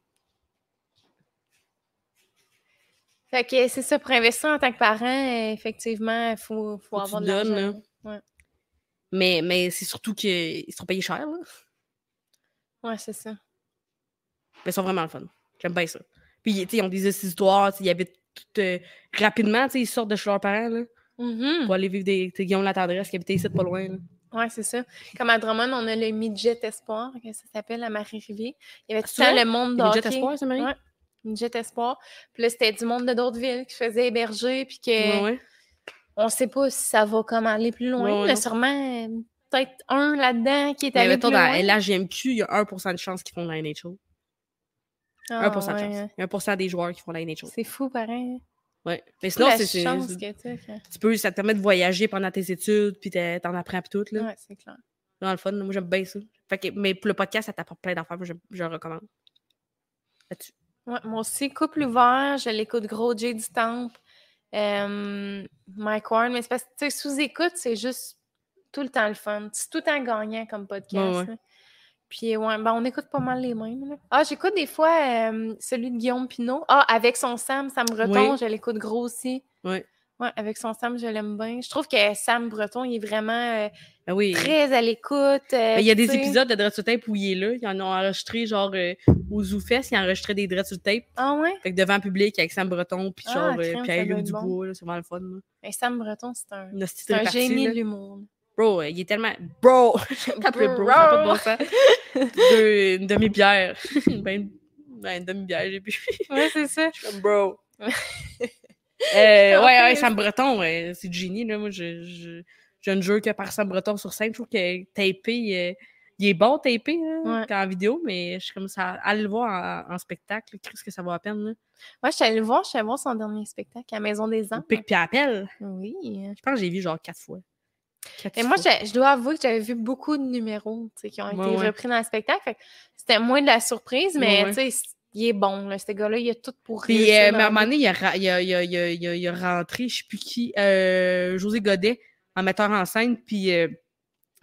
A: Fait que c'est ça, pour investir en tant que parent, euh, effectivement, il faut, faut
B: que
A: avoir
B: tu
A: de
B: donnes,
A: l'argent.
B: Mais, mais c'est surtout qu'ils se sont payés cher, là.
A: Ouais, c'est ça.
B: Mais ils sont vraiment le fun. J'aime bien ça. Puis, tu sais, ils ont des histoires, tu sais, ils habitent tout, euh, rapidement, tu sais, ils sortent de chez leurs parents, là,
A: Mhm.
B: pour aller vivre des. Tu sais, Guillaume Latendresse qui habitait ici de pas loin, là.
A: Ouais, c'est ça. Comme à Drummond, on a le Midget Espoir, que ça s'appelle à Marie-Rivier. Il y avait tout le
B: Ah,
A: temps le monde
B: Il y a déjà
A: d'hockey.
B: espoir, ça, Marie?
A: Ouais. Midget Espoir. Puis là, c'était du monde de d'autres villes qui se faisait héberger, puis que
B: Ouais, ouais.
A: on sait pas si ça va comme aller plus loin.
B: Ouais, ouais,
A: mais
B: non.
A: sûrement, euh, peut-être un là-dedans qui est
B: Mais
A: allé plus
B: mettons, dans
A: loin.
B: LHJMQ, il y a 1% de chance qu'ils font de la NHL.
A: Ah,
B: 1% de
A: ouais,
B: chance. Il y a 1% des joueurs qui font la NHL.
A: C'est fou, pareil.
B: Ouais. Mais sinon,
A: Non,
B: c'est-
A: la
B: c'est.
A: chance
B: c'est-
A: que t'as, quand-
B: Tu peux, ça te permet de voyager pendant tes études, puis t'es- t'en apprends, puis tout, là.
A: Ouais, c'est clair.
B: Dans le fun, là. moi, j'aime bien ça. Fait que, mais pour le podcast, ça t'apporte plein d'affaires, moi, je, je le recommande.
A: Ouais, moi aussi, couple ouvert, je l'écoute gros Jay du Temple, euh, Mike Warren, mais c'est parce que tu sais, sous-écoute, c'est juste tout le temps le fun. C'est tout le temps gagnant comme podcast.
B: Ouais, ouais.
A: là. Puis ouais, ben, on écoute pas mal les mêmes. là. Ah, j'écoute des fois euh, celui de Guillaume Pinot. Ah, avec son Sam, Sam Breton,
B: Oui.
A: je l'écoute gros aussi.
B: Oui.
A: Ouais, avec son Sam, je l'aime bien. Je trouve que Sam Breton, il est vraiment euh,
B: Ben oui.
A: très à l'écoute. euh,
B: Ben, il y a des
A: tu sais.
B: épisodes de Dread sur Tape où il est là. Ils en ont enregistré, genre, euh, au ZooFest, ils enregistraient des Dread sur Tape.
A: Ah ouais?
B: Fait que devant public, avec Sam Breton, puis
A: Ah,
B: genre, euh,
A: crème,
B: puis
A: ça
B: avec
A: doit
B: Luc
A: être bon.
B: Dubois, là, c'est vraiment le fun. là.
A: Ben, Sam Breton, c'est un,
B: Une hostie de
A: c'est un
B: répartie,
A: génie
B: là.
A: de l'humour. là.
B: Bro, euh, il est tellement. Bro! T'appelles bro,
A: Bro.
B: ça a pas de bon sens. Deux- une demi-bière. ben, ben, une demi-bière, j'ai bu.
A: Ouais, c'est ça.
B: Je suis comme, bro. Euh, ouais,
A: t'en
B: ouais,
A: prie.
B: Sam Breton, euh, c'est du génie, là. Moi, je, je, je ne jure que par Sam Breton sur scène. Je trouve que tapé, euh, il est bon tapé hein,
A: Ouais.
B: qu'en vidéo, mais je suis comme ça. Allez le voir en, en spectacle. Qu'est-ce que ça vaut à peine, là.
A: Moi, je suis allée le voir, je suis allée voir son dernier spectacle à Maison des Ans.
B: Pic puis appel.
A: Oui.
B: Je pense que j'ai vu genre quatre fois. Quatre
A: Et moi,
B: fois.
A: je, je dois avouer que j'avais vu beaucoup de numéros tu sais, qui ont été
B: Ouais, ouais.
A: repris dans le spectacle. Fait que C'était moins de la surprise, mais
B: Ouais, ouais.
A: tu sais, c- il est bon. Là, ce gars-là, il a tout pour
B: Puis,
A: réussir
B: euh,
A: dans
B: mais à
A: la
B: un moment
A: vie.
B: donné, il a, ra- il a- il a- il a- il a- il a rentré, je sais plus qui, euh, José Godet, en metteur en scène, puis euh,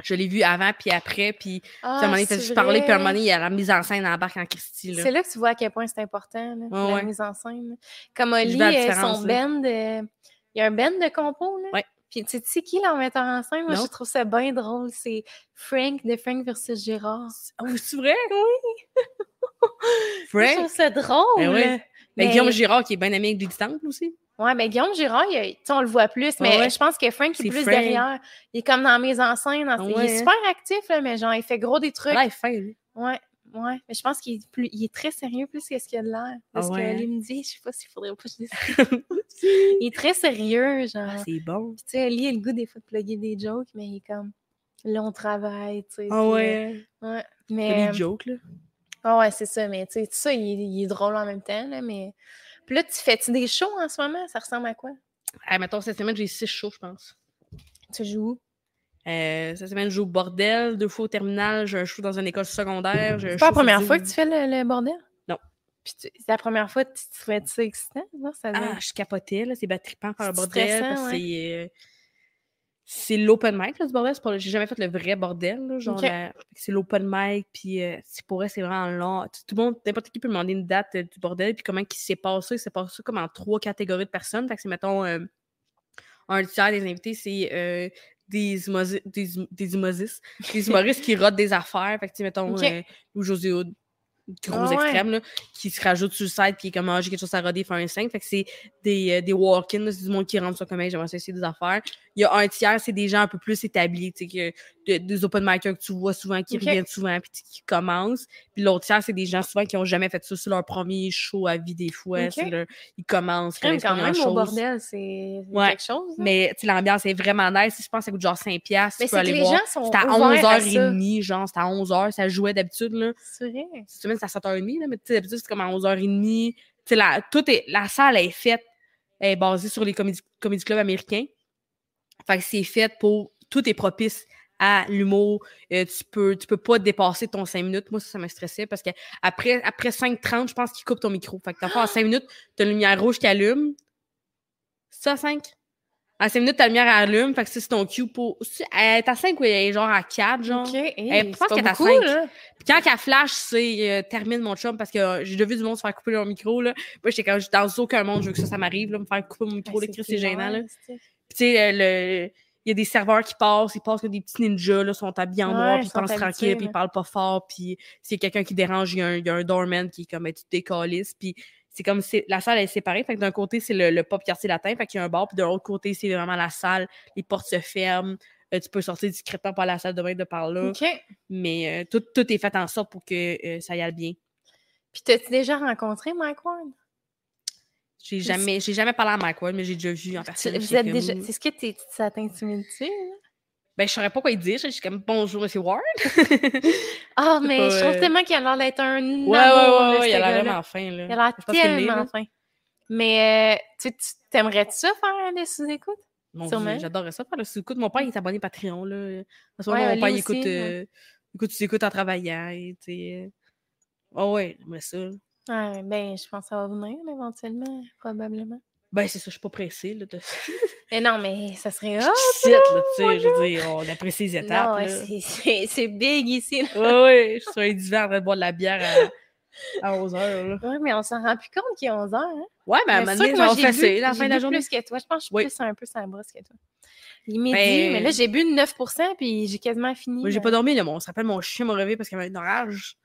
B: je l'ai vu avant, puis après, puis
A: Ah,
B: Puis à un moment donné, il fait
A: c'est
B: juste parler, puis à un moment
A: vrai.
B: donné, il y a la mise en scène embarque en Christie. Là.
A: C'est là que tu vois à quel point c'est important, là,
B: Ouais,
A: la
B: ouais.
A: mise en scène. là. Comme
B: Je
A: Oli,
B: vois la
A: euh,
B: différence,
A: son
B: là.
A: band, euh, il y a un band de compo. Là.
B: Ouais.
A: Puis tu sais- tu sais qui leur metteur en scène? Moi,
B: Non.
A: je trouve ça bien drôle. C'est Frank de Frank versus Gérard.
B: Ah oui, c'est vrai? Oui!
A: Moi, Je
B: Frank?
A: trouve ça drôle.
B: Ben ouais.
A: là.
B: Mais
A: Mais-
B: Guillaume Girard, qui est bien ami avec Lady Temple aussi.
A: Ouais, mais Guillaume Girard, il a- tu sais, on le voit plus, mais
B: ouais.
A: je pense que Frank est,
B: C'est
A: plus
B: Frank.
A: derrière. Il est comme dans mes enseignes.
B: Ah
A: il
B: ouais, hein.
A: est super actif, là, mais genre, il fait gros des trucs.
B: Là, il est fin, lui.
A: Ouais, ouais. Mais je pense qu'il est, plus- il est très sérieux plus que ce qu'il a de l'air. Parce
B: Ah ouais, hein.
A: que lui me dit, je sais pas s'il faudrait pas que je dise ça. Il est très sérieux, genre.
B: Ah, c'est bon.
A: Puis, tu sais, lui, il a le goût des fois de plugger des jokes, mais il est comme, là, on travaille, tu sais.
B: Ah
A: puis,
B: ouais.
A: euh,
B: C'est
A: Mais,
B: les jokes, là.
A: ah ouais, c'est ça. Mais, tu sais, tout ça, il, il est drôle en même temps, là, mais... Puis là, tu fais-tu des shows en ce moment? Ça ressemble à quoi?
B: Ah, mettons, cette semaine, j'ai six shows, je pense.
A: Tu joues où?
B: Euh, cette semaine, je joue au bordel, deux fois au terminal, j'ai un show dans une école secondaire.
A: C'est pas la première fois que tu fais le, le bordel?
B: Non.
A: Puis tu- c'est la première fois que tu te fais ça excitant, non? Ça doit
B: Ah, je capotais, là. C'est battripant par le
A: C'est
B: bordel.
A: stressant,
B: parce que c'est, euh, c'est l'open mic, là, du bordel. C'est pas le- J'ai jamais fait le vrai bordel, là, Genre,
A: Ok.
B: la- c'est l'open mic, puis euh, c'est pour elle, c'est vraiment long. Tout, tout le monde, n'importe qui peut demander une date euh, du bordel, puis comment qui s'est passé. C'est passé comme en trois catégories de personnes. Fait que c'est, mettons, euh, un tiers des invités, c'est euh, des, humosi- des, hum- des humoristes. Des humoristes qui rotent des affaires. Fait que, tu sais, mettons,
A: Ok.
B: euh, Lou José Hood, gros
A: Ah ouais.
B: extrême, là, qui se rajoute sur le site, puis qui est comme, ah, j'ai quelque chose à roder, faire un 5. Fait que c'est des, euh, des walk-ins, là, c'est du monde qui rentre sur comme, Hey, j'aimerais ça essayer des affaires. Il y a un tiers, c'est des gens un peu plus établis, tu sais, que de- des open micers que tu vois souvent, qui
A: Ok.
B: reviennent souvent, puis qui commencent. Puis l'autre tiers, c'est des gens souvent qui ont jamais fait ça, c'est leur premier show à vie des fois.
A: Ok.
B: c'est leur- ils commencent,
A: crème
B: connaissent
A: quand
B: pas
A: même au
B: grand-chose.
A: bordel, c'est c'est
B: Ouais.
A: quelque chose. hein.
B: Mais tu sais, l'ambiance est vraiment nice. Je pense que ça coûte genre 5$. piastres,
A: Mais
B: tu peux
A: c'est que
B: aller
A: les
B: voir.
A: gens sont
B: C'était à
A: ouverts à ça.
B: 11h30, genre, c'était à 11h, ça jouait d'habitude, là.
A: C'est vrai.
B: Cette semaine, c'est à 7h30, là, mais tu sais, d'habitude, c'est comme à 11h30. Tu sais, la, tout est, la salle est faite, elle est basée sur les comédie, comédie clubs américains. Fait que c'est fait pour, tout est propice à l'humour. Euh, tu peux, tu peux pas dépasser ton 5 minutes. Moi, ça, ça me stressait parce que après, après 5h30, je pense qu'ils coupent ton micro. Fait que t'as pas à 5 minutes, t'as une lumière rouge qui allume. C'est ça, 5? À 5 minutes, ta lumière allume. Fait que ça, c'est ton cue pour. c'est- Elle est à 5 ou elle est genre à 4, genre?
A: OK. hey,
B: Eh, je
A: c'est
B: pense
A: pas
B: qu'elle est à
A: beaucoup,
B: cinq.
A: là.
B: Puis quand qu'elle flash, c'est euh, termine mon chum parce que euh, j'ai déjà vu du monde se faire couper leur micro. Là. Moi, j'étais quand dans aucun monde, je veux que ça, ça m'arrive, là, me faire couper mon micro,
A: Ouais,
B: là, Chris, c'est
A: clair,
B: gênant. Là.
A: c'est-
B: Puis tu sais, euh, le, il y a des serveurs qui passent, ils passent comme des petits ninjas, là, sont habillés en
A: Ouais,
B: noir,
A: ils
B: puis ils
A: sont
B: pensent
A: habitués,
B: tranquille, puis
A: ouais.
B: ils parlent pas fort, puis s'il y a quelqu'un qui dérange, il y, a un- il y a un doorman qui est comme, ben, tu te décalisses, puis c'est comme, c'est- la salle elle est séparée, fait que d'un côté, c'est le, le pop quartier latin, fait qu'il y a un bar, puis de l'autre côté, c'est vraiment la salle, les portes se ferment, euh, tu peux sortir discrètement par la salle de bain de par là,
A: OK.
B: mais euh, tout, tout est fait en sorte pour que euh, ça y aille bien.
A: Puis, t'as-tu déjà rencontré Mike Ward?
B: J'ai jamais, j'ai jamais parlé à Mike Ward, mais j'ai déjà vu en
A: Tu-
B: personne.
A: Vous
B: j'étais
A: êtes
B: comme,
A: déjà. C'est ce que t'es- ça t'intimide-tu? là?
B: Ben, je saurais pas quoi lui dire. Je suis comme bonjour, monsieur Ward.
A: Ah,
B: C'est
A: mais
B: pas,
A: je trouve
B: euh,
A: tellement qu'il a l'air d'être un.
B: Ouais, ouais, ouais,
A: amour,
B: ouais,
A: là,
B: il
A: ce
B: a l'air
A: gars-là.
B: vraiment fin, là.
A: Il a l'air
B: Je pense qu'il est né,
A: tellement
B: là.
A: fin. Mais euh, tu tu- t'aimerais-tu ça faire des sous-écoutes?
B: Mon
A: sûrement.
B: Dieu, j'adorerais ça faire le sous-écoute. Mon père, il est abonné Patreon, là. Parce que
A: Ouais,
B: mon
A: lui
B: père, il
A: aussi,
B: écoute,
A: ouais.
B: euh, il écoute, tu écoutes en travaillant, et tu sais. Oh ouais, j'aimerais ça.
A: Ouais, ben, je pense que ça va venir éventuellement, probablement.
B: Ben, c'est ça, je suis pas pressée, là. De...
A: Mais non, mais ça serait
B: Je
A: hot.
B: quitte, là, tu sais. Je veux dire, on apprécie les étapes,
A: Ah, Non, ouais,
B: là.
A: c'est- c'est c'est big ici. là.
B: Ouais, ouais, je suis sur un divan en train de boire de la bière à, 11h, là.
A: Ouais, mais on s'en rend plus compte qu'il est 11 heures. Hein?
B: Ouais, ben, à un
A: Mais c'est sûr
B: moment donné,
A: que
B: genre,
A: moi,
B: on fait
A: j'ai
B: ça,
A: bu,
B: la fin
A: j'ai
B: de la
A: bu
B: journée.
A: plus que toi. Je pense que je suis
B: Oui.
A: plus un peu sur la brosse que toi. Il est midi,
B: Ben-
A: mais là, j'ai bu 9 puis j'ai quasiment fini.
B: Moi, j'ai
A: là.
B: pas dormi, là. mais On se rappelle, mon chien m'a réveillé parce qu'il y avait une orage.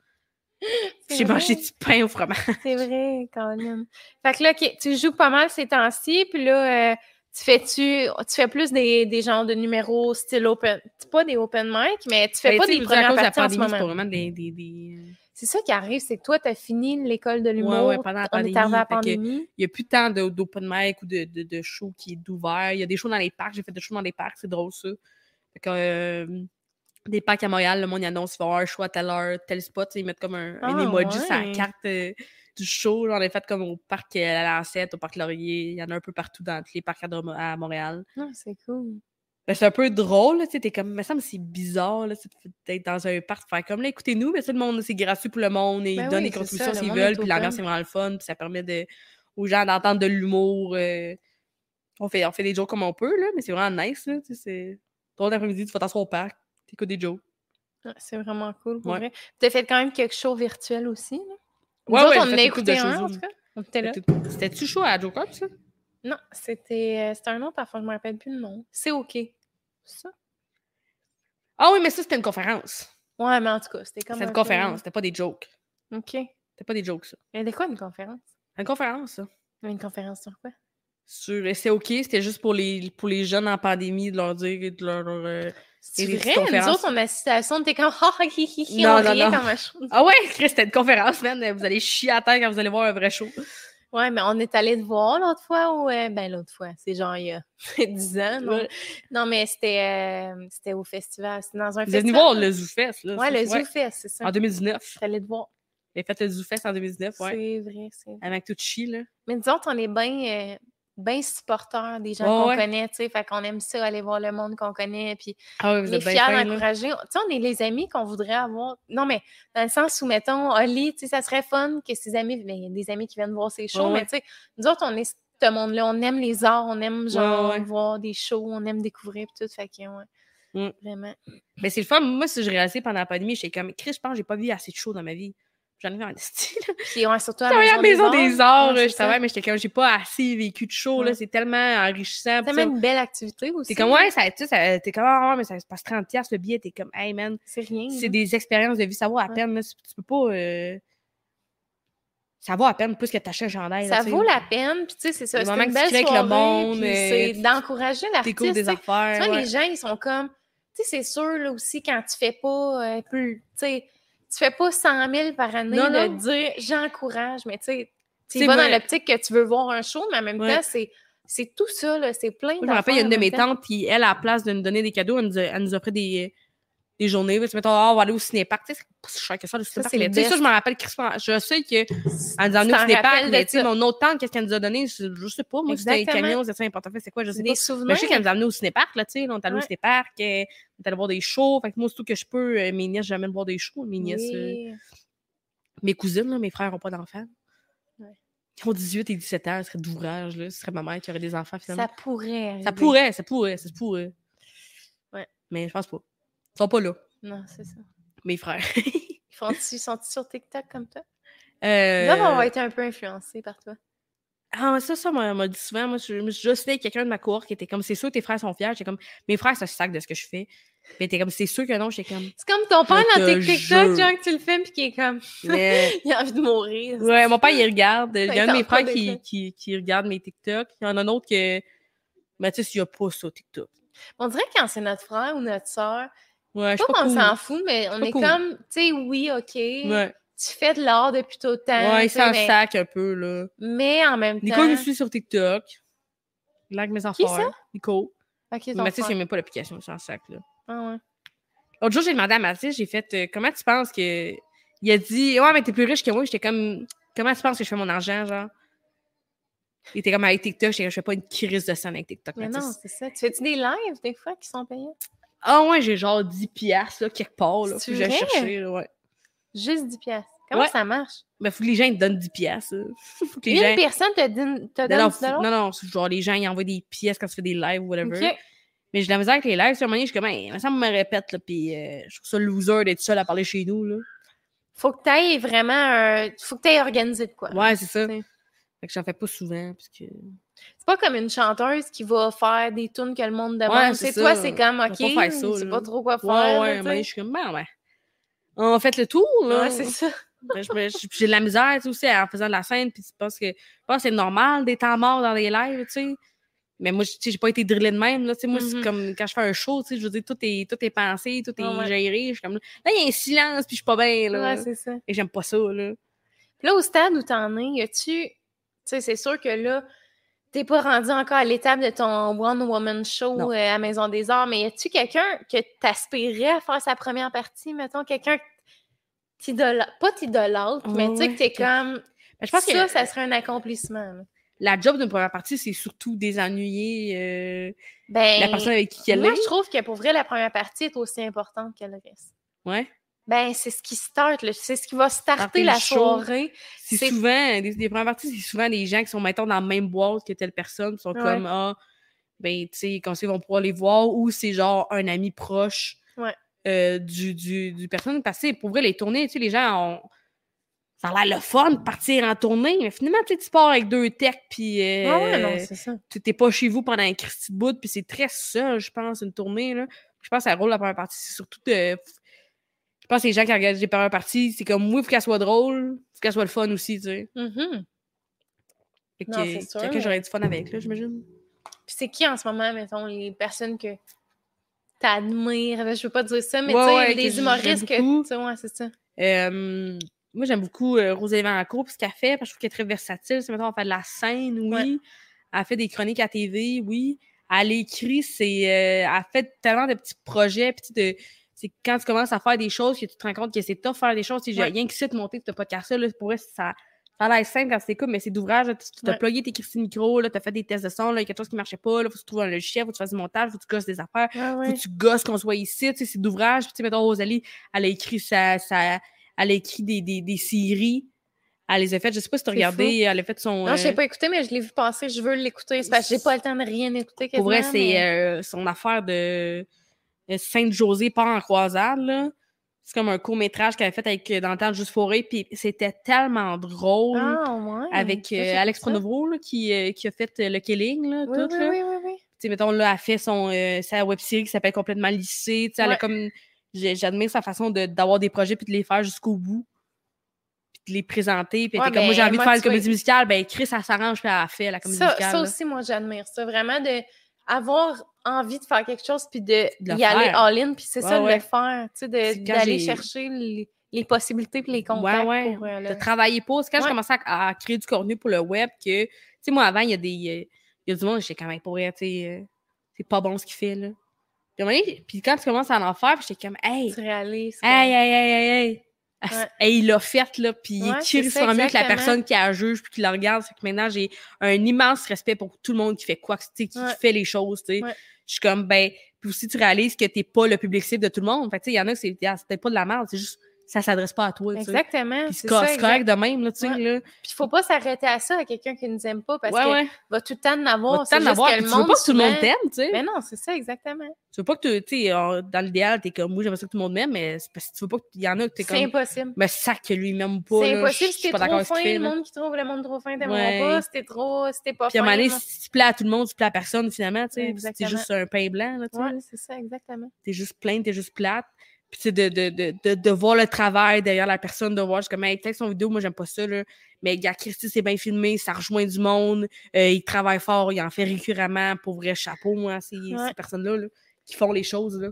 A: C'est
B: J'ai
A: vrai.
B: mangé du pain au fromage.
A: C'est vrai, Colin. Fait que là, ok, tu joues pas mal ces temps-ci, puis là, euh, tu fais-tu, tu fais plus des, des genres de numéros style open, pas des open mic, mais tu fais
B: Ben,
A: pas
B: tu sais,
A: des
B: je veux dire, à
A: premières
B: cause de
A: parties en
B: la
A: ce
B: pandémie, c'est pas
A: moment.
B: vraiment des. des, des...
A: C'est ça qui arrive, c'est que toi, t'as fini l'école de l'humour,
B: ouais, pendant la
A: on est arrivé à la
B: pandémie, fait que-
A: pandémie.
B: Il n'y a plus tant de- d'open mic ou de, de, de show qui est d'ouvert. Il y a des shows dans les parcs. J'ai fait des shows dans les parcs. C'est drôle, ça. Fait que, euh, des parcs à Montréal, le monde y annonce il va y avoir un show à telle heure, tel spot. tu sais, Ils mettent comme un, un
A: Ah,
B: emoji sur la
A: ouais.
B: carte euh, du show. J'en ai fait comme au parc euh, à Lancette, au parc Laurier. Il y en a un peu partout dans tous les parcs à, Dro- à Montréal.
A: Non, c'est cool.
B: Ben, c'est un peu drôle, là, tu sais, t'es comme, me semble que c'est bizarre, là, tu sais, d'être dans un parc, de faire comme, là, écoutez-nous, mais tout le monde, c'est gratuit pour le monde, et
A: Ben
B: ils donnent
A: oui,
B: des
A: c'est ça,
B: contributions
A: le
B: s'ils
A: monde est
B: veulent, puis l'ambiance,
A: open.
B: c'est vraiment le fun, puis ça permet de, aux gens d'entendre de l'humour, euh, on, fait, on fait des jokes comme on peut, là, mais c'est vraiment nice, là, tu sais, c'est drôle d'après-midi, tu vas t'asseoir au parc, t'écoutes des jokes.
A: Ouais, C'est vraiment cool, pour
B: Ouais.
A: vrai. T'as fait quand même quelque chose virtuel aussi, là? Nous
B: Ouais,
A: autres,
B: ouais,
A: on
B: j'ai
A: en a
B: fait beaucoup de
A: écouté
B: choses
A: un, en
B: Zoom.
A: tout cas. On était là.
B: T'écoutes- C'était-tu chaud à Joker, ça?
A: Non, c'était, euh, c'était un autre enfant, je me rappelle plus le nom. C'est OK. C'est ça?
B: Ah oui, mais ça, c'était une conférence.
A: Ouais, mais en tout cas, c'était comme
B: C'était
A: un
B: une
A: peu-
B: conférence, c'était pas des jokes.
A: OK. Mais
B: C'était pas des jokes, ça.
A: de quoi une conférence?
B: Une conférence, ça.
A: Mais Une conférence sur quoi?
B: Sur, et c'est OK, c'était juste pour les, pour les jeunes en pandémie, de leur dire, de leur... euh,
A: C'est
B: des petites
A: vrai, nous
B: conférences.
A: autres, on assistait à ça, on était comme « Ah, hi, hi, hi,
B: Non,
A: on
B: non,
A: riait
B: non.
A: comme un chou.
B: Ah ouais, Chris, c'était une conférence, man. euh, Vous allez chier à terre quand vous allez voir un vrai show.
A: Ouais, mais on est allé te voir l'autre fois, ou... euh, ben, l'autre fois, c'est genre il y a 10 ans, non?
B: Ouais.
A: Non, mais c'était, euh, c'était au festival, c'était dans un
B: Vous êtes
A: festival.
B: venus voir le ZooFest, là.
A: Ouais,
B: ça,
A: le Zoo Fest, c'est ça.
B: En 2019.
A: On est allé te voir.
B: J'ai fait le ZooFest en 2019, ouais.
A: C'est vrai, c'est vrai.
B: Avec tout chi, là.
A: Mais disons qu'on est bien ben supporters des gens
B: Ouais,
A: qu'on
B: ouais.
A: connaît, tu sais, fait qu'on aime ça, aller voir le monde qu'on connaît, puis
B: Ah ouais,
A: On
B: vous
A: est
B: êtes bien
A: fiers,
B: fins, là.
A: encouragés. Tu sais, on est les amis qu'on voudrait avoir. Non, mais dans le sens où, mettons, Oli, tu sais, ça serait fun que ses amis, ben, il y a des amis qui viennent voir ses shows,
B: Ouais,
A: mais tu sais, nous autres, on est ce monde-là. On aime les arts, on aime, genre,
B: ouais.
A: voir des shows, on aime découvrir, pis tout. Fait que, ouais.
B: Mm.
A: Vraiment.
B: Mais c'est le fun. Moi, si je réalisais pendant la pandémie, j'étais comme, Chris, je pense que j'ai pas vu assez de shows dans ma vie. J'en ai vu en style.
A: Puis, ouais, surtout à
B: Je travaillais à la maison des
A: Ouais,
B: arts,
A: c'est
B: je
A: ça.
B: travaillais, mais j'étais comme, j'ai pas assez vécu de shows, là.
A: Ouais.
B: C'est tellement enrichissant.
A: C'est
B: puis ça,
A: tellement une belle activité aussi.
B: T'es comme, ouais, ça, tu sais, ça- t'es comme, ah, ouais, mais ça se passe 30$ piastres, le billet. T'es comme, hey, man,
A: C'est rien.
B: c'est
A: là.
B: des expériences de vie. Ça vaut à
A: Ouais.
B: peine. Là. Tu tu peux pas. euh, Ça vaut à peine plus que t'achètes un chandail. là,
A: Ça
B: tu sais.
A: vaut la peine. Puis, tu sais, c'est ça.
B: Le
A: C'est
B: moment
A: une
B: que tu
A: belle
B: crées
A: soirée.
B: avec le monde,
A: puis
B: euh,
A: c'est
B: tu-
A: d'encouvrager
B: Tu
A: l'artiste.
B: découvres
A: tu
B: des
A: sais. Tu
B: affaires.
A: vois,
B: ouais.
A: les gens, ils sont comme. Tu sais, c'est sûr, là aussi, quand tu fais pas. euh, plus, tu sais, tu fais pas 100 000 par année
B: Non,
A: de
B: non.
A: dire j'encourage, mais tu sais, tu
B: sais,
A: vas
B: moi-
A: dans l'optique que tu veux voir un show, mais en même
B: Ouais.
A: temps, c'est. C'est tout ça, là. C'est plein de
B: Moi, je me rappelle, il y a une de mes tantes, puis elle, à la place de nous donner des cadeaux, elle nous, a- elle nous offrait des, des journées. Tu mettons, Ah, on va aller au cinépark. Tu sais, c'est pas si cher que ça, le cinépark.
A: c'est
B: là.
A: le
B: Tu sais, ça,
A: best.
B: je me rappelle, Christmas. Je sais qu'elle nous a
A: Tu
B: emmenés au
A: t'en
B: cinépark,
A: rappelles de
B: mais tu sais,
A: ça.
B: mon autre tante, qu'est-ce qu'elle nous a donné? Je, je sais pas. Moi, c'était un
A: Exactement.
B: camion, c'était un portefeuille, c'est quoi, je sais pas.
A: Des
B: Mais
A: souvenirs.
B: Ben, je sais qu'elle nous a amenés au cinépark, là, tu sais. là, On est allé au
A: Ouais.
B: cinépark, euh, on est allé voir des shows. Fait que moi, surtout que je peux, euh, mes nièces, j'amène voir des shows. Mes nièces, euh,
A: Oui.
B: mes cousines, là, mes frères n'ont pas d'enfants.
A: Ouais.
B: Ils ont 18 et 17 ans, ce serait d'ouvrage, là. Ce serait ma mère qui aurait des enfants, finalement.
A: Ça
B: Ça,
A: pourrait. arriver.
B: pourrait, ça pourrait, ça pourrait.
A: Ouais.
B: Mais je pense pas. Ils sont pas là,
A: Non, c'est ça.
B: mes frères.
A: Ils font-tu- sont-ils sur TikTok comme toi?
B: Euh,
A: Là, on va être un peu influencés par toi.
B: Ah, mais ça, ça m'a m'a dit souvent. Moi, je je me suis juste fait avec quelqu'un de ma cour qui était comme, c'est sûr que tes frères sont fiers. J'étais comme, mes frères se sac de ce que je fais. Mais t'es comme, c'est sûr que non. J'étais comme,
A: C'est comme ton père
B: Je
A: dans
B: te
A: tes TikTok,
B: jure.
A: genre, que tu le filmes, puis qui est comme,
B: mais-
A: il a envie de mourir.
B: Ouais, mon père, il regarde. Il y a un de mes
A: t'en prend
B: frères
A: des
B: qui,
A: trucs.
B: qui, qui regarde mes TikTok. Il y en a un autre que, Mathis, il a pas ça, TikTok.
A: On dirait quand c'est notre frère ou notre soeur,
B: Ouais, je
A: pas
B: suis pas
A: qu'on
B: cool.
A: s'en fout, mais on
B: pas
A: est
B: cool.
A: comme, tu sais, oui, OK,
B: Ouais,
A: tu fais de l'art depuis tout le temps. hein,
B: ouais il
A: tu sais, ben
B: s'en
A: mais,
B: sac un peu, là.
A: mais en même
B: Nico, il me
A: temps.
B: suit sur TikTok. Il like mes enfants.
A: ça?
B: Nico.
A: Ok, ton
B: Mathis, il
A: frère.
B: n'a même pas l'application, il s'en sac, là.
A: Ah ouais.
B: L'autre jour, j'ai demandé à Mathis, j'ai fait euh, Comment tu penses que. Il a dit Ouais, mais t'es plus riche que moi. J'étais comme Comment tu penses que je fais mon argent, genre Il était comme avec TikTok. J'étais comme, Je fais pas une crise de scène avec TikTok,
A: Mais non,
B: Mathis.
A: c'est ça. Tu fais-tu des lives des fois qui sont payants?
B: Ah ouais, j'ai genre 10 piastres, là, quelque part, là.
A: C'est
B: Faut que j'aille
A: vrai?
B: chercher, là, ouais.
A: Juste 10 piastres. Comment
B: Ouais.
A: ça marche?
B: Mais faut que les gens ils te donnent 10 piastres, là. Faut que les
A: Une
B: gens.
A: personne te, donne- te donne
B: Ben Non, non,
A: du
B: faut-
A: dollar?
B: non, non, c'est genre les gens ils envoient des pièces quand tu fais des lives ou whatever.
A: Ok.
B: Mais j'ai de la misère avec les lives. Sur un moment donné, je suis comme, Hey, ça me répète, là, pis euh, je trouve ça loser d'être seul à parler chez nous, là.
A: Faut que t'ailles vraiment... un- Faut que t'ailles organisé de quoi.
B: Ouais, c'est ça.
A: C'est-
B: Fait que j'en fais pas souvent, parce que.
A: C'est pas comme une chanteuse qui va faire des tunes que le monde demande.
B: Ouais,
A: c'est
B: c'est
A: toi,
B: ça.
A: c'est comme, OK,
B: pas faire ça,
A: c'est
B: là.
A: pas trop quoi faire.
B: Ouais,
A: là,
B: ouais,
A: tu
B: mais je
A: sais.
B: suis comme, ben, ben. On fait le tour, là.
A: Ouais, c'est ça.
B: Ben, je me- je- J'ai de la misère, tu sais, aussi, en faisant de la scène, puis je pense que, je pense que c'est normal des temps morts dans les lives, tu sais. Mais moi, je- tu sais, j'ai pas été drillée de même, là, tu sais. Moi,
A: Mhm.
B: c'est comme quand je fais un show, tu sais, je veux dire, tout est, tout est pensé, tout est
A: Ouais, ouais.
B: géré. Je suis comme, là, il y a un silence, puis je suis pas bien, là.
A: Ouais, c'est ça.
B: Et j'aime pas ça, là.
A: Puis Là, au stade où t'en es, y tu Tu sais, c'est sûr que là, t'es pas rendu encore à l'étape de ton One Woman Show
B: Non.
A: euh, à Maison des Arts, mais y a-tu quelqu'un que t'aspirais à faire sa première partie, mettons, quelqu'un que t'idolâtre, pas t'idolâtre, mais tu sais
B: Ouais,
A: que t'es
B: que-
A: comme,
B: Ben, je pense
A: ça,
B: que
A: ça serait un accomplissement. là.
B: la job d'une première partie, c'est surtout désennuyer euh,
A: Ben,
B: la personne avec qui elle
A: moi,
B: est.
A: je trouve que pour vrai, la première partie est aussi importante que le reste.
B: Ouais.
A: Ben, c'est ce qui start, là. c'est ce qui va starter
B: Starter
A: la
B: le show.
A: soirée. C'est-
B: C'est souvent, des, des premières parties, c'est souvent des gens qui sont, mettons, dans la même boîte que telle personne, qui sont
A: Ouais.
B: comme, ah, ben, tu sais, quand ils vont pouvoir les voir, ou c'est genre un ami proche
A: Ouais.
B: euh, du, du, du personne. Parce que pour vrai, les tournées, tu sais, les gens ont. Ça a l'air le fun de partir en tournée, mais finalement, tu sais, tu pars avec deux techs, puis euh,
A: Ouais, Ah ouais, non, c'est ça.
B: tu t'es pas chez vous pendant un Christy de bout, puis c'est très seul, je pense, une tournée. Là. Je pense que ça rôle la première partie, c'est surtout de. Je pense que les gens qui regardent les premières parties, c'est comme moi, faut qu'elle soit drôle, faut qu'elle soit le fun aussi, tu sais.
A: Mhm.
B: Fait que
A: Non, c'est sûr,
B: quelqu'un
A: mais-
B: j'aurais du fun avec, là, j'imagine.
A: Puis c'est qui en ce moment, mettons, les personnes que t'admires? Je veux pas dire ça, mais
B: Ouais,
A: tu sais,
B: ouais, que
A: des
B: j'aime
A: humoristes que.
B: beaucoup.
A: Tu sais, ouais, c'est ça.
B: Euh, moi, j'aime beaucoup euh, Rosalie Valancourt pour ce qu'elle fait, parce que je trouve qu'elle est très versatile. C'est mettons, elle fait de la scène, oui.
A: Ouais.
B: Elle fait des chroniques à TV, oui. Elle écrit, c'est. euh, elle fait tellement de petits projets, puis tu sais, de. C'est quand tu commences à faire des choses que tu te rends compte que c'est tough faire des choses. Si j'ai
A: Ouais.
B: rien que ça de monter ce podcast-là, là, pour vrai, ça, ça a l'air simple quand c'est cool, mais c'est d'ouvrage. là, Tu tu t'as
A: Ouais.
B: plugué tes Christine micro, là, t'as fait des tests de son, là, il y a quelque chose qui marchait pas, là, faut que tu trouves un logiciel, faut que tu fasses du montage, faut que tu gosses des affaires
A: Ouais,
B: faut
A: ouais.
B: que tu gosses qu'on soit ici, tu sais, c'est d'ouvrage. Puis, tu sais, mettons, Rosalie, elle a écrit sa, sa- elle a écrit des, des, des séries. Elle les a faites, je sais pas si tu as
A: C'est
B: regardé, elle a fait son.
A: Non, je
B: euh,
A: l'ai pas écouté, mais je l'ai vu passer. Je veux l'écouter. C'est parce que j'ai pas le temps de rien écouter.
B: Pour vrai,
A: quasiment,
B: c'est
A: mais-
B: euh, son affaire de de Sainte-Josée part en croisade, là. C'est comme un court-métrage qu'elle a fait avec, euh, dans le temps de Juste Forêt, puis c'était tellement drôle.
A: Ah, ouais.
B: euh, Avec
A: Ça,
B: euh,
A: j'ai
B: Alex
A: pas ça.
B: Pronovo, là, qui, euh, qui a fait euh, le killing, là,
A: Oui,
B: tout,
A: oui,
B: là.
A: oui, oui, oui.
B: tu sais, mettons, là, elle fait son, euh, sa web série qui s'appelle Complètement lycée. Tu sais, elle a
A: Ouais.
B: comme. j'ai- J'admire sa façon de- d'avoir des projets puis de les faire jusqu'au bout. Puis de les présenter. Puis elle
A: Ouais,
B: était comme, moi,
A: mais
B: j'ai envie de
A: moi,
B: faire une
A: tu vois-
B: comédie musicale. Ben, Chris, elle s'arrange puis elle a fait la comédie
A: Ça,
B: musicale.
A: ça
B: là.
A: aussi, moi, j'admire ça. Vraiment, de avoir envie de faire quelque chose puis de,
B: De le
A: y aller
B: faire.
A: all-in. Puis c'est
B: Ouais,
A: ça, de le
B: ouais.
A: faire. Tu sais,
B: C'est
A: de-
B: quand
A: d'aller
B: j'ai-
A: chercher les, les possibilités puis les contacts.
B: Ouais, ouais.
A: Pour, euh, le-
B: de travailler pour. C'est quand
A: Ouais.
B: j'ai commencé à, à créer du contenu pour le web que, tu sais, moi, avant, il y a des. euh, Il y a du monde, j'étais quand même pour rien, tu sais, euh, c'est pas bon ce qu'il fait, là. Puis, à un moment donné, puis quand tu commences à en faire, puis j'étais comme, hey,
A: Tu réalises. que-
B: Hey, hey, hey, hey, hey. Ah,
A: Ouais.
B: c'est- hey, il l'a fait, là, puis il
A: Ouais,
B: est
A: c'est ça,
B: crissement mieux que la
A: exactement.
B: personne qui la juge puis qui la regarde. Fait que maintenant, j'ai un immense respect pour tout le monde qui fait quoi, que ce- tu sais, qui
A: Ouais.
B: fait les choses, tu sais.
A: Ouais.
B: Je suis comme, ben, puis aussi, tu réalises que t'es pas le public cible de tout le monde. Fait que, tu sais, il y en a, c'est ah, c'est peut-être pas de la merde, c'est juste, ça s'adresse pas à toi. tu sais.
A: Exactement.
B: Puis
A: c'est
B: c'est
A: ça,
B: correct
A: exact.
B: de même, là, tu sais,
A: Ouais.
B: là.
A: Puis faut pas s'arrêter à ça à quelqu'un qui nous aime pas parce
B: ouais,
A: que
B: ouais.
A: va tout le temps en
B: Va
A: avoir.
B: tout le temps
A: c'est
B: en
A: juste
B: avoir,
A: que
B: puis Tu veux pas que tout le monde
A: souvent-
B: t'aime, tu sais.
A: Mais non, c'est ça, exactement.
B: Tu veux pas que tu, tu sais, en- dans l'idéal, t'es comme, moi, j'aimerais ça que tout le monde m'aime, mais c'est parce que tu veux pas qu'il y en a que t'es
A: C'est
B: comme,
A: impossible.
B: mais sac que lui il m'aime pas.
A: C'est
B: là,
A: impossible si
B: je suis
A: t'es
B: pas d'accord
A: trop
B: avec ce
A: fin,
B: qu'il fait,
A: le
B: là.
A: monde qui trouve le monde trop fin t'aimeront
B: Ouais.
A: pas, si t'es trop, si t'es pas
B: Puis à un
A: fin.
B: moment donné,
A: non.
B: si tu plais à tout le monde, tu plais à personne, finalement, tu sais. puis C'est
A: Exactement.
B: juste un pain blanc, là, tu sais.
A: Ouais, c'est ça, exactement.
B: t'es juste plainte, t'es juste plate. Puis, tu sais, de, de, de, de, de voir le travail derrière la personne, de voir, je suis comme, hey, peut-être son vidéo, moi, j'aime pas ça, là. Mais, gars, Christy, c'est bien filmé, ça rejoint du monde, euh, il travaille fort, il en fait récurremment, pour vrai, chapeau, moi, ces, ces
A: Ouais.
B: personnes-là, là, qui font les choses, là.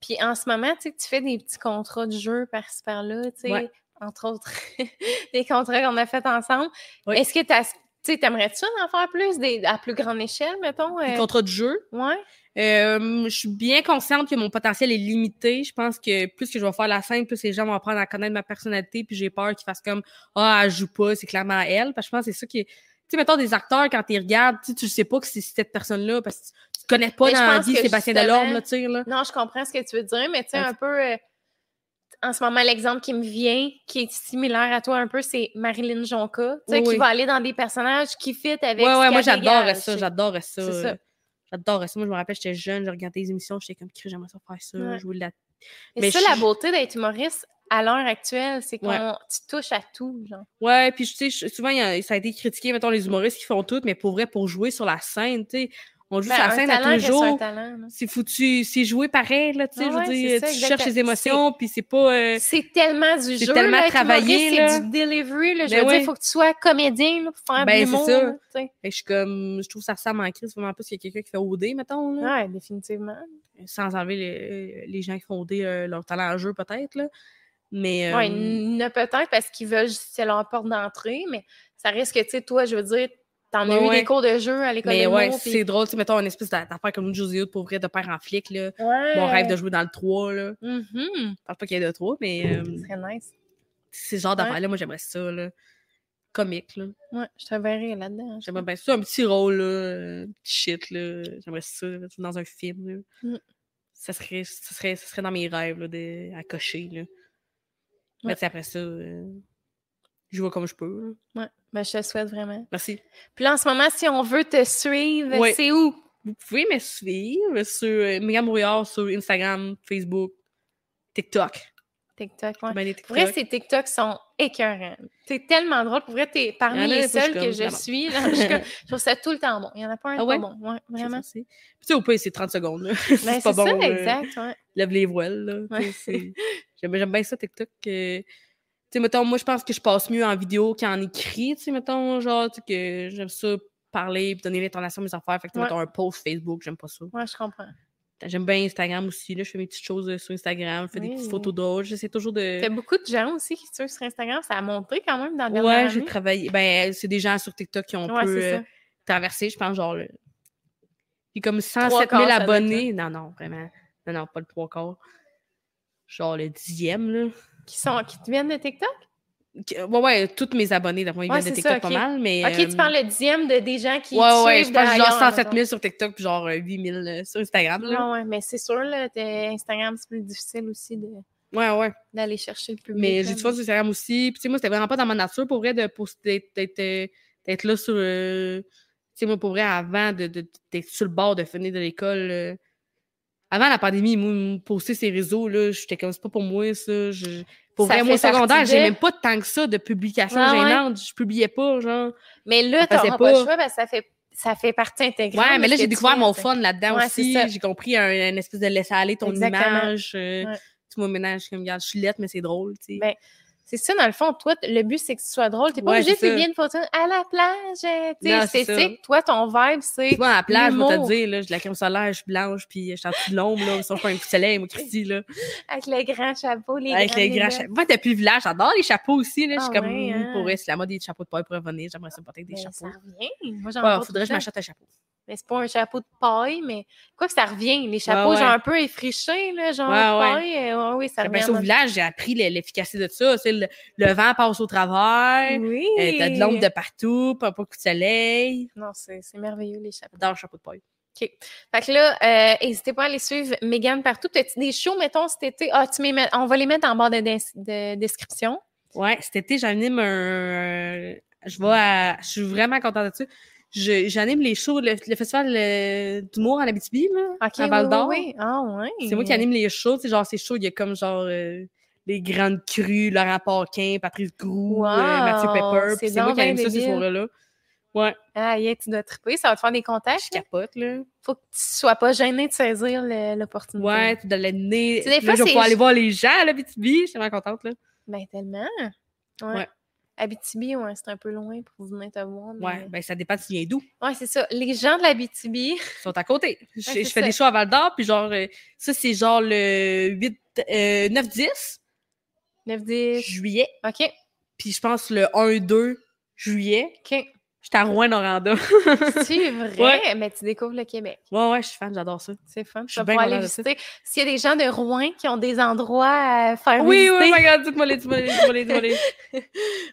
A: Puis en ce moment, tu sais, tu fais des petits contrats de jeu par-ci par-là, tu sais,
B: Ouais.
A: entre autres, des contrats qu'on a fait ensemble.
B: Oui.
A: Est-ce que t'as- tu sais, t'aimerais-tu en faire plus, des, à plus grande échelle, mettons?
B: Les
A: euh,
B: contrats de jeu,
A: Ouais.
B: euh, je suis bien consciente que mon potentiel est limité. Je pense que plus que je vais faire la scène, plus les gens vont apprendre à connaître ma personnalité, puis j'ai peur qu'ils fassent comme Ah, elle joue pas, c'est clairement à elle. Parce que je pense que c'est ça qui est. Tu sais, mettons des acteurs, quand ils regardent, tu sais, tu sais pas que c'est cette personne-là, parce que tu- tu connais pas
A: Mais je
B: dans la
A: pense
B: vie
A: que
B: Sébastien
A: justement-
B: Delorme, là, tu sais, là.
A: Non, je comprends ce que tu veux dire, mais tu sais,
B: Ouais.
A: un peu, euh, en ce moment, l'exemple qui me vient, qui est similaire à toi un peu, c'est Marilyn Jonca, tu sais,
B: Oui,
A: qui
B: oui.
A: va aller dans des personnages qui fit avec
B: Ouais,
A: ce
B: ouais, moi
A: qu'elle
B: j'adore
A: dégage,
B: ça,
A: tu sais.
B: j'adore ça.
A: C'est ça.
B: euh, J'adore ça. Moi, je me rappelle, j'étais jeune, je regardais les émissions, j'étais comme, Christ, j'aimerais ça faire ça,
A: Ouais.
B: jouer de la
A: Et
B: mais
A: ça,
B: je-
A: la beauté d'être humoriste à l'heure actuelle, c'est qu'on
B: Ouais.
A: tu touches à tout, genre.
B: Ouais, puis tu sais, je- souvent, il y a- ça a été critiqué, mettons, les humoristes qui font tout, mais pour vrai, pour jouer sur la scène, tu sais, on joue
A: Ben,
B: sur
A: un
B: la scène à
A: talent
B: tous les
A: reste un
B: jours.
A: talent, là.
B: C'est foutu, c'est joué pareil, là, tu sais,
A: Ah
B: je veux
A: ouais,
B: dire,
A: c'est ça,
B: tu
A: exact-
B: cherches les
A: c'est-
B: émotions, puis c'est pas... euh,
A: C'est tellement du
B: c'est
A: jeu.
B: tellement
A: là, être
B: travaillé,
A: humoriste,
B: là.
A: C'est du delivery. Là, je
B: Ben
A: veux dire,
B: oui.
A: il faut que tu sois comédien là, pour faire
B: Ben,
A: de
B: c'est
A: l'humour.
B: ça.
A: là, tu sais.
B: fait que ben, je suis comme, je trouve ça ressemble en crise vraiment plus qu'il y a quelqu'un qui fait OD, mettons, là,
A: Ouais, définitivement.
B: sans enlever les, les gens qui font OD euh, leur talent en jeu, peut-être, là. Mais...
A: Ouais,
B: euh,
A: n- ne peut-être parce qu'ils veulent, c'est leur porte d'entrée, mais ça risque, tu sais, toi, je veux dire, t'en as
B: Ouais,
A: eu
B: ouais.
A: des cours de jeu à l'école
B: mais
A: de
B: ouais,
A: l'humour, puis-
B: c'est drôle, tu sais, mettons, une espèce d'a- d'affaire comme une Josie Hood, pour vrai, de père en flic, là.
A: Ouais.
B: Mon rêve de jouer dans le 3, là.
A: Mhm,
B: Je parle pas qu'il y ait de 3, mais... euh,
A: ce serait nice.
B: C'est ce genre
A: Ouais.
B: d'affaire-là, moi, j'aimerais ça, là. Comique, là.
A: Ouais, je te verrais là-dedans. je
B: J'aimerais bien ça, un petit rôle, là. euh, Petit shit, là. J'aimerais ça, là, dans un film, là.
A: Mm.
B: Ça, serait, ça, serait, ça serait dans mes rêves, là, de- à cocher, là. Mais
A: Ouais.
B: tu sais, après ça, euh, je vois comme je peux, là.
A: Ben, je te le souhaite vraiment.
B: Merci.
A: Puis là, en ce moment, si on veut te suivre,
B: Ouais.
A: c'est où?
B: Vous pouvez me suivre sur euh, Mégane Brouillard, sur Instagram, Facebook, TikTok.
A: TikTok, ouais.
B: J'aime bien les
A: Pour vrai,
B: Ben, TikTok.
A: ces TikTok sont écœurants. C'est tellement drôle. Pour vrai, t'es parmi
B: Il y en a
A: les
B: des fois, je
A: seuls
B: suis
A: que
B: comme,
A: je
B: ah bon.
A: suis. là, je, suis comme- je trouve ça tout le temps bon. Il n'y en a pas un
B: Ah
A: de
B: ouais?
A: pas bon. Ouais,
B: Je sais
A: vraiment.
B: pas si- Puis tu sais, au pire, c'est 30 secondes, là. c'est
A: Ben,
B: pas
A: c'est
B: bon. euh.
A: ça,
B: là.
A: exact. ouais.
B: lève les voiles. Là.
A: Ouais.
B: Tu sais, c'est- J'aime j'aime bien ça, TikTok. euh, Tu sais, mettons, moi, je pense que je passe mieux en vidéo qu'en écrit. Tu sais, mettons, genre, tu sais, que j'aime ça parler puis donner l'intonation de mes affaires. Fait que, tu
A: Ouais.
B: sais, mettons, un post Facebook, j'aime pas ça.
A: Ouais, je comprends.
B: J'aime bien Instagram aussi. Là, je fais mes petites choses euh, sur Instagram. Je fais des
A: Oui.
B: petites photos drôles. J'essaie toujours de.
A: T'as beaucoup de gens aussi qui te suivent sur Instagram. Ça a monté quand même dans le
B: Ouais, j'ai travaillé. Ben, c'est des gens sur TikTok qui ont
A: Ouais,
B: peu
A: c'est
B: euh,
A: ça.
B: traversé, je pense, genre. le- Puis comme
A: quarts,
B: 107 000
A: ça doit être,
B: abonnés. Non, non, vraiment. Non, non, pas le trois quarts. Genre le dixième, là.
A: Qui, sont, qui te viennent de TikTok?
B: Que- Ouais, ouais, toutes mes abonnés, d'après moi, ils
A: Ouais,
B: viennent de
A: c'est ça,
B: TikTok pas
A: ok.
B: mal, mais.
A: OK, tu
B: euh,
A: parles le dixième de des gens qui
B: Ouais,
A: te
B: ouais, je
A: suivent
B: pense que
A: d'ailleurs,
B: genre 107
A: mettons.
B: 000 sur TikTok, puis genre euh, 8 000 euh, sur Instagram, là.
A: Ouais, ouais, mais c'est sûr, là, t'es- Instagram, c'est plus difficile aussi de-
B: Ouais, ouais.
A: d'aller chercher le public.
B: Mais
A: là,
B: j'ai du fun sur Instagram aussi. Puis, tu sais, moi, c'était vraiment pas dans ma nature, pour vrai, de poster- d'être- d'être euh, d'être là sur. euh, Tu sais, moi, pour vrai, avant de- de- d'être sur le bord de finir de l'école. euh, Avant la pandémie, moi, me poster ces réseaux, là, j'étais comme, c'est pas pour moi, ça. je- Pour
A: Ça
B: vrai, moi, au
A: fait partie
B: secondaire, j'ai
A: de- Ah
B: même pas tant que ça de publications
A: Ouais, ouais.
B: gênantes. Je publiais pas, genre.
A: Mais
B: On
A: là,
B: faisait
A: t'auras pas le
B: pas.
A: choix parce que ça fait, ça fait partie intégrante.
B: Ouais,
A: de
B: mais là,
A: ce
B: j'ai
A: que tu
B: découvert
A: fais,
B: mon
A: t'sais.
B: fun là-dedans
A: Ouais, c'est
B: aussi.
A: ça.
B: J'ai compris un, une espèce de laisser aller ton
A: Exactement.
B: image. euh,
A: Ouais.
B: Tu vois, ménage, comme, regarde, je suis lettre, mais c'est drôle, tu sais.
A: Ben, C'est ça, dans le fond, toi, t- le but, c'est que tu sois drôle. T'es pas
B: Ouais,
A: obligé de
B: c'est ça.
A: publier une photo à la plage, euh, tu sais,
B: Non, c'est ça.
A: esthétique. Toi, ton vibe,
B: Tu
A: c'est.
B: vois, à la plage, je vais te
A: l'humour.
B: dire, là, j'ai de la crème solaire, je suis blanche, puis je suis en dessous de l'ombre, là, sauf un coup de soleil, moi, Christy, là.
A: Avec le grand chapeau, les
B: avec les grands
A: lunettes.
B: chapeaux. Moi, depuis le village, j'adore les chapeaux aussi, là. Je
A: Ah
B: suis comme,
A: ouais,
B: hum,
A: hein.
B: pour vrai, si la mode des chapeaux de paille pour revenir, j'aimerais ça porter des
A: Ben, Ça
B: chapeaux.
A: revient. Moi, j'en
B: Ouais,
A: porte
B: faudrait que
A: tout
B: je
A: le temps.
B: m'achète un chapeau.
A: Mais c'est pas un chapeau de paille, mais quoi que ça revient. Les chapeaux,
B: ouais.
A: genre un peu effrichés, là, genre
B: Ouais,
A: de
B: ouais.
A: paille. euh, ouais, oui, ça
B: Ben,
A: revient.
B: ça, au
A: en-
B: village, j'ai appris le- l'efficacité de ça. Tu sais, Le, le vent passe au travers,
A: Oui.
B: euh, t'as de l'ombre de partout, pas un peu de coup de soleil.
A: Non, c'est c'est merveilleux, les chapeaux.
B: J'adore le chapeau de paille.
A: OK. Fait que là, euh, n'hésitez pas à aller suivre Megan partout. Peut-être des shows, mettons, cet été. Ah, tu mets- on va les mettre en bas de, de- de description.
B: Ouais, cet été, j'anime un. Je vais à. Je suis vraiment contente de ça. Je- J'anime les shows, le, le festival euh, d'humour en Abitibi, là.
A: OK.
B: À Val
A: oui,
B: d'Or.
A: oui, oui. Ah, ouais.
B: C'est moi qui anime les shows. Tu sais, genre, ces shows, il y a comme genre euh, les grandes crues, Laurent Paquin, Patrice Groux,
A: Wow,
B: euh, Mathieu Pepper.
A: c'est
B: Puis c'est moi
A: donc
B: qui anime
A: bien
B: ça, ces
A: débile.
B: soirées-là. Ouais,
A: Ah, yeah, tu dois triper. Ça va te faire des
B: je
A: contacts. là.
B: capote, là.
A: Faut que tu sois pas gêné de saisir le- l'opportunité.
B: Ouais, tu dois l'amener.
A: Tu sais, des fois,
B: Là, je vais
A: c'est-
B: pouvoir aller voir les gens à l'Abitibi. Je suis vraiment contente, là.
A: Ben, tellement. Ouais.
B: Ouais.
A: Abitibi, ouais, c'est un peu loin pour venir te voir. mais-
B: Ouais, ben ça dépend si tu viens d'où.
A: Ouais, c'est ça. Les gens de l'Abitibi.
B: Ils sont à côté. Je,
A: Ouais,
B: je
A: c'est
B: fais des shows à Val d'Or, puis genre, euh, ça, c'est genre le 8, euh, 9-10
A: 9-10.
B: juillet,
A: OK.
B: puis je pense le 1-2 juillet.
A: OK.
B: J'étais à Rouen-Noranda.
A: C'est vrai,
B: Ouais.
A: mais tu découvres le Québec.
B: ouais, ouais, je suis fan, j'adore ça.
A: C'est fun. Tu
B: suis
A: vas
B: bien
A: pouvoir aller
B: contente de ça.
A: visiter. S'il y a des gens de Rouen qui ont des endroits à faire
B: Ah, Oui, oui,
A: visiter.
B: my God, dites-moi les, dites-moi les, dites-moi les, dites-moi les.
A: Ouais,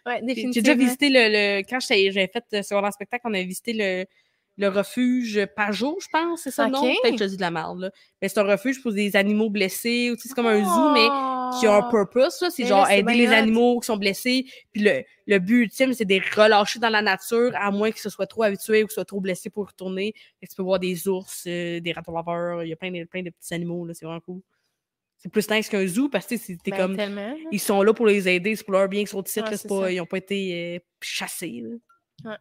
B: J'ai
A: définitivement.
B: j'ai déjà visité le, le- quand j'étais- j'avais fait euh, secondaire spectacle, on a visité le, le refuge Pajot, je pense, c'est ça le
A: Ok.
B: nom? Peut-être que je dis de la merde, là. Mais c'est un refuge pour des animaux blessés, ou tu sais, c'est comme un zoo, mais qui a un
A: Oh!
B: purpose, là. C'est
A: Ah. Mais
B: genre
A: là, c'est
B: aider
A: bien
B: les
A: hot.
B: animaux qui sont blessés. Puis le, le but ultime, c'est de les relâcher dans la nature, à moins qu'ils se soient trop habitués ou qu'ils soient trop blessés pour retourner. Fait que tu peux voir des ours, euh, des ratons laveurs, il y a plein de, plein de petits animaux, là. C'est vraiment cool. C'est plus nice qu'un zoo parce que tu sais, c'est- t'es
A: Ben,
B: comme.
A: tellement.
B: Ils sont là pour les aider, c'est pour leur bien qu'ils sont ici,
A: Ouais,
B: là,
A: c'est
B: c'est pas,
A: ça.
B: ils n'ont pas été euh, chassés. là.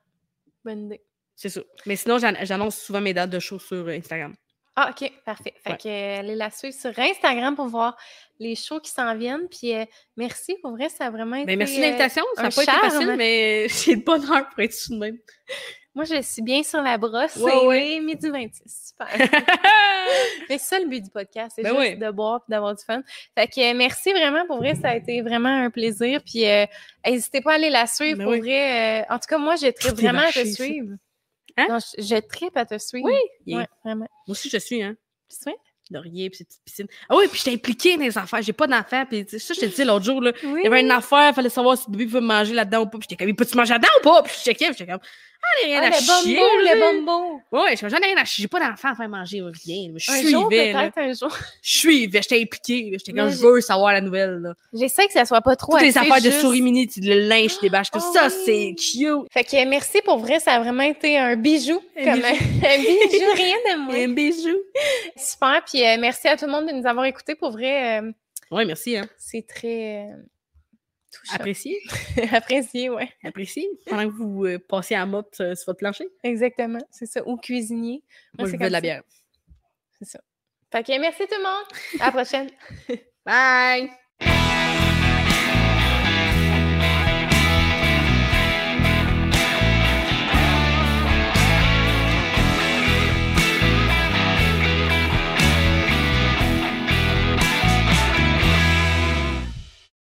A: Bonne idée.
B: C'est ça. Mais sinon, j'an- j'annonce souvent mes dates de show sur euh, Instagram.
A: Ah, OK, parfait. Fait
B: Ouais.
A: que, euh, allez la suivre sur Instagram pour voir les shows qui s'en viennent. Puis euh, merci, pour vrai, ça a vraiment été.
B: Ben, merci de
A: euh,
B: l'invitation, ça
A: un
B: n'a pas été
A: charme.
B: facile, mais j'ai le bonheur pour être tout de même.
A: Moi, je suis bien sur la brosse.
B: Ouais,
A: c'est
B: ouais.
A: midi 26. Super.
B: ben
A: Mais c'est ça le but du podcast, c'est
B: Ben
A: juste
B: oui.
A: de boire et d'avoir du fun. Fait que euh, merci vraiment pour vrai, ça a été vraiment un plaisir. Puis euh, n'hésitez pas à aller la suivre
B: Ben
A: pour
B: oui.
A: vrai. euh, en tout cas, moi, je tripe
B: Tout est
A: vraiment à te
B: marché, ça.
A: suivre.
B: Hein?
A: Non, je, je tripe à te suivre.
B: Oui.
A: Ouais, vraiment.
B: Moi aussi, je suis, hein.
A: Tu te souviens?
B: Laurier, puis cette petite piscine. Ah oui, puis j'étais impliquée dans les affaires. J'ai pas d'enfants. Puis tu sais, ça, je te disais l'autre jour, là.
A: Oui.
B: Il y avait une affaire, fallait savoir si le bébé pouvait manger là-dedans ou pas. Puis j'étais comme, il peut-tu manger là-dedans ou pas? Puis je checkais, puis j'étais comme, ah, il n'y a
A: Ah,
B: rien à
A: le
B: chier.
A: bonbon,
B: là.
A: le bonbon.
B: Ouais, ouais, je j'en ai rien à chier. J'ai pas d'enfant à faire manger, rien. là. Mais Je
A: Un jour,
B: suivais, là.
A: peut-être un jour.
B: Je suivais, j'étais impliquée. là. J'étais
A: Mais
B: comme,
A: j'ai-
B: je veux savoir la nouvelle, là.
A: J'essaie que ça soit pas trop
B: Toutes les
A: axé
B: affaires de
A: juste-
B: souris mini, tu- le linge, des bâches, tout
A: Oh
B: ça,
A: oui.
B: c'est cute.
A: Fait que euh, merci pour vrai, ça a vraiment été un bijou.
B: Un
A: comme
B: bijou.
A: un bijou, rien de moins.
B: Un bijou.
A: Super. Puis euh, merci à tout le monde de nous avoir écoutés. Pour vrai, euh,
B: Ouais, merci, hein.
A: c'est très euh, touchant.
B: Appréciez.
A: Apprécié, oui.
B: Appréciez. Pendant que vous euh, passez à mop sur, sur votre plancher.
A: Exactement. C'est ça. Ou cuisinier.
B: Moi,
A: c'est
B: je veux de
A: comme
B: la
A: ça.
B: bière.
A: Fait que merci tout le monde. À la prochaine.
B: Bye!